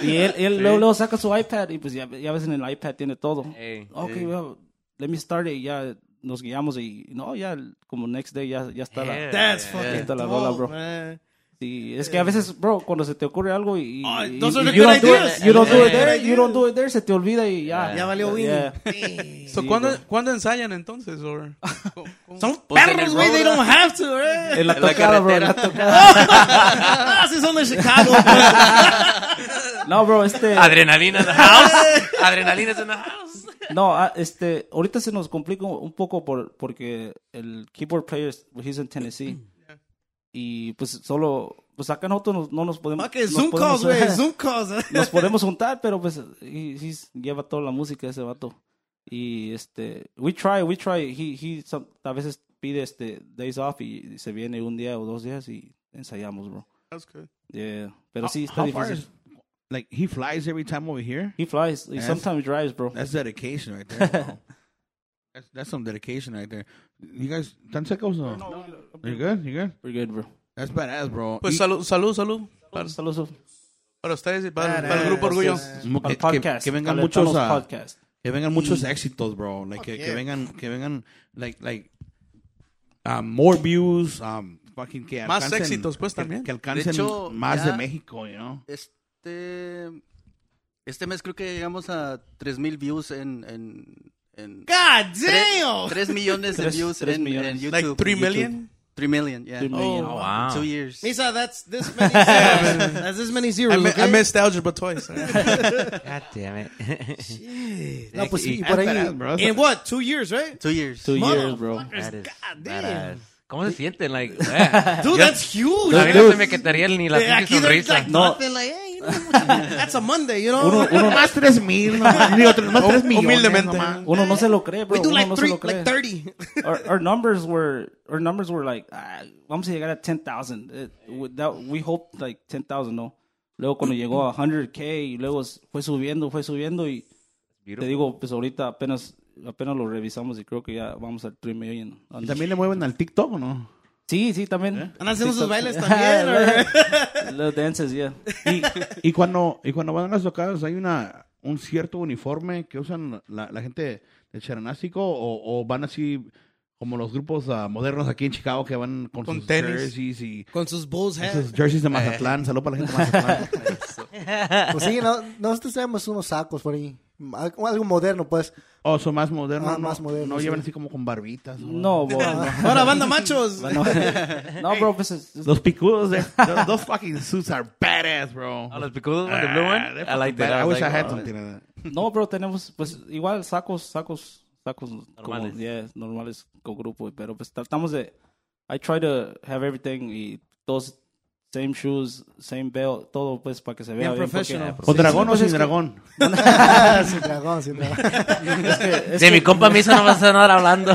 E: y él, él luego, luego saca su iPad y pues ya, ya ves en el iPad tiene todo.
A: Ey,
E: ok, well, let me start it. Y ya nos guiamos y no, ya como next day ya, ya está la...
A: Yeah.
G: That's fucking
E: Está la
G: dope,
E: rola, bro.
G: man.
E: Sí, es que a veces, bro, cuando se te ocurre algo y... y-
G: Oh,
E: y-
G: those
E: y
G: are the
E: you
G: good
E: don't do it-
G: ideas.
E: You don't do it
G: Yeah.
E: there, you don't do it there, se te olvida y ya.
G: Ya valió Winnie.
E: Yeah.
C: So,
E: Sí,
C: ¿cuándo,
E: bro.
C: ¿cuándo ensayan entonces? Or,
G: Some
H: Pues en el
G: perros, güey, they
H: road.
G: don't have to, eh. right?
E: En la tocada, bro, en la tocada.
G: Ah, si son de Chicago, pues.
E: No, bro, este...
A: Adrenalina in the house. Adrenalina's in the house.
E: No, ah, este, ahorita se nos complica un poco por, porque el keyboard player, es- he's in Tennessee. Y pues solo, pues acá nosotros nos- no nos podemos...
G: Fucking
E: nos
G: Zoom
E: podemos-
G: calls, güey, Zoom calls.
E: Nos podemos juntar, pero pues he, he's- lleva toda la música ese vato. Y este, we try, we try. He, he some- a veces pide este days off y se viene un día o dos días y ensayamos, bro.
C: That's good.
E: Yeah, pero sí, está
D: How far
E: difícil.
D: is... Like, he flies every time over here?
E: He flies, he
D: Yes.
E: sometimes drives, bro.
D: That's dedication right there. bro. that's that's some dedication right there. You guys, ten seconds. No, you good. You good.
E: We're good, bro.
D: That's badass, bro.
C: Pues
D: E-
C: salud, salud, salud. Para,
E: Saludos.
C: para ustedes y para, para el grupo Orgullo.
D: Mu- que- que,
E: Podcast.
D: que vengan
E: Calentamos
D: muchos ah,
E: podcast.
D: que vengan muchos éxitos, bro. Like que, que vengan que vengan like like ah, more views, um, fucking que
C: Más
D: alcancen-
C: éxitos, pues,
D: que-
C: también.
D: que alcancen
H: De hecho,
D: más
H: ya-
D: de México, you know.
H: Este, este mes creo que llegamos a 3000 views en. en, en
B: God
H: tre-
B: damn!
H: 3 millones de
E: Tres-
H: views
E: tres
H: en,
E: millones.
H: en YouTube.
C: Like 3
H: en YouTube.
C: million.
H: 3 million, yeah.
E: Three million.
C: Oh,
A: wow.
H: Two years.
B: Misa, that's this many. zeros. that's this many
C: I,
B: zeros.
C: mi-
B: okay?
C: I missed algebra twice.
A: God damn it.
G: No, pues sí, y por ahí.
B: In what? Two years, right?
H: Two years.
E: Two years, bro.
A: That is
B: God damn.
A: badass. ¿Cómo se sienten? Like, eh,
B: Dude, that's huge.
A: a mí no se me quitaría ni la
B: Eh,
A: pinche
B: Aquí there's
A: sonrisa.
B: like nothing. Like, hey, you know, that's a Monday, you know?
D: Uno más 3000, nomás, digo, otro- más 3 millones.
C: Humildemente.
D: nomás.
E: Uno no se lo cree, bro.
B: we do
E: Uno
B: like
E: no
B: three,
E: se lo cree.
B: like 30.
E: our, our numbers were our numbers were like ah, vamos a llegar a 10,000. Eh, without- We hoped like 10,000, ¿no? Luego cuando llegó a 100k y luego s- fue subiendo, fue subiendo y te digo, pues ahorita apenas apenas lo revisamos y creo que ya vamos al 3 million.
D: También le mueven al TikTok, ¿o no?
E: Sí, sí, también.
B: Andan haciendo sus
G: ¿Eh?
B: bailes también, or-
E: Los dances, yeah.
D: Y, y cuando y cuando van a las tocadas hay una un cierto uniforme que usan la, la gente de Charanástico o, o van así como los grupos ah, modernos aquí en Chicago que van con,
C: Con
D: sus
C: tenis. Eh.
D: jerseys y
B: Con sus bulls hats.
D: sus jerseys de Mazatlán. Salud para la gente de Mazatlán.
G: Pues sí, no, nosotros traemos unos sacos por ahí. Algo algo moderno, pues.
D: O son más modernos.
G: Ah,
D: no,
G: más modernos,
D: no
G: sí.
D: llevan así como con barbitas. ¿no?
E: No, bro. No,
B: Ahora, banda machos.
E: no bro, pues es- es-
D: Los picudos de those, those fucking suits are badass, bro.
A: A los picudos with the blue
D: Ah,
A: one.
D: they're
A: I like
D: fucking
A: that.
D: badass. I
A: was
D: wish I
A: like,
D: had
A: wow.
D: something like that.
E: no, bro, tenemos pues igual sacos, sacos, sacos normales,
A: Normales.
E: como, yeah, normales con grupo, pero pues tratamos de I try to have everything y todos same shoes, same belt, todo pues para que se vea
B: Bien
E: bien porque-
B: professional.
D: ¿Con dragón o sin dragón?
G: sin dragón, sin dragón.
A: De mi compa Misa no vas a estar hablando.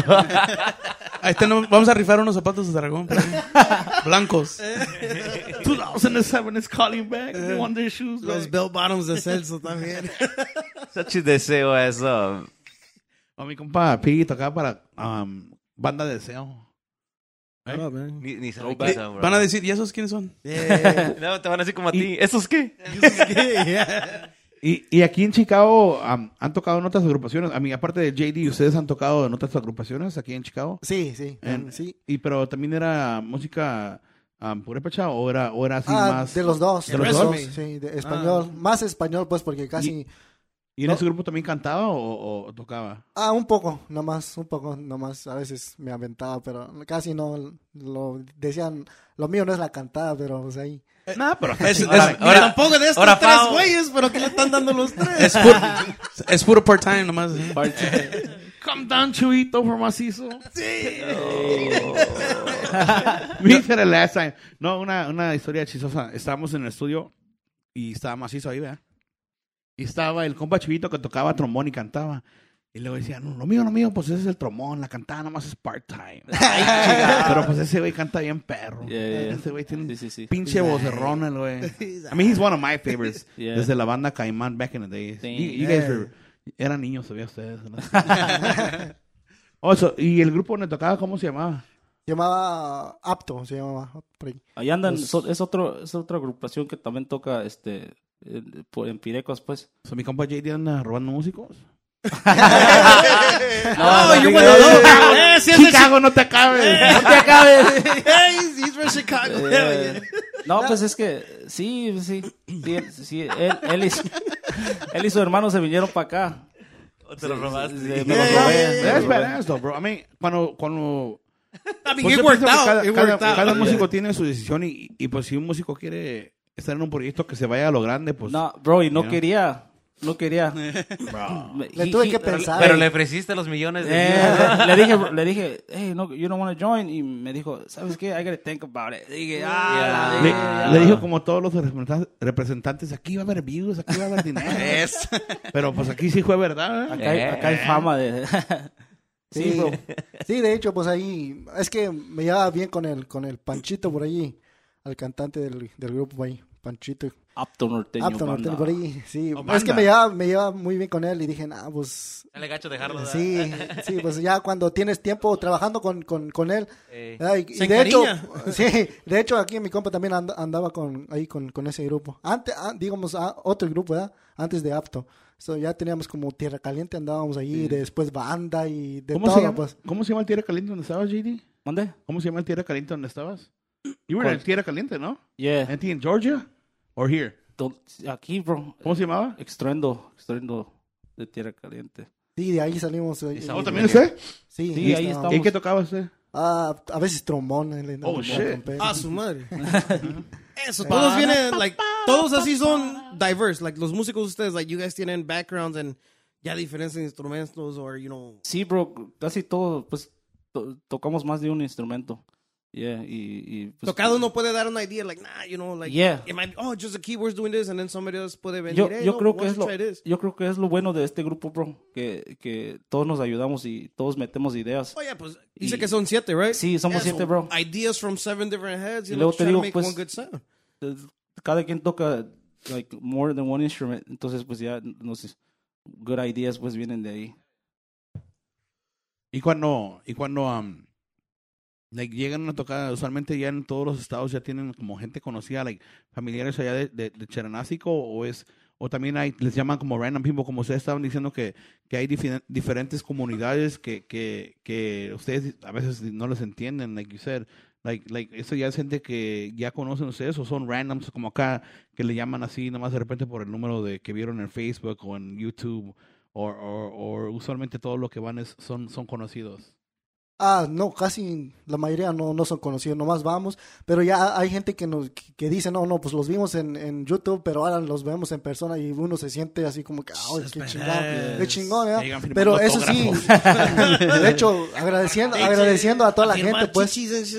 C: Ahí tenemos- vamos a rifar unos zapatos de dragón. por ahí. Blancos.
B: Eh.
D: 2007 is calling back. They want their shoes
B: Los
D: back.
B: bell bottoms de Celso también.
I: Sachi deseo eso.
D: A mi compa Piggy tocaba para um, Banda de Deseo.
I: Ni, ni se lo quiso, bro.
C: Van a decir, ¿y esos quiénes son?
I: No, te van a decir como a ti. ¿Esos qué?
D: Y, y aquí en Chicago um, han tocado en otras agrupaciones. A mí, aparte de JD, ¿ustedes han tocado en otras agrupaciones aquí en Chicago?
G: Sí, sí.
D: En-
G: sí.
D: Y pero también era música um, purépecha o era, o era así
G: Ah,
D: más...
G: de los dos.
D: ¿De los dos?
G: Sí,
A: Ah.
G: de español. Más español, pues, porque casi...
D: ¿Y en
G: no.
D: ese grupo también cantaba o, o- o tocaba?
G: Ah, un poco, nomás, un poco, nomás. A veces me aventaba, pero casi no lo decían. Lo mío no es la cantada, pero pues ahí.
D: Nada, pero...
C: Es, es-
A: Ahora-
C: mira,
A: ahora-
B: Tampoco de estos
A: Ahora,
B: tres
A: Pau.
B: güeyes, pero que le están dando los tres.
C: es puro, es puro part-time nomás.
D: Come down, Chuito, for macizo. Sí. Me said it last time. No, una, una historia chistosa. Estábamos en el estudio y estaba macizo ahí, ¿verdad? Y estaba el compa Chuito que tocaba trombón y cantaba. Y luego decía, no, lo mío, lo mío, pues ese es el trombón, la cantada nomás es part-time. Pero pues ese güey canta bien perro.
E: Yeah, yeah, yeah.
D: Ese Este güey tiene
E: Sí, sí, sí.
D: pinche vocerrón, el güey. I mean, he's one of my favorites.
E: Yeah.
D: Desde la banda Caimán back in the days.
E: Sí.
D: You, you guys were- eran niños, sabía ustedes. ¿no? Oh, so, ¿Y el grupo donde tocaba cómo se llamaba?
G: Llamaba Apto, se llamaba. por ahí.
E: Ahí andan, so- es otro es otra agrupación que también toca este eh, por- en Pirecos, pues.
D: So, mi compa JD anda robando músicos.
B: Oh, you're one of those. Eh, sí, es de
D: Chicago, no te acabes.
B: Chi- Hey, he's- he's from Chicago. Hell yeah.
E: No, pues es que sí, sí, sí, él- sí, él, él, y, su- él y su hermano se vinieron para acá.
I: ¿O te lo robaste?
E: Eh, me los robé, me los
D: That's
E: robé.
D: badass, though, bro. I mean, cuando... cuando
B: I mean,
D: pues,
B: it
D: yo
B: worked
D: pienso que
B: out.
D: cada,
B: it
D: cada-
B: worked out.
D: cada músico tiene su decisión y, y, pues si un músico quiere estar en un proyecto que se vaya a lo grande, pues...
E: No, bro, y no
D: Ya.
E: quería, no quería.
G: Le tuve que pensar.
A: Pero le ofreciste los millones de views.
E: Eh, le dije, le dije, hey, no, you don't want to join, y me dijo, ¿sabes qué? I gotta think about it. Dije, ah,
D: Le,
E: la
D: le dijo como todos los representantes- representantes, aquí va a haber views, aquí va a haber dinero. Pero pues aquí sí fue verdad. ¿eh?
E: Acá hay, acá hay fama de. sí,
G: Sí,
E: bro.
G: sí, de hecho, pues ahí. Es que me llevaba bien con el, con el Panchito por ahí, al cantante del, del grupo por ahí. Panchito.
E: Apto norteño.
G: Apto norteño,
E: banda.
G: por ahí. Sí,
D: Oh,
G: es que
D: banda.
G: me lleva, me lleva muy bien con él y dije, ah, pues.
I: Dale gacho dejarlo. ¿verdad?
G: Sí, sí, pues ya cuando tienes tiempo trabajando con, con, con él.
I: Eh.
G: ¿verdad? Y, y
B: Se
G: de hecho,
B: encariña.
G: sí, de hecho aquí mi compa también and- andaba con ahí con, con ese grupo. Antes, ah, digamos, ah, otro grupo, ¿verdad? Antes de Apto. So, ya teníamos como Tierra Caliente, andábamos ahí, después banda y de
D: ¿Cómo,
G: todo,
D: se llama,
G: pues.
D: ¿Cómo se llama el tierra caliente donde estabas, JD?
E: ¿Mande?
D: ¿Cómo se llama el tierra caliente donde estabas? You were in
E: ¿Cuál?
D: tierra caliente, ¿no?
E: Yeah.
D: Anti in Georgia or here?
E: Don't- Aquí, bro.
D: ¿Cómo se llamaba?
E: Extraendo, extraendo de tierra caliente.
G: Sí, de ahí salimos. eh,
I: Saúl
G: eh,
I: también.
D: ¿También usted?
G: Sí,
E: Sí, ahí
G: estaba.
E: estamos.
D: ¿Y qué tocaba usted?
G: Ah, a veces trombón. eh, le-
D: Oh, shit.
G: trompeta.
B: A Ah, su madre. Eso, todos vienen, like, todos así son diverse. Like, los músicos ustedes, like, you guys tienen backgrounds and ya diferentes instrumentos or, you know.
E: Sí, bro. Casi todo, pues, to- tocamos más de un instrumento. Yeah, y... y pues,
B: Tocado no puede dar una idea, like, nah, you know, like,
E: Yeah.
B: it might be, oh, just the keyboard's doing this and then somebody else puede venir.
E: yo,
B: "Hey,
E: yo
B: no,
E: creo
B: why
E: que
B: don't
E: es
B: you
E: lo
B: try this?"
E: yo creo que es lo bueno de este grupo bro que, que todos nos ayudamos y todos metemos ideas
B: Oye, pues, dice
E: Y-
B: que son siete, right?
E: Sí, somos
B: Yeah, so
E: siete, bro.
B: Ideas from seven different heads, you
E: Y
B: know,
E: luego te
B: try to
E: digo,
B: make
E: pues-
B: one good sound.
E: cada quien toca like more than one instrument entonces pues ya nos good ideas pues vienen de ahí
D: Y cuando, y cuando um, like, llegan a una tocada, usualmente ya en todos los estados ya tienen como gente conocida, like, familiares allá de, de, de Cheranásico, o es, o también hay, les llaman como random people, como ustedes estaban diciendo que, que hay difi- diferentes comunidades que, que, que ustedes a veces no les entienden, like you said. Like, like, eso ya es gente que ya conocen ustedes o son randoms como acá que le llaman así nomás de repente por el número de que vieron en Facebook o en YouTube o or, or usualmente todo lo que van es, son, son conocidos.
G: Ah, no, casi la mayoría no, no son conocidos, nomás vamos, pero ya hay gente que nos que, que dice, no, no, pues los vimos en, en YouTube, pero ahora los vemos en persona y uno se siente así como que, ay, qué chingón, qué chingón, ¿verdad?
D: Llegan firmando
G: Pero eso sí, de hecho, agradeciendo, agradeciendo a toda la gente, pues,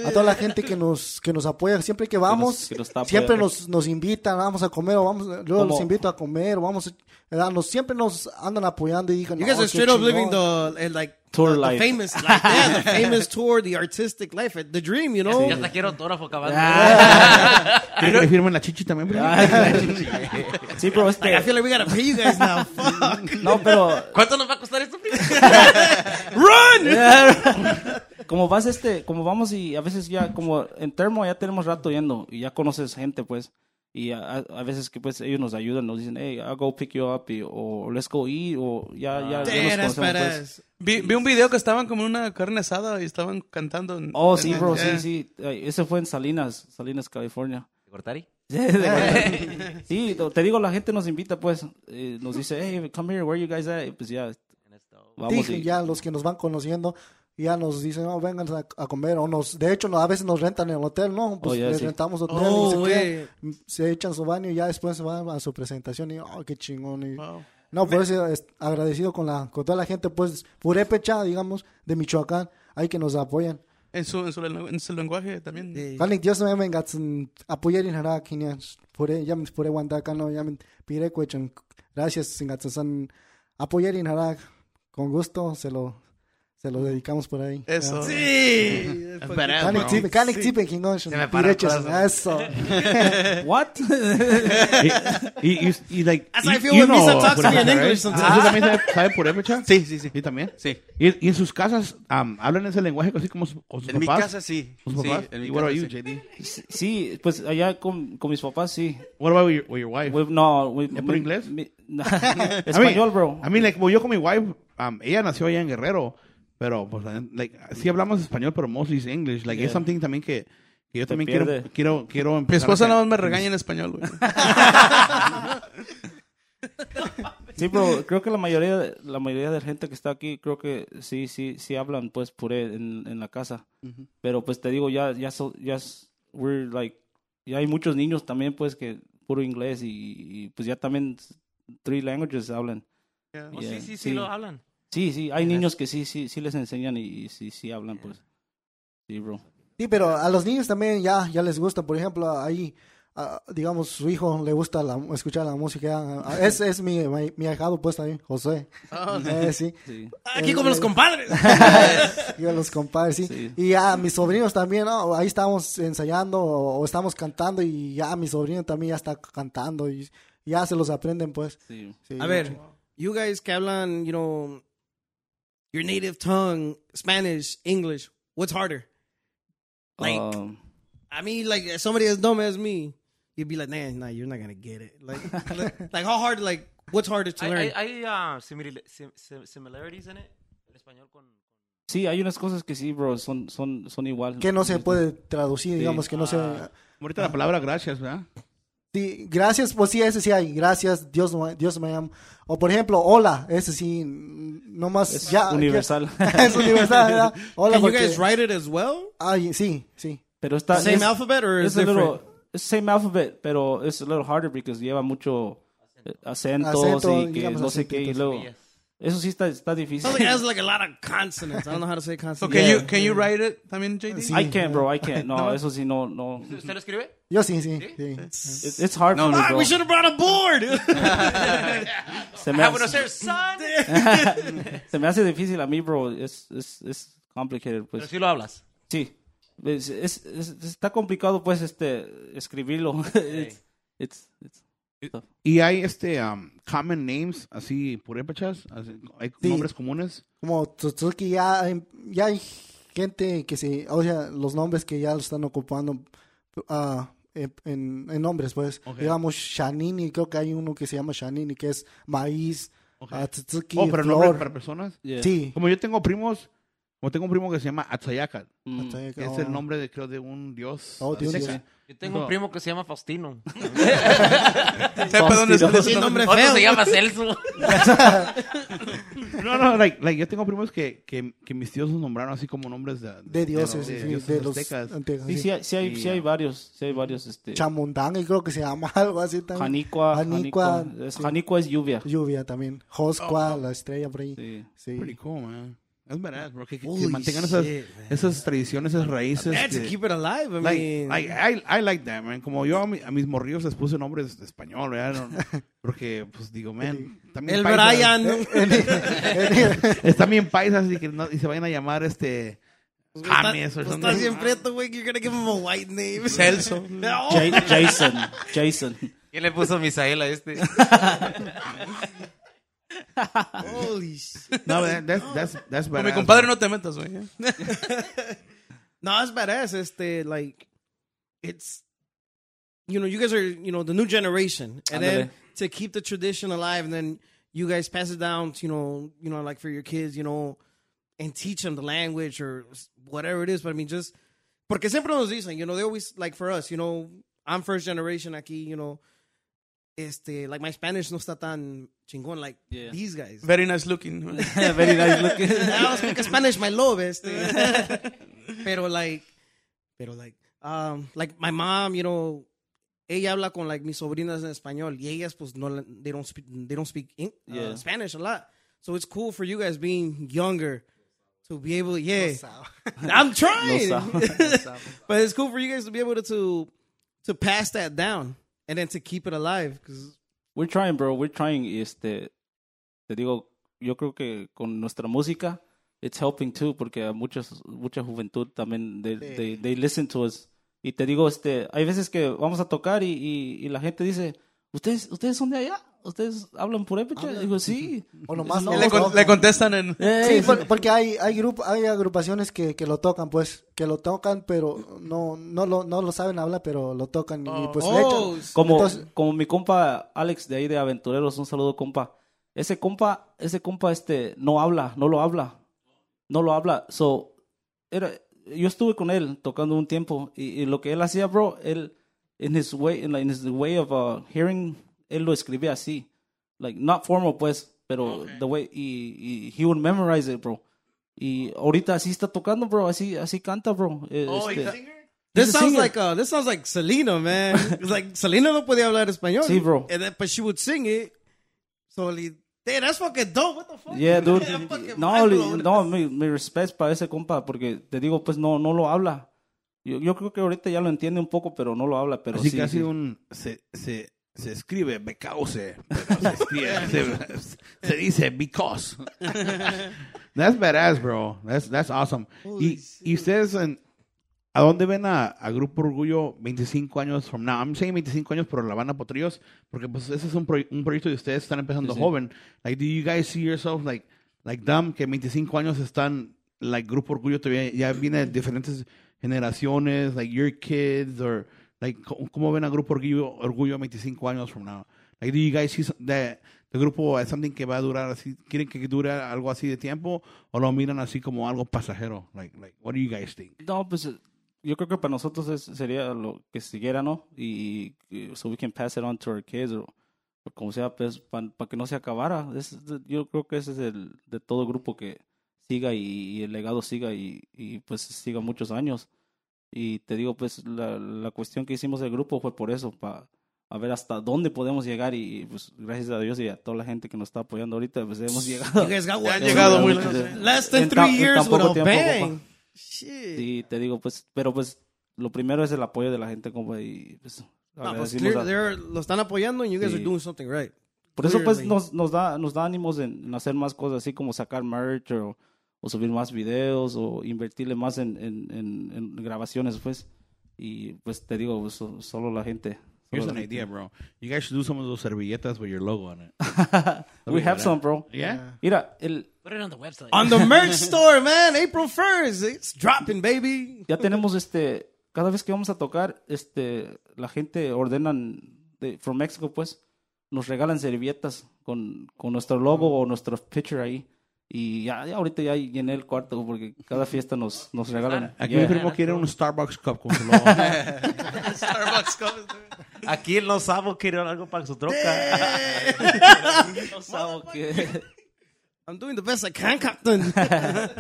G: a toda la gente que nos, que nos apoya, siempre que vamos,
E: que nos está
G: siempre
E: apoyando.
G: nos, nos invitan, vamos a comer, o vamos, luego
E: Como-
G: los invito a comer, o vamos, ¿verdad? Nos, siempre nos andan apoyando y dicen,
B: You guys
G: "No,
B: are
G: qué
B: straight up living
G: chingón".
B: the eh, like
E: Tour
B: the, the
E: life.
B: famous life, yeah, the famous tour, the artistic life, eh, the dream, you know.
I: Ya hasta quiero autógrafo, cabrón.
D: ¿Quieren que le firmen la chichi también?
H: Ah.
E: sí bro este
B: I feel like we gotta pay you guys now. Fuck.
E: no pero
I: ¿Cuánto nos va a costar esto?
E: como vas este, como vamos y a veces ya como en termo ya tenemos rato yendo y ya conoces gente pues y a, a- a veces que pues ellos nos ayudan, nos dicen, hey, I'll go pick you up y- o let's go eat o ya, ya, ya
B: Dead
E: nos
B: ass
E: conocemos pues.
B: badass.
C: Vi, vi un video que estaban como en una carne asada y estaban cantando. en-
E: Oh,
C: en-
E: sí, bro,
C: eh.
E: sí, sí. Ay, Ese fue en Salinas, Salinas, California.
I: ¿Cortari?
E: Sí, to- te digo, la gente nos invita, pues, eh, nos dice, hey, come here, where you guys at? Y pues ya, vamos
G: Dije,
E: y-
G: ya los que nos van conociendo ya nos dicen, no, vengan a, a comer. O nos, de hecho, no, a veces nos rentan el hotel, ¿no?
E: Oh,
G: Pues
E: ya,
G: les
E: sí.
G: rentamos hotel
B: Oh,
G: y se,
B: güey.
G: quedan, se echan su baño y ya después se van a su presentación y, oh, qué chingón. y-
C: Wow.
G: No, por eso es- agradecido con, la, con toda la gente, pues, purépecha, digamos, de Michoacán, hay que nos apoyan.
C: En su, en su, en su lenguaje también.
G: Kanik, Dios me venga, tsin, apoyar en Jara, Kenia, pure, ya me pure guandaca, no, ya me pire cuechan, gracias, Singatsan, apoyar en Jara, con gusto, se lo, se lo dedicamos por ahí.
C: Eso.
B: Sí.
G: Kanik Tipe, Kanik Tipe, Kingon,
I: Se me paró el
G: pirechas, eso.
E: ¿What?
D: y, y, y, y, like,
B: That's
D: y-
B: how I feel
D: you
B: when
D: know
B: Misa talks to me in
D: purépecha,
B: English
D: right?
B: sometimes.
D: ¿Usted también sabe- sabe purépecha?
H: ¿eh? Sí, sí, sí.
D: ¿Y también?
H: Sí.
D: ¿Y, y en sus casas am, hablan ese lenguaje así como su, o sus
H: En mi
D: papás?
H: casa sí.
D: ¿Sus
H: Sí,
D: papás?
H: en mi
D: ¿Y what
H: casa
D: about you,
H: sí.
D: JD?
E: sí, pues allá con, con mis papás, sí.
D: What about your, with your wife?
E: We- no, we-
D: ¿Ya
E: mi-
D: por inglés?
E: mi- no,
D: I mean-
E: español, bro.
D: I mean, like, well, yo con mi wife, um, ella nació allá en Guerrero, pero, pues, like, sí hablamos español, pero mostly is English. Like, es something también que, que yo también
E: pierde.
D: quiero, quiero, quiero empezar.
C: Mi esposa
D: a hacer.
C: nada más me regaña en español, güey.
E: Sí, bro, creo que la mayoría, de- la mayoría de gente que está aquí, creo que sí, sí, sí hablan, pues, puré en, en la casa. Pero, pues, te digo, ya, ya, so- ya, es- we're like, ya hay muchos niños también, pues, que puro inglés y, y, pues, ya también three languages hablan.
C: Yeah.
E: Yeah,
I: Oh, sí, sí, sí, lo hablan.
E: Sí, sí, hay niños que sí, sí, sí les enseñan y, y sí, sí hablan, pues. Sí, bro.
G: Sí, pero a los niños también ya, ya les gusta, por ejemplo, ahí ah, digamos, su hijo le gusta la- escuchar la música. ah, ah, es es mi, mi, mi ahijado, pues también, José. Eh, sí.
E: Sí.
B: Aquí
G: Él,
B: como los
G: eh,
B: compadres.
G: y a los compadres, sí.
E: Sí.
G: Y a mis sobrinos también, ¿no? Ahí estamos ensayando o, o estamos cantando y ya mi sobrino también ya está cantando y ya se los aprenden, pues.
E: Sí.
G: Sí.
B: A ver, you guys que hablan, you know, your native tongue, Spanish, English, what's harder? Like,
E: Um,
B: I mean, like as somebody as dumb as me, you'd be like, nah, nah, you're not gonna get it. Like, like, like, how hard? Like, what's harder to learn?
I: Hay, hay, ah, simili- sim- sim- similarities en el español con...
E: sí, hay unas cosas que sí, bro, son, son, son igual.
G: Que no se puede traducir, digamos, que no
B: Ah.
G: se...
D: Ahorita la palabra gracias, ¿verdad?
G: Sí, gracias, pues sí, ese sí hay. Gracias, Dios, no- Dios me ama. O por ejemplo, hola, ese sí, mm, nomás
E: Es
G: ya...
E: universal.
G: ya- es universal, ¿verdad? Hola,
B: Can you
G: porque...
B: guys write it as well?
G: Ay, sí, sí.
E: Pero está...
B: Same
E: es-
B: alphabet or is
E: It's a
B: different?
E: little, it's same alphabet, pero it's a little harder because lleva mucho eh, acentos
G: Acento,
E: y que
G: digamos,
E: no sé qué y
G: acentitos,
E: luego eso sí está, está difícil.
B: Something has like a lot of consonants. I don't know how to say
C: So
B: consonants.
C: can you can you write it también, JD?
B: Ah,
G: Sí.
E: I can't, bro. I can't. No, eso sí no no.
I: ¿Usted lo escribe?
G: Yo sí, sí, sí.
E: It- it's hard for me,
B: Ah,
E: bro.
B: we should have brought a board. Ah,
E: Se
I: Ah,
E: me, hace, se me hace difícil a mí, bro. Es es es complicated,
I: Pero
E: pues.
I: sí lo hablas.
E: Sí. Es, es- es- está complicado pues este escribirlo. It's- it's- it's-
D: Y hay este um, common names, así purépechas, así, hay
G: Sí.
D: nombres comunes.
G: como Tsutsuki ya, hay- ya hay gente que se, o sea, los nombres que ya lo están ocupando ah, en, en- en nombres, pues, digamos Shanini, creo que hay uno que se llama Shanini, que es maíz, ah, Tsutsuki,
D: Oh, pero nombres
G: flor.
D: para personas.
E: yeah.
G: Sí.
D: Como yo tengo primos, como tengo un primo que se llama Atsayakat,
E: Mm.
D: que es el nombre de creo de un dios.
G: Oh, de un
D: azteca.
G: dios.
I: Yo tengo un
D: No.
I: primo que se llama Faustino.
C: Sepa dónde está ese nombre.
I: Otro se llama Celso.
D: No, no, like, like, yo tengo primos que, que, que mis tíos los nombraron así como nombres de,
G: de dioses,
D: de-
G: sí,
D: de
G: de,
D: dioses
G: los
D: aztecas.
G: aztecas,
E: Sí,
G: sí.
E: sí, hay- sí hay, sí hay varios, sí hay varios este
G: Chamondán, creo que se llama algo así también.
E: Janicua,
G: Janicua,
E: Janicua, es,
G: sí.
E: Janicua es lluvia.
G: Lluvia también. Joscua, la estrella por ahí.
E: Sí.
G: Sí.
D: Pretty cool, man. Es verdad, bro. Que, que- que
B: Holy
D: mantengan esas,
B: shit, man.
D: esas tradiciones, esas raíces.
B: That's to
D: de-
B: keep it alive. I
D: Este,
B: mean,
D: Like, like, I, I like that, man. Como yo a, mi- a mis morrillos les puse nombres de español, ¿verdad? No- porque, pues digo, man, también
B: El
D: paisa-
B: Brian.
D: Están bien paisas y, que no- y se vayan a llamar este James o
C: Pues,
B: Estás
D: something.
B: estás bien preto, este güey. You're gonna give him a white name.
C: Celso.
B: No.
E: Ja- Jason, Jason.
I: ¿Quién le puso Misael a este?
B: Holy shit.
D: No, that- that's, that's, that's
C: Con mi
D: badass,
C: compadre
D: man.
C: no te metas, güey.
B: No, it's badass. Este, like, it's, you know, you guys are, you know, the new generation, and then to keep the tradition alive, and then you guys pass it down, to, you know, you know, like for your kids, you know, and teach them the language or whatever it is. But I mean, just porque siempre nos dicen, you know, they always like for us, you know, I'm first generation aquí, you know, este, like my Spanish no está tan chingón like
E: Yeah.
B: these guys.
C: Very nice looking.
E: Very nice looking.
B: I don't speak Spanish, my love. Este. pero like, pero like, um, like my mom, you know, ella habla con like mis sobrinas en español y ellas pues no, le- they don't speak, they don't speak in, uh,
E: Yeah.
B: Spanish a lot. So it's cool for you guys being younger to be able, yeah. I'm trying, but it's cool for you guys to be able to to, to pass that down and then to keep it alive because
E: We're trying, bro. We're trying. y Este, te digo, yo creo que con nuestra música, it's helping too, porque a muchos, mucha juventud también, they, they, they listen to us. Y te digo, este, hay veces que vamos a tocar y, y, y la gente dice, ¿Ustedes, ¿ustedes son de allá? ¿Ustedes hablan purépecha? Digo, sí.
G: O nomás
E: No,
G: ojos,
C: le, con-
G: ojos.
C: le contestan en.
G: Sí, por- porque hay hay grupo, hay agrupaciones que, que lo tocan, pues, que lo tocan, pero no no lo no lo saben hablar, pero lo tocan y pues le
B: oh,
G: echan.
E: Como,
G: Entonces-
E: como mi compa Alex de ahí de Aventureros, un saludo compa. Ese compa, ese compa este no habla, no lo habla. No lo habla. So era yo estuve con él tocando un tiempo y, y lo que él hacía, bro, él in his way in, like, in his way of uh, hearing él lo escribía así. Like not formal pues, pero the way y, y he would memorize it, bro. Y ahorita así está tocando, bro, así así canta, bro. Eh,
G: Oh,
E: este,
B: This
E: He's a
B: sounds
E: singer.
B: like uh, this sounds like Selena, man. It's like Selena no podía hablar español.
E: Sí, bro.
B: And then, but she would sing it. So, like, damn, that's fucking dope. What the fuck?
E: Yeah, dude.
B: I'm fucking
E: No,
B: mind
E: li-
B: blown.
E: no, mi, mi respect para ese compa, porque te digo, pues no, no lo habla. Yo, yo creo que ahorita ya lo entiende un poco, pero no lo habla, pero
D: Así
E: sí.
D: que ha
E: sí.
D: sido un. Se, se, se escribe because, pero se, escribe- se, se dice because. that's badass, bro. That's, that's awesome. Y, y ustedes, en- ¿a dónde ven a, a Grupo Orgullo 25 años from now? I'm saying 25 años por La Habana Potrillos, porque pues ese es un, proy- un proyecto de ustedes están empezando
E: Sí, sí.
D: joven. Like, do you guys see yourself like, like them, que 25 años están, like, Grupo Orgullo todavía ya viene de diferentes generaciones, like your kids, or like, co- ¿cómo ven a Grupo Orgullo, Orgullo 25 años from now? Like, do you guys see some- that the grupo es something que va a durar así, quieren que dure algo así de tiempo, o lo miran así como algo pasajero? Like, like, what do you guys think?
E: No, pues eh, yo creo que para nosotros es- sería lo que siguiera, ¿no? Y, y- eh, so we can pass it on to our kids or, o como sea, pues para que no se acabara. Es- yo creo que ese es el de todo grupo que siga y, y el legado siga y, y, pues siga muchos años. Y te digo, pues la, la cuestión que hicimos del grupo fue por eso, para a ver hasta dónde podemos llegar y pues gracias a Dios y a toda la gente que nos está apoyando ahorita, pues hemos llegado.
B: You guys got
C: Ya han
B: one.
C: llegado muy
E: Hemos
C: lejos.
E: llegado.
B: Less than
E: En
B: three
E: tan- en
B: years
E: tan
B: with
E: poco
B: a
E: tiempo,
B: bang.
E: compa.
B: Shit.
E: Sí, te digo, pues, pero pues lo primero es el apoyo de la gente, compa, y pues,
B: No, pues
E: agradecimos
B: clear-
E: a-
B: they're- lo están apoyando and you guys
E: Sí.
B: are doing something right.
E: Por eso pues
B: clearly.
E: nos, nos da nos da ánimos en, en hacer más cosas, así como sacar merch o, o subir más videos o invertirle más en, en, en- en grabaciones, pues. Y pues te digo, pues, so- solo la gente.
D: Here's
E: solo
D: an
E: la gente.
D: idea, bro. You guys should do some of those servilletas with your logo on it.
E: We have some, bro.
D: Yeah?
E: Mira, el,
I: Put it on the website.
B: On the merch store, man. April 1st. It's dropping, baby.
E: ya tenemos este cada vez que vamos a tocar este la gente ordenan de from Mexico pues nos regalan servilletas con, con nuestro logo o nuestro picture ahí y ya, ya ahorita ya llené el cuarto porque cada fiesta nos nos regalan
D: Aquí
E: Yeah.
D: mi primo quiere un Starbucks cup con su logo.
I: Aquí el Los Sabo quiere algo para su troca.
E: No sabo qué.
B: I'm doing the best I can, Captain.
D: That's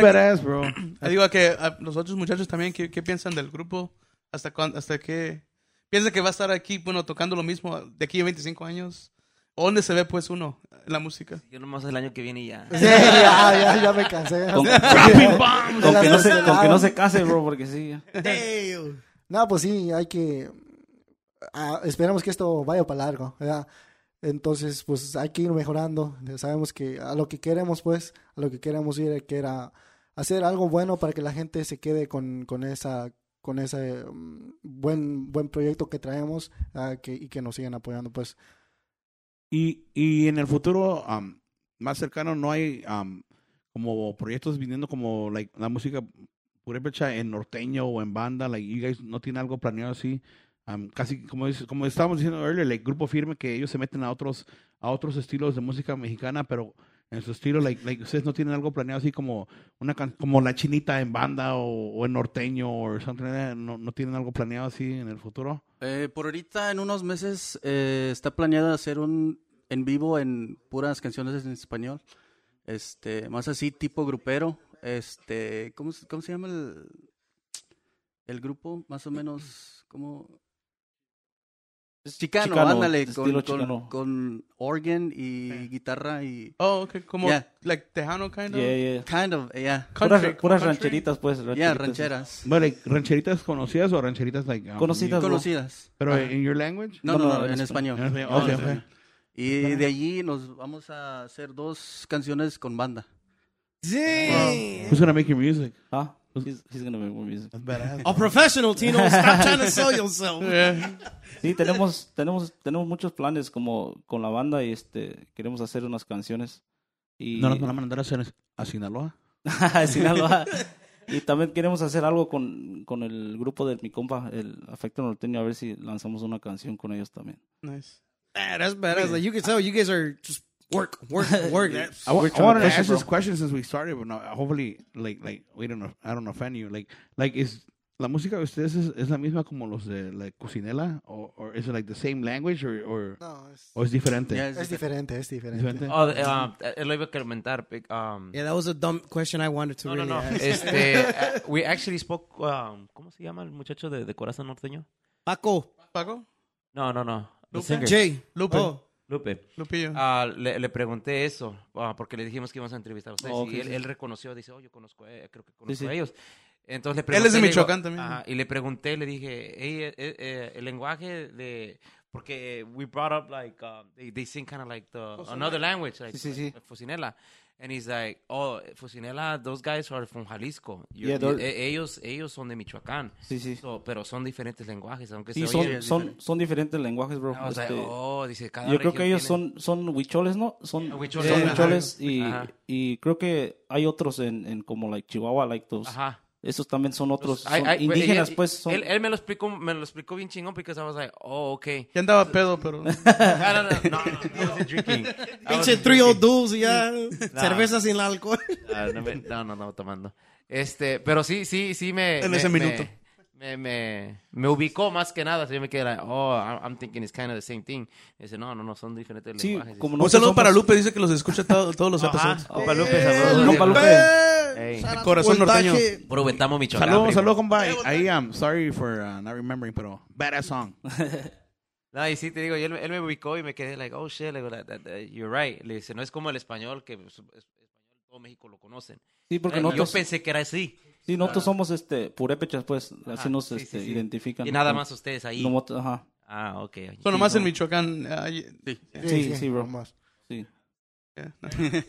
D: badass, bro.
C: Le digo a que a los otros muchachos también, ¿qué, qué piensan del grupo? ¿Hasta cuándo, hasta qué? ¿Piensan que va a estar aquí, bueno, tocando lo mismo de aquí a 25 años? ¿O ¿Dónde se ve, pues, uno en la música?
A: Yo nomás el año que viene y ya.
G: Sí, ya, ya, ya me cansé.
E: Con-
G: De
E: con
G: las
E: que no se con
G: cosas
E: que no
G: raras.
E: se case bro porque sí
B: Damn.
G: No, pues sí, hay que. ah, esperamos que esto vaya para largo, ¿verdad? Entonces, pues hay que ir mejorando. Sabemos que a lo que queremos, pues, a lo que queremos ir, que era hacer algo bueno para que la gente se quede con, con esa con ese mm, buen buen proyecto que traemos ah, que, y que nos sigan apoyando pues
D: Y, y en el futuro um, más cercano no hay um, como proyectos viniendo como like, la música purépecha en norteño o en banda, like you guys no tienen algo planeado así. Um, casi como, es- como estábamos diciendo earlier, like grupo firme que ellos se meten a otros a otros estilos de música mexicana, pero en su estilo, like, like ustedes no tienen algo planeado así como una can- como la chinita en banda o, o en norteño o something like that? no, no tienen algo planeado así en el futuro.
H: Eh, por ahorita, en unos meses, eh, está planeado hacer un en vivo en puras canciones en español. Este, más así, tipo grupero. Este, ¿cómo, se- cómo se llama el, el grupo? Más o menos, como Chicano, ándale, con,
E: estilo
H: con,
E: chicano.
H: con organ y guitarra y...
C: Oh, ok, como,
H: Yeah.
C: like, tejano, kind of.
E: Yeah, yeah.
H: Kind of, yeah.
E: puras,
C: Country,
E: puras
C: country.
E: rancheritas pues
H: Yeah,
E: rancheritas.
H: rancheras.
D: But, like, rancheritas conocidas o rancheritas like um,
E: Conocidas. bro.
H: Conocidas.
D: Pero en your language?
H: No, no, no, en, español.
D: En español,
H: No,
D: ok,
H: en
D: ok.
H: español. Y de allí nos vamos a hacer dos canciones con banda.
B: Damn.
D: Who's gonna make your music?
E: Ah, he's- he's gonna make more music.
B: A professional, Tino. Stop trying to sell yourself.
E: Sí, tenemos, tenemos, tenemos muchos planes como con la banda y este queremos hacer unas canciones. Y,
D: No nos van a mandar a hacer a Sinaloa.
E: A Sinaloa. y también queremos hacer algo con, con el grupo de mi compa, el Afecto Norteño, a ver si lanzamos una canción con ellos también.
C: Nice.
B: Man, Ah, that's badass. Like, you can tell you guys are just work, work, work.
D: I, wa- I wanted to ask this question since we started, but no, hopefully, like, like, we don't know, I don't offend you. Like, like, is la música de ustedes es, es la misma como los de la cocinela, or, or is it like the same language, or, or,
G: no es,
D: or es diferente?
H: Ya es
G: es
H: difer-
G: diferente es diferente
D: Diferente.
A: Oh, eh, um, eh, lo iba a comentar. pic- um,
B: Yeah, that was a dumb question I wanted to
A: no, no,
B: really
A: no.
B: ask.
A: Este, eh, we actually spoke. um, ¿Cómo se llama el muchacho de, de Corazón Norteño?
B: Paco,
C: ¿Paco?
A: No, no, no. The
C: Lupe.
A: singer.
B: Jay,
C: Lupe.
B: Oh,
A: Lupe.
C: Lupillo.
A: Ah, le, le pregunté eso, ah, porque le dijimos que íbamos a entrevistar a ustedes.
E: Oh, ok,
A: y él,
E: sí.
A: él reconoció, dice, oh, yo conozco, a ella, creo que conozco
E: sí.
A: a ellos. Entonces le
C: Él
A: pregunté.
C: es de
A: le digo-
C: Michoacán también.
A: Ajá, y le pregunté, le dije, hey, eh, eh, eh, el lenguaje de. Porque we brought up like, um, they, they sing kind of like the, another language, like,
E: Sí, sí,
A: like-
E: sí.
A: like Fusinela. And he's like, oh, Fusinela, those guys are from Jalisco. You-
E: Yeah, those-
A: eh, ellos, ellos son de Michoacán.
E: Sí, sí.
A: So, pero son diferentes lenguajes, aunque
E: Sí,
A: se
E: son,
A: oyen-
E: son, son diferentes lenguajes, bro.
A: Ah, o sea,
E: Este,
A: oh, dice, cada
E: yo creo
A: región
E: que ellos
A: tiene-
E: son, son huicholes, ¿no? Son
A: Yeah,
E: huicholes,
A: huicholes.
E: son
A: Ajá.
E: huicholes y,
A: Ajá.
E: y creo que hay otros en, en como like Chihuahua, like those.
A: Ajá.
E: Esos también son otros.
A: Ay,
E: son
A: ay,
E: indígenas,
A: él-
E: pues. Son,
A: Él, él me lo explicó, me lo explicó bien chingón porque I was like, oh, okay.
C: Ya andaba pedo,
A: No,
C: pero.
A: no, no, no, no, I was drinking. I was
G: Pinche three old dudes y ya.
A: Nah.
G: Cerveza sin alcohol.
A: Ah, no, me- no, no, no, tomando. Este, pero sí, sí, sí me...
C: En
A: me-
C: ese
A: me-
C: minuto.
A: Me, me, me ubicó más que nada. Así yo me quedé like, oh, I'm, I'm thinking it's kind of the same thing. Y dice, no, no, no, son diferentes
E: sí,
A: lenguajes.
E: como
C: Un
E: nosotros
C: saludo
E: somos-
C: para Lupe, dice que los escucha todo- todos los
A: Ajá.
C: episodios.
A: Compa Lupe, saludos.
E: Compa Lupe.
A: Ey.
G: Shout out
C: Corazón
G: Voltaje.
C: norteño.
A: Puro Huetamo, Michoacán.
D: Saludos,
A: primo.
D: saludos, compa. I am sorry for uh, not remembering, pero badass song.
A: No, y sí, te digo, y él, él me ubicó y me quedé like, oh shit, le digo, that- that- that- you're right. Le dice, no es como el español, que pues, es- español todo México lo conocen.
E: Sí, porque
A: Eh,
E: nosotros,
A: Yo pensé que era así.
E: sí, nosotros somos este, purépechas, pues. Así nos
A: sí, sí,
E: este,
A: sí.
E: identifican.
A: Y nada
E: ¿no?
A: más ustedes ahí.
E: Nomás- ajá.
A: Ah, ok.
C: Son nomás en Michoacán. Ay,
E: Sí, sí, bro. Sí.
C: yeah, no.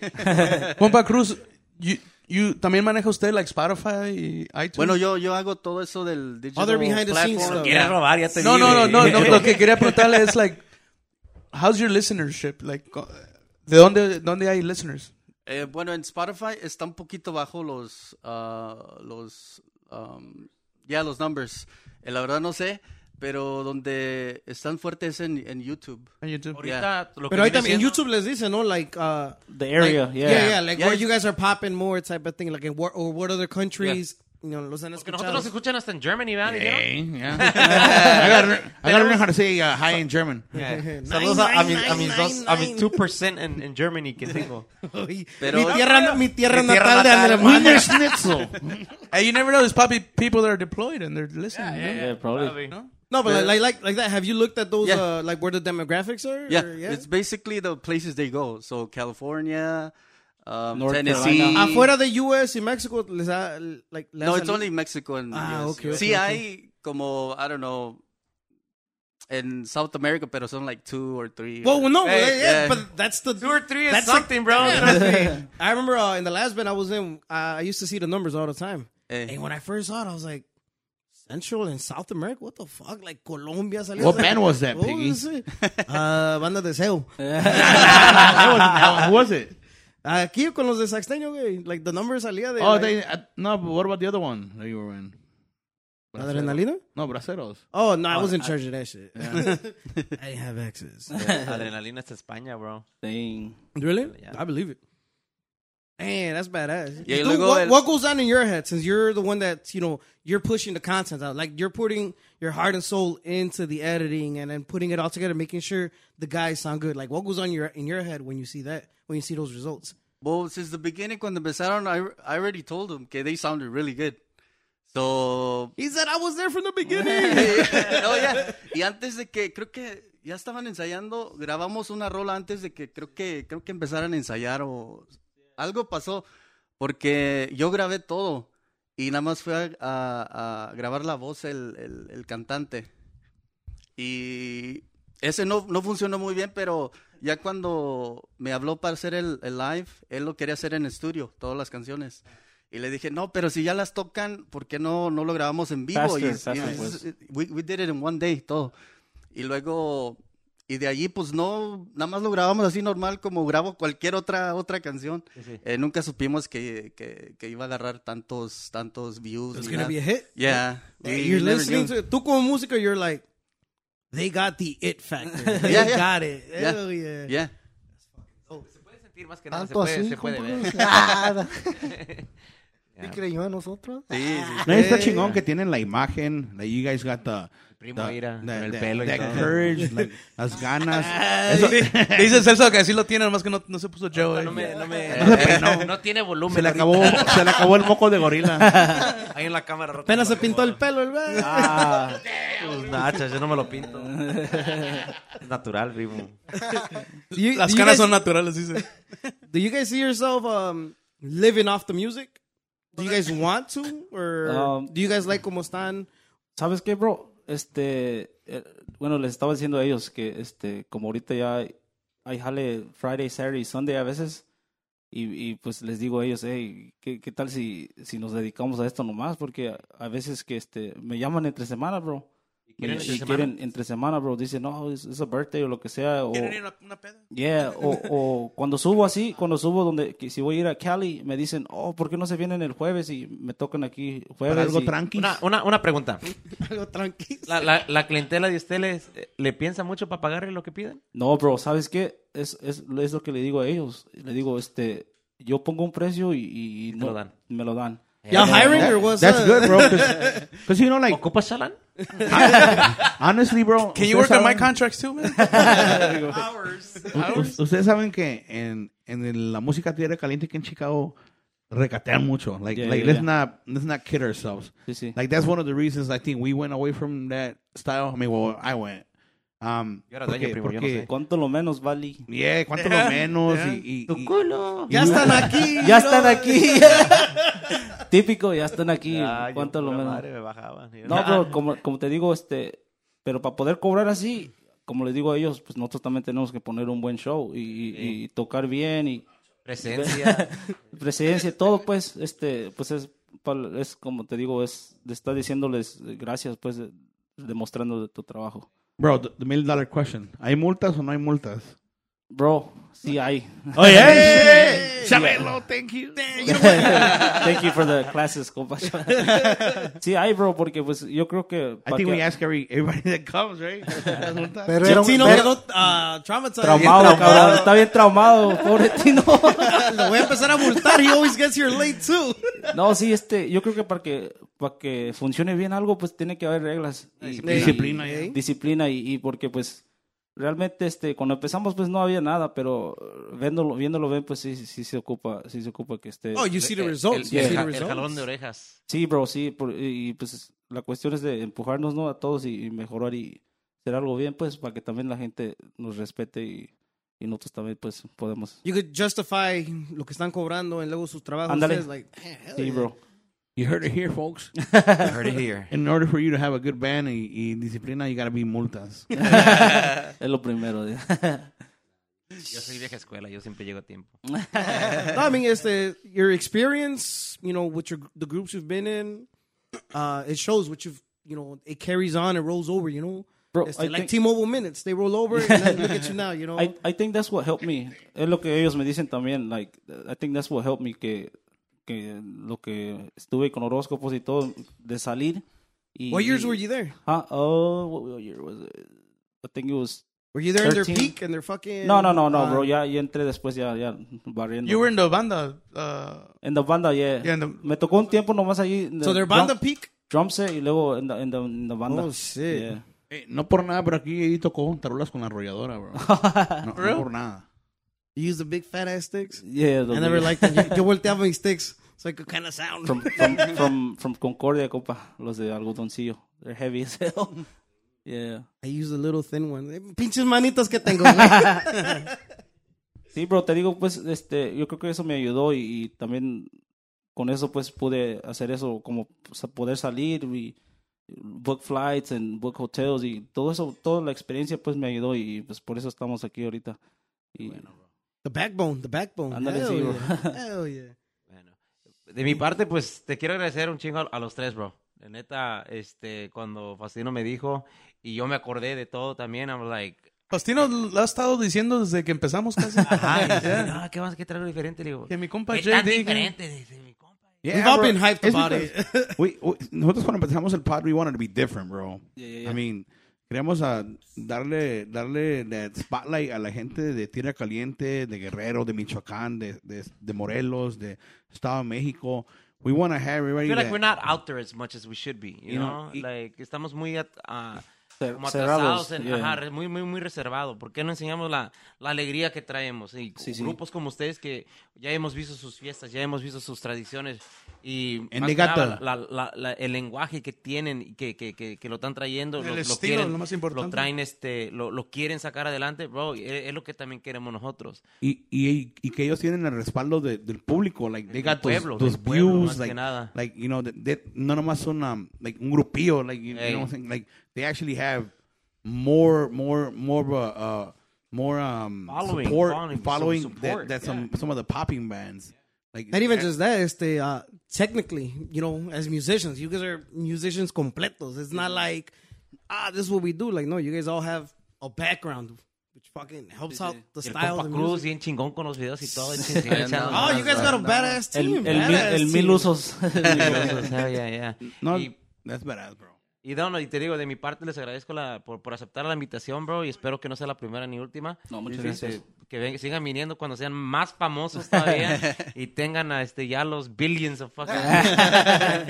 C: Compa Cruz, you- you- ¿también maneja usted like Spotify y iTunes?
H: Bueno, yo, yo hago todo eso del digital
G: Other behind the scenes
H: platform.
G: stuff.
A: Quieres robar, ya te
C: No,
A: vi,
C: no, no,
A: güey.
C: no, no, Lo que quería preguntarle es like, how's your listenership? Like, co- ¿de dónde, dónde hay listeners?
H: Eh, bueno, en Spotify está un poquito bajo los, ah, los, um, ya los numbers. Eh, la verdad no sé, pero donde están fuertes es en, en YouTube.
C: En YouTube.
A: Ahorita, lo que
G: Pero ahí
A: viene
G: también en
A: siendo-
G: YouTube les dice, ¿no? Like, uh,
E: The area,
G: like-
E: yeah.
G: Yeah, yeah, like
H: Yeah,
G: where
H: it's-
G: you guys are popping more type of thing. Like, in what, or what other countries, you know, los han
A: Que nosotros nos escuchan
G: escuchado.
A: hasta en Germany, ¿verdad? Dijeron.
D: Hey, yeah. I gotta, learn- I gotta learn how to say uh, hi in German.
G: Eh,
A: Saludos a, a mis, a mis
G: nine,
A: dos,
G: nine,
A: a mi
G: nine.
A: 2% en, en Germany que tengo.
H: Pero-
G: mi tierra, mi tierra
A: Mi tierra
G: natal, de
A: natal.
G: Alemania.
D: Wiener Schnitzel.
C: Hey, you never know, there's probably people that are deployed and they're listening. you know?
E: Yeah, Eh, probably.
G: No, but like, like like that. Have you looked at those?
H: Yeah.
G: Uh, like where the demographics are?
H: Yeah,
G: Or-
H: it's basically the places they go. So California, um,
E: North
H: Tennessee.
E: Carolina.
G: Afuera de U.S. y México, les ha, like les
H: No,
G: ha
H: it's
G: salido-
H: only Mexico and
G: Ah,
H: US.
G: okay,
H: sí
G: okay,
H: hay como, I don't know, en South America, pero son like two or three.
G: Well, well, no,
H: Hey,
G: yeah, yeah,
H: yeah.
G: but that's the
A: Two or three is
G: That's like-
A: something, bro.
G: I remember uh, in the last band I was in, uh, I used to see the numbers all the time.
H: Eh.
G: And when I first saw it, I was like, Central and South America? What the fuck? Like Colombia salió.
D: What band was that,
G: What
D: Piggy?
G: was it? uh, Banda de Seo.
D: That wasn't that one. Who was it?
G: Aquí con los de Saxteño, güey. Like the numbers salía de.
D: Oh,
G: like,
D: they, uh, no, but what about the other one that you were in?
G: Adrenalina?
D: No, Braceros.
G: Oh, no, I was in charge of that shit. I didn't have access.
A: Adrenalina hasta España, bro.
E: Dang.
G: Really?
A: Yeah.
G: I believe it. Man, that's badass.
H: Yeah,
G: Dude,
H: look
G: what,
H: over-
G: what goes on in your head since you're the one that's, you know, you're pushing the content out. Like you're putting your heart and soul into the editing and then putting it all together, making sure the guys sound good. Like what goes on your in your head when you see that, when you see those results?
H: Well, since the beginning, cuando empezaron, I, I already told them que they sounded really good. So,
G: He said I was there from the beginning.
H: no, ya. Y antes de que, creo que ya estaban ensayando, grabamos una rola antes de que creo que, creo que empezaran a ensayar o algo pasó, porque yo grabé todo y nada más fue a, a- a grabar la voz el, el- el cantante. Y ese no, no funcionó muy bien, pero ya cuando me habló para hacer el, el live, él lo quería hacer en estudio, todas las canciones. Y le dije, no, pero si ya las tocan, ¿por qué no, no lo grabamos en vivo?
E: Faster,
H: Y- y-
E: faster, pues.
H: we, we did it in one day, todo. Y luego, y de allí, pues no, nada más lo grabamos así normal como grabo cualquier otra, otra canción. Eh, nunca supimos que, que, que iba a agarrar tantos, tantos views.
G: It's
H: ni
G: gonna
H: nada.
G: be a hit.
H: Yeah. we
G: you're
H: never
G: listening
H: knew.
G: to it. Tú como músico, you're like, they got the it factor. They
H: Yeah, yeah.
G: got it.
H: Yeah.
G: Hell yeah.
H: Yeah.
A: Se puede sentir más que nada. Se
P: Tanto
A: puede,
P: así,
A: se puede
P: compa
A: ver.
P: Cruz. Ah,
Q: ¿Y creyó en nosotros?
D: No, está chingón que tienen la imagen. Like, you guys got the...
A: primo
D: the-
A: Ira,
D: the-
A: con el
D: the-
A: pelo y
D: the
A: todo.
D: courage, like, las ganas.
C: Eso, le dice Celso que así lo tiene, nomás que no, no se puso Joe. eh.
R: No, me, no, me,
D: peinó.
R: no tiene volumen.
D: Se le
R: ahorita.
D: acabó, se le acabó el moco de gorila.
A: Ahí en la cámara. rota.
G: Apenas se pintó el pelo el güey.
A: Ah, tus nachas, yo no me lo pinto. Es natural, primo.
G: Do you-
C: Las
G: do you
C: caras
G: guys-
C: son naturales, dice.
G: Do you guys see yourself um, living off the music? Do you guys want to, or
E: Um,
G: do you guys like como están?
E: ¿Sabes qué, bro? Este, eh, bueno, les estaba diciendo a ellos que, este, como ahorita ya hay- hay jale Friday, Saturday, Sunday a veces, y, y pues les digo a ellos, hey, ¿qué, qué tal si, si nos dedicamos a esto nomás? Porque a, a veces que, este, me llaman entre semana, bro. Y
A: quieren entre semana?
E: quieren entre semana, bro. Dicen, no, es es a birthday o lo que sea. O,
C: ¿Quieren ir a una peda?
E: Yeah, o, o cuando subo así, cuando subo donde, que si voy a ir a Cali, me dicen, oh, ¿por qué no se vienen el jueves? Y me tocan aquí jueves.
D: Para algo
E: y-
D: tranqui.
A: Una, una, una pregunta.
G: Algo tranquilo.
A: La, la, la clientela de ustedes eh, le piensa mucho para pagarle lo que piden.
E: No, bro, ¿sabes qué? Es, es, es lo que le digo a ellos. Le digo, este, yo pongo un precio y, y, y
A: te lo
E: no-
A: dan.
E: me lo dan.
G: Y'all
A: Eh,
G: hiring or what's
D: That's
G: up?
D: good, bro. Because, you know, like,
A: ¿Ocupas Shalan?
D: honestly, bro.
C: Can you work
D: ustedes
C: on my
D: saben-
C: contracts too, man?
D: U- u- Ustedes saben que en, en el- la música tierra caliente que en Chicago recatean mucho. Like,
E: Yeah,
D: like
E: yeah,
D: let's
E: yeah.
D: not let's not kid ourselves.
E: Sí, sí.
D: Like that's one of the reasons I think we went away from that style. I mean, well, I went. Um,
A: Yo era dueño, primo, yo no sé.
E: ¿Cuánto lo menos, Vali?
D: Yeah, cuánto lo menos y, y- y-
G: Ya están aquí.
E: Ya están aquí. Típico, ya están aquí. ¿Cuánto lo menos?
A: me bajaban.
E: No, bro, como, como te digo, este, pero para poder cobrar así, como les digo a ellos, pues nosotros también tenemos que poner un buen show y, y- y tocar bien y
A: Presencia.
E: presidencia, todo, pues, este, pues es, pal- es como te digo, es, le está diciéndoles eh, gracias, pues, de- demostrando de tu trabajo.
D: bro, the, the million dollar question. ¿Hay multas o no hay multas?
E: Bro, sí hay.
D: Oye, hey, Chabelo, thank you.
E: Thank you for the classes, compa. sí hay, bro, porque pues yo creo que...
D: I
E: pa'
D: think
E: que-
D: we ask every everybody that comes, right? Las multas.
Q: Pero era un...
G: Tino
Q: pero-
G: quedó ah, traumatized.
E: Traumado, cabrón, está bien traumado, pobre Tino.
G: Lo voy a empezar a multar. He always gets here late too.
E: No, sí, este, yo creo que para que para que funcione bien algo, pues tiene que haber reglas. Y-
D: Disciplina,
E: y-
D: ¿eh?
E: disciplina y, y porque pues realmente este cuando empezamos pues no había nada, pero eh, viéndolo viéndolo ven pues sí sí, sí se ocupa, sí se ocupa que esté.
G: Oh, you see the
A: Eh, el,
G: results.
A: el
G: You see
A: ja-
G: the
A: el jalón de
G: results.
A: orejas.
E: Sí, bro, sí, por- y, y, pues la cuestión es de empujarnos no a todos y, y mejorar y hacer algo bien pues para que también la gente nos respete y, y nosotros también pues podemos.
G: You could justify lo que están cobrando en luego sus trabajos.
E: Ándale.
G: Ustedes, Like, man, hell
E: Sí,
G: yeah.
E: bro.
D: You heard it here, folks.
A: Heard it here.
D: In order for you to have a good band y, y disciplina, you gotta be multas.
E: Es lo primero. de-
A: Yo soy vieja escuela, yo siempre llego a tiempo.
G: No, I mean, it's the, your experience, you know, with your the groups you've been in. Uh, it shows what you've, you know, it carries on and rolls over, you know.
E: Bro,
G: It's
E: I think-
G: like T-Mobile minutes, they roll over and then look at you now, you know.
E: I, I think that's what helped me. Es lo que ellos me dicen también. Like, I think that's what helped me que, que lo que estuve con horóscopos y todo de salir. Y,
G: what years were you there?
E: Huh? Oh, what, what year was it? I think it was.
G: Were you there in their
E: 13.
G: peak and their fucking?
E: No, no, no, no,
G: uh,
E: bro. Ya, ya entré después, ya, ya barriendo.
C: You were in the banda. Uh,
E: en la banda, yeah.
C: Yeah, in the-
E: Me tocó un tiempo nomás allí. en
G: So
E: the
G: their banda
E: drum,
G: peak.
E: drum set y luego en la, en la, en la banda.
G: Oh, shit.
E: Yeah.
D: Eh, no por nada, pero aquí ahí tocó tarulas con la arrolladora, bro. No, no por nada.
G: You use the big fat ass sticks.
E: Yeah,
G: I
E: the-
G: never liked them. Yo- Yo volteaba mis sticks, so I could kind of sound.
E: from, from, from, from Concordia, compa. Los de algodoncillo. They're heavy as hell. Yeah.
G: I use the little thin one. Eh, Pinches manitas que tengo. güey.
E: Sí, bro, te digo, pues, este, yo creo que eso me ayudó y, y también con eso, pues, pude hacer eso, como sa- poder salir y book flights and book hotels y todo eso, toda la experiencia, pues, me ayudó y, pues, por eso estamos aquí ahorita. Y,
G: the backbone, the backbone.
E: Ándale,
G: Hell
E: sí, bro.
G: yeah. Hell yeah.
A: De mi parte, pues te quiero agradecer un chingo a, a los tres, bro. La neta, este, cuando Faustino me dijo y yo me acordé de todo también, I'm like,
C: Faustino lo ha estado diciendo desde que empezamos casi.
A: ah, y dice, no, ¿qué más? ¿Qué traigo diferente? Le digo,
C: Que mi compa
A: ¿qué
C: Jay
A: tan
C: diga.
A: diferente? Dice mi compa.
D: Yeah,
G: We've all
D: bro.
G: been hyped
D: It's
G: about
D: because we- we- nosotros cuando empezamos el pod, we wanted to be different, bro.
E: Yeah, yeah, yeah.
D: I mean, queríamos ah, darle, darle that spotlight a la gente de Tierra Caliente, de Guerrero, de Michoacán, de, de, de Morelos, de Estado de México. we want to have everybody.
A: I feel like
D: that-
A: we're not out there as much as we should be, you,
E: You know,
A: know? like, estamos muy at- ah,
E: Cer-
A: como atrasados,
E: cerrados,
A: en-
E: yeah.
A: ajá, re- muy, muy, muy reservado. ¿Por qué no enseñamos la, la alegría que traemos? Y
E: Sí, sí.
A: grupos como ustedes que ya hemos visto sus fiestas, ya hemos visto sus tradiciones y
D: En
A: más
D: de
A: que
D: gata.
A: nada, la- la- la- el lenguaje que tienen y que, que, que, que lo están trayendo,
C: El
A: lo, lo
C: estilo,
A: quieren,
C: lo más importante.
A: traen, este, lo, lo quieren sacar adelante, bro, y es, es lo que también queremos nosotros.
D: y, y, y que ellos tienen el respaldo de- del público, like they
A: Del
D: got those,
A: pueblo,
D: those
A: del pueblo,
D: views,
A: más que
D: like,
A: nada.
D: like you know, that- that- no nomás son um, like un grupillo, like you, you
A: Ey.
D: know, what I'm saying? like they actually have more, more, more, of a, uh, more um
A: Following,
D: support,
A: following,
D: following,
A: some support,
D: that, that some some of the popping bands, like eh,
B: Not
A: Eh.
B: even just that. It's the uh, technically, you know, as musicians, you guys are musicians completos. It's
A: Mm-hmm.
B: not like ah, this is what we do. Like no, you guys all have a background, which fucking helps out the
A: El
B: style. Of
A: Compa
B: the
A: Cruz,
B: music.
A: bien chingón con los videos y todo. el chingón, echando-
B: Oh, you guys got a badass
E: El,
B: team.
E: el, mil-
B: badass
E: el
B: team.
E: mil usos.
A: Yeah, yeah, yeah.
D: no,
A: ah, Y-
D: that's badass, bro.
A: Y Dono, y te digo, de mi parte les agradezco la, por, por aceptar la invitación, bro, y espero que no sea la primera ni última.
E: No, muchas
A: Este,
E: gracias.
A: que ven- sigan viniendo cuando sean más famosos todavía y tengan a, este, ya los billions of fucking...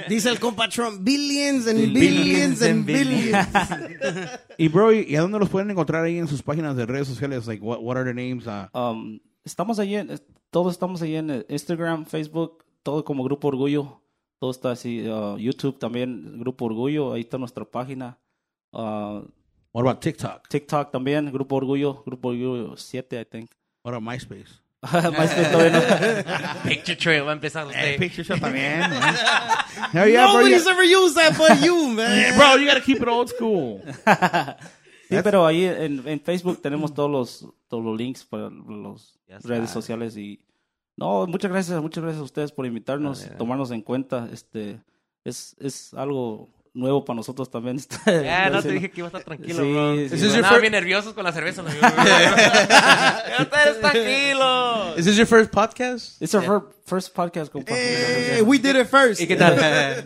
B: Dice el compa Trump, billions and
A: Billions
B: billions
A: and
B: and billions.
D: Y bro, ¿y y a dónde los pueden encontrar ahí en sus páginas de redes sociales? Like what, what are the names? Uh,
E: Um, estamos ahí en, todos estamos ahí en eh, Instagram, Facebook, todo como Grupo Orgullo. Todo está así, uh, YouTube también, Grupo Orgullo, ahí está nuestra página. Uh,
D: what about TikTok?
E: TikTok también, Grupo Orgullo, Grupo Orgullo 7, I think.
D: What about MySpace?
E: MySpace todavía no.
A: Picture Trail, va a empezar
E: Eh,
A: usted.
D: también. Hell yeah, bro,
B: Nobody's
D: yeah.
B: ever used that but you, man.
D: bro, you gotta keep it old school.
E: Sí, pero ahí en, en Facebook tenemos todos los, todos los links para los
A: Ya está.
E: redes sociales y no, muchas gracias, muchas gracias a ustedes por invitarnos, tomarnos en cuenta, este es, es algo nuevo para nosotros también. este,
A: Ah, no,
E: decirlo.
A: te dije que iba a estar tranquilo,
E: Sí,
A: bro.
E: sí,
A: Sí,
E: This
C: is your
A: Estaban
C: fir-
A: bien nerviosos con la cerveza. los- Ya ustedes tranquilos.
C: Is this your first podcast?
E: It's our fir- first podcast, compa.
A: Eh,
B: Hey, we did it first.
E: ¿Qué tal?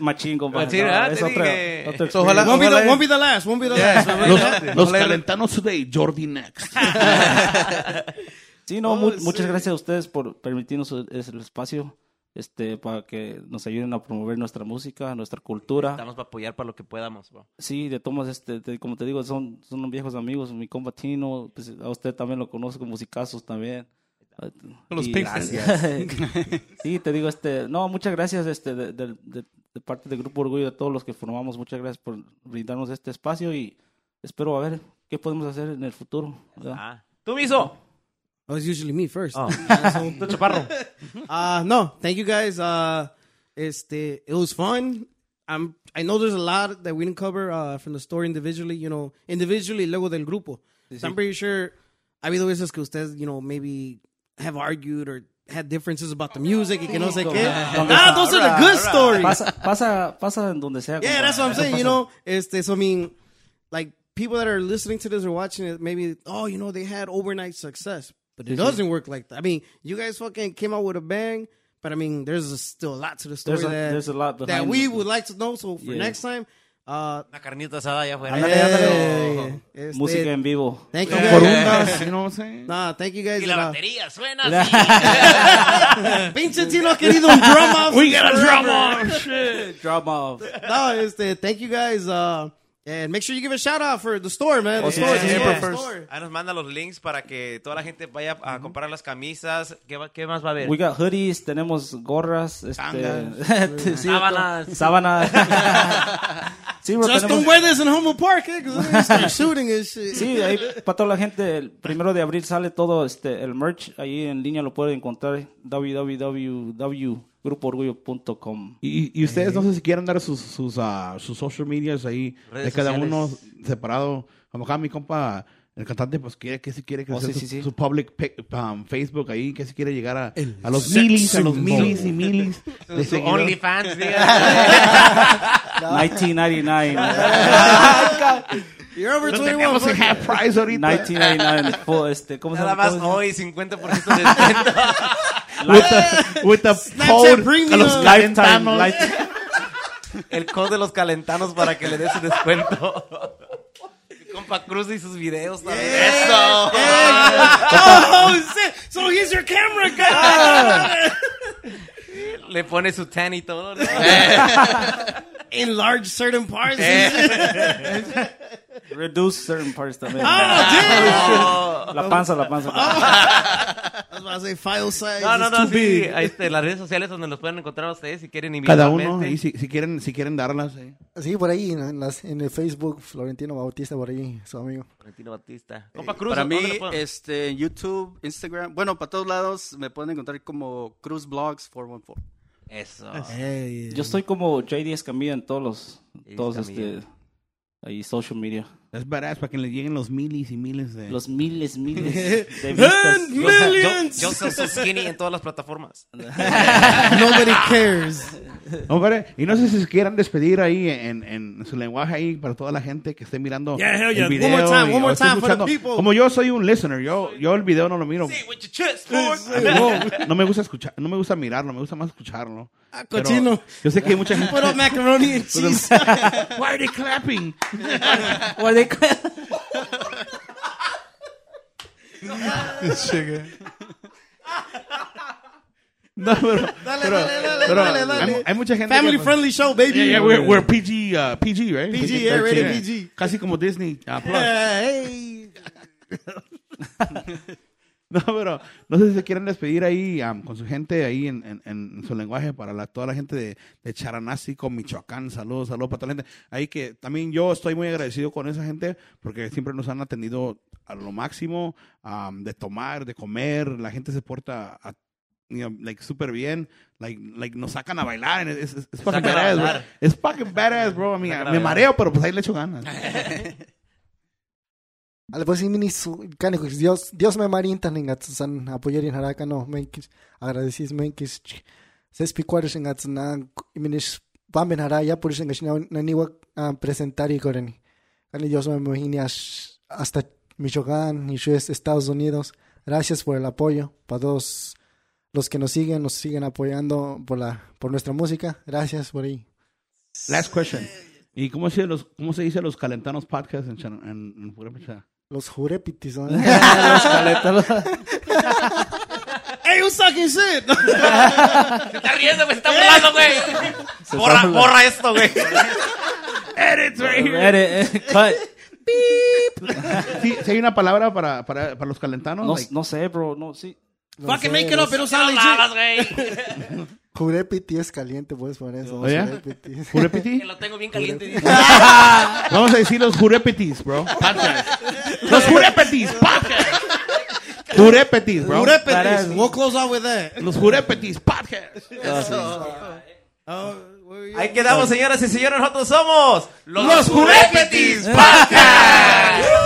E: Machín, compa.
A: Machín,
E: No,
A: ah,
E: es
A: te
E: otra,
A: dije.
E: otra
C: So, ojalá-
B: Won't be,
C: ojalá-
B: the, won't be the last. Won't be the last.
D: Los, los calentanos today, Jordi next.
E: Sí, no, mu-
A: eh,
E: muchas gracias a ustedes por permitirnos el es- el espacio este, para que nos ayuden a promover nuestra música, nuestra cultura.
A: Estamos para apoyar para lo que podamos, bro.
E: Sí, de tomas, este, te- como te digo, son, son unos viejos amigos, mi compa Tino, pues, a usted también lo conozco, musicazos también.
C: Los
E: Y- este,
C: Pink
E: sí, te digo, este, no, muchas gracias este, de, de- de- de parte del Grupo Orgullo, de todos los que formamos, muchas gracias por brindarnos este espacio y espero a ver qué podemos hacer en el futuro. ¿verdad?
A: Ah. Tú, Miso.
B: Oh, it's usually me first.
A: Oh.
B: So-
A: Chaparro.
B: uh, no, thank you guys. Uh, este, it was fun. I'm, I know there's a lot that we didn't cover uh, from the story individually, you know, individually, luego del grupo. So I'm pretty sure ha habido veces que ustedes, you know, maybe have argued or had differences about the music y que no sé qué. Ah, those are the good stories.
E: Pasa, pasa, pasa en donde sea.
B: Yeah,
E: compa.
B: that's what I'm saying. You know, este, so I mean, like people that are listening to this or watching it, maybe oh, you know, they had overnight success, but it doesn't work like that. I mean, you guys fucking came out with a bang, but I mean, there's a- still a lot to the story
E: There's a-
B: that
E: there's a lot
B: that
E: behind
B: we
E: it.
B: would like to know. So for
E: Yeah.
B: next time, uh,
A: Una carnita asada allá afuera.
E: Ándale, ándale.
B: hey, este,
E: Música en vivo.
B: Thank you guys.
D: Corundas, you know what I'm saying?
B: Nah, thank you guys.
A: Y la
B: and, uh,
A: batería suena así.
B: Pinche Tino ha querido un drum off. We got a drum off.
E: Drop off.
B: no, este, thank you guys. Uh, and make sure you give a shout out for the store, man. The store, the store, the store.
A: Ahí nos manda los links para que toda la gente vaya a comprar las camisas. ¿Qué, va- qué más va a haber?
E: We got hoodies, tenemos gorras, este,
A: Ah,
E: sí,
A: Sábanas.
E: to- sábanas. sí, bro,
B: Just don't
E: tenemos-
B: wear this in Homo Park, eh? Because they start shooting and shit.
E: sí, ahí para toda la gente, el primero de abril sale todo este el merch, ahí en línea lo pueden encontrar www.grupoorgullo.com.
D: Y, y ustedes no sé si quieren dar sus sus, ah, sus social medias ahí
A: Redes
D: de cada uno
A: sociales.
D: separado. Como acá mi compa el cantante pues quiere que si quiere que
E: Oh,
D: sea
E: sí,
D: su,
E: sí, sí.
D: su public pic- um, Facebook ahí que si quiere llegar a, a los milis, a los milis y milis. de
A: Su
D: seguidores.
A: OnlyFans, diga.
E: 1999.
B: You're over
D: No
B: 21.
D: tenemos
B: fuck
D: el
B: it.
D: half price ahorita.
E: 1999. Full, este, ¿cómo se
A: Nada
E: llama?
A: más
E: ¿Cómo
A: hoy, 50% de descuento.
D: With the, with the code
B: premium.
D: a los
E: se llama? Lifetime.
D: calentanos.
E: Lifetime.
A: El code de los calentanos para que le des su descuento. Compa Cruz y sus videos también. ¡Eso!
B: Oh, shit. So he's your camera guy.
A: Le pone su tan y todo. ¿no?
G: Enlarge certain parts.
B: Eh. Oh,
E: Reduce certain parts también. La panza, la panza.
A: Ah.
G: That's why I say file size.
A: No, no,
G: is
A: no,
G: too
A: sí.
G: big.
A: ahí está, en las redes sociales donde los pueden encontrar a ustedes si quieren
D: Cada uno,
A: individualmente.
D: ahí si, si quieren, si quieren darlas. eh.
H: Sí, por ahí, en, en las, en el Facebook, Florentino Bautista, por ahí, su amigo.
A: Florentino Batista. Compa Cruz,
S: para mí,
A: ¿dónde lo pueden-
S: este, en YouTube, Instagram, bueno, para todos lados me pueden encontrar como Cruz Blogs 414.
A: Eso.
E: Yo estoy como JD Escamilla en todos los.
A: JD
E: Todos
A: Escamilla.
E: este. Ahí, social media.
D: Es badass para que les lleguen los miles y miles de.
E: Los miles, miles de vistas.
A: Yo, yo, yo soy so skinny en todas las plataformas.
G: Nobody cares.
D: Hombre, Oh, y no sé si se quieran despedir ahí en, en su lenguaje ahí para toda la gente que esté mirando
G: Yeah,
D: el
G: hell yeah. One
D: video.
G: more time,
D: y-
G: one more
D: o esté
G: time for the
D: escuchando.
G: people.
D: Como yo soy un listener, yo, yo el video no lo miro. No me gusta escuchar, no me gusta mirarlo, me gusta más escucharlo.
G: Ah,
D: Pero
G: cochino.
D: Yo sé que hay mucha gente.
G: Put up macaroni and cheese.
D: Why are they clapping? No, pero,
G: Dale,
D: pero-
G: dale, dale,
D: pero
G: dale,
D: Hay,
G: dale.
D: hay mucha gente.
G: Family
D: que-
G: friendly show, baby.
D: Yeah, yeah, we're, we're PG, uh, PG, right?
G: PG, yeah, rated
D: Yeah.
G: PG.
D: Casi como Disney uh, Plus.
G: Yeah, hey.
D: No, pero no sé si se quieren despedir ahí am, con su gente ahí en, en- en su lenguaje para la, toda la gente de, de Charanásico, Michoacán. Saludos, saludos para toda la gente. Ahí que también yo estoy muy agradecido con esa gente porque siempre nos han atendido a lo máximo am, de tomar, de comer. La gente se porta a- you know, like súper bien. Like, like nos sacan a bailar. Es, es, es fucking
A: sacan a
D: badass, bro.
A: bailar.
D: Es fucking badass, bro. Me,
A: sacan a
D: me
A: bailar.
D: mareo, pero pues ahí le echo ganas.
H: Ale, pues sí, mini su- cánico, Dios, Dios me marinta, ninga, san, apoyar en Jaraca, no, menkis, agradecis, menkis, ch- ses picuares en Atzanan, y minis, van ben Jara, ya por eso en Gachina, naniwa, ah, presentar y coreni. Cani, Dios me imagine as- hasta Michoacán y yo es Estados Unidos. Gracias por el apoyo, para todos los que nos siguen, nos siguen apoyando por la, por nuestra música. Gracias por ahí.
D: Last question. ¿Y cómo se, los, cómo se dice los calentanos podcast en, Chara- en, en pura pechada?
H: Los jurepitis, ¿no?
G: Hey, you sucking
A: Se
G: shit.
A: está riendo, güey. Se está volando, güey. Borra, borra esto, güey.
E: Edit, eh, cut.
D: Sí, sí hay una palabra para, para, para los calentanos.
E: No,
D: like-
E: no sé, bro. No, sí.
G: Fucking make it up. It'll sound
A: Hablas,
G: legit.
A: güey.
H: Jurepiti es caliente, puedes poner eso.
D: Oh, yeah?
H: jurepitis.
D: ¿Jurepiti?
A: Que lo tengo bien caliente. dice.
D: Vamos a decir los jurepetis, bro. los jurepetis, podcast. Jurepetis, bro.
G: Repetis. We'll close out with that.
D: Los jurepetis, podcast.
A: Ahí quedamos, señoras y señores. Nosotros somos los,
D: Los
A: Jurepetis
D: Jurepetis
A: Podcast.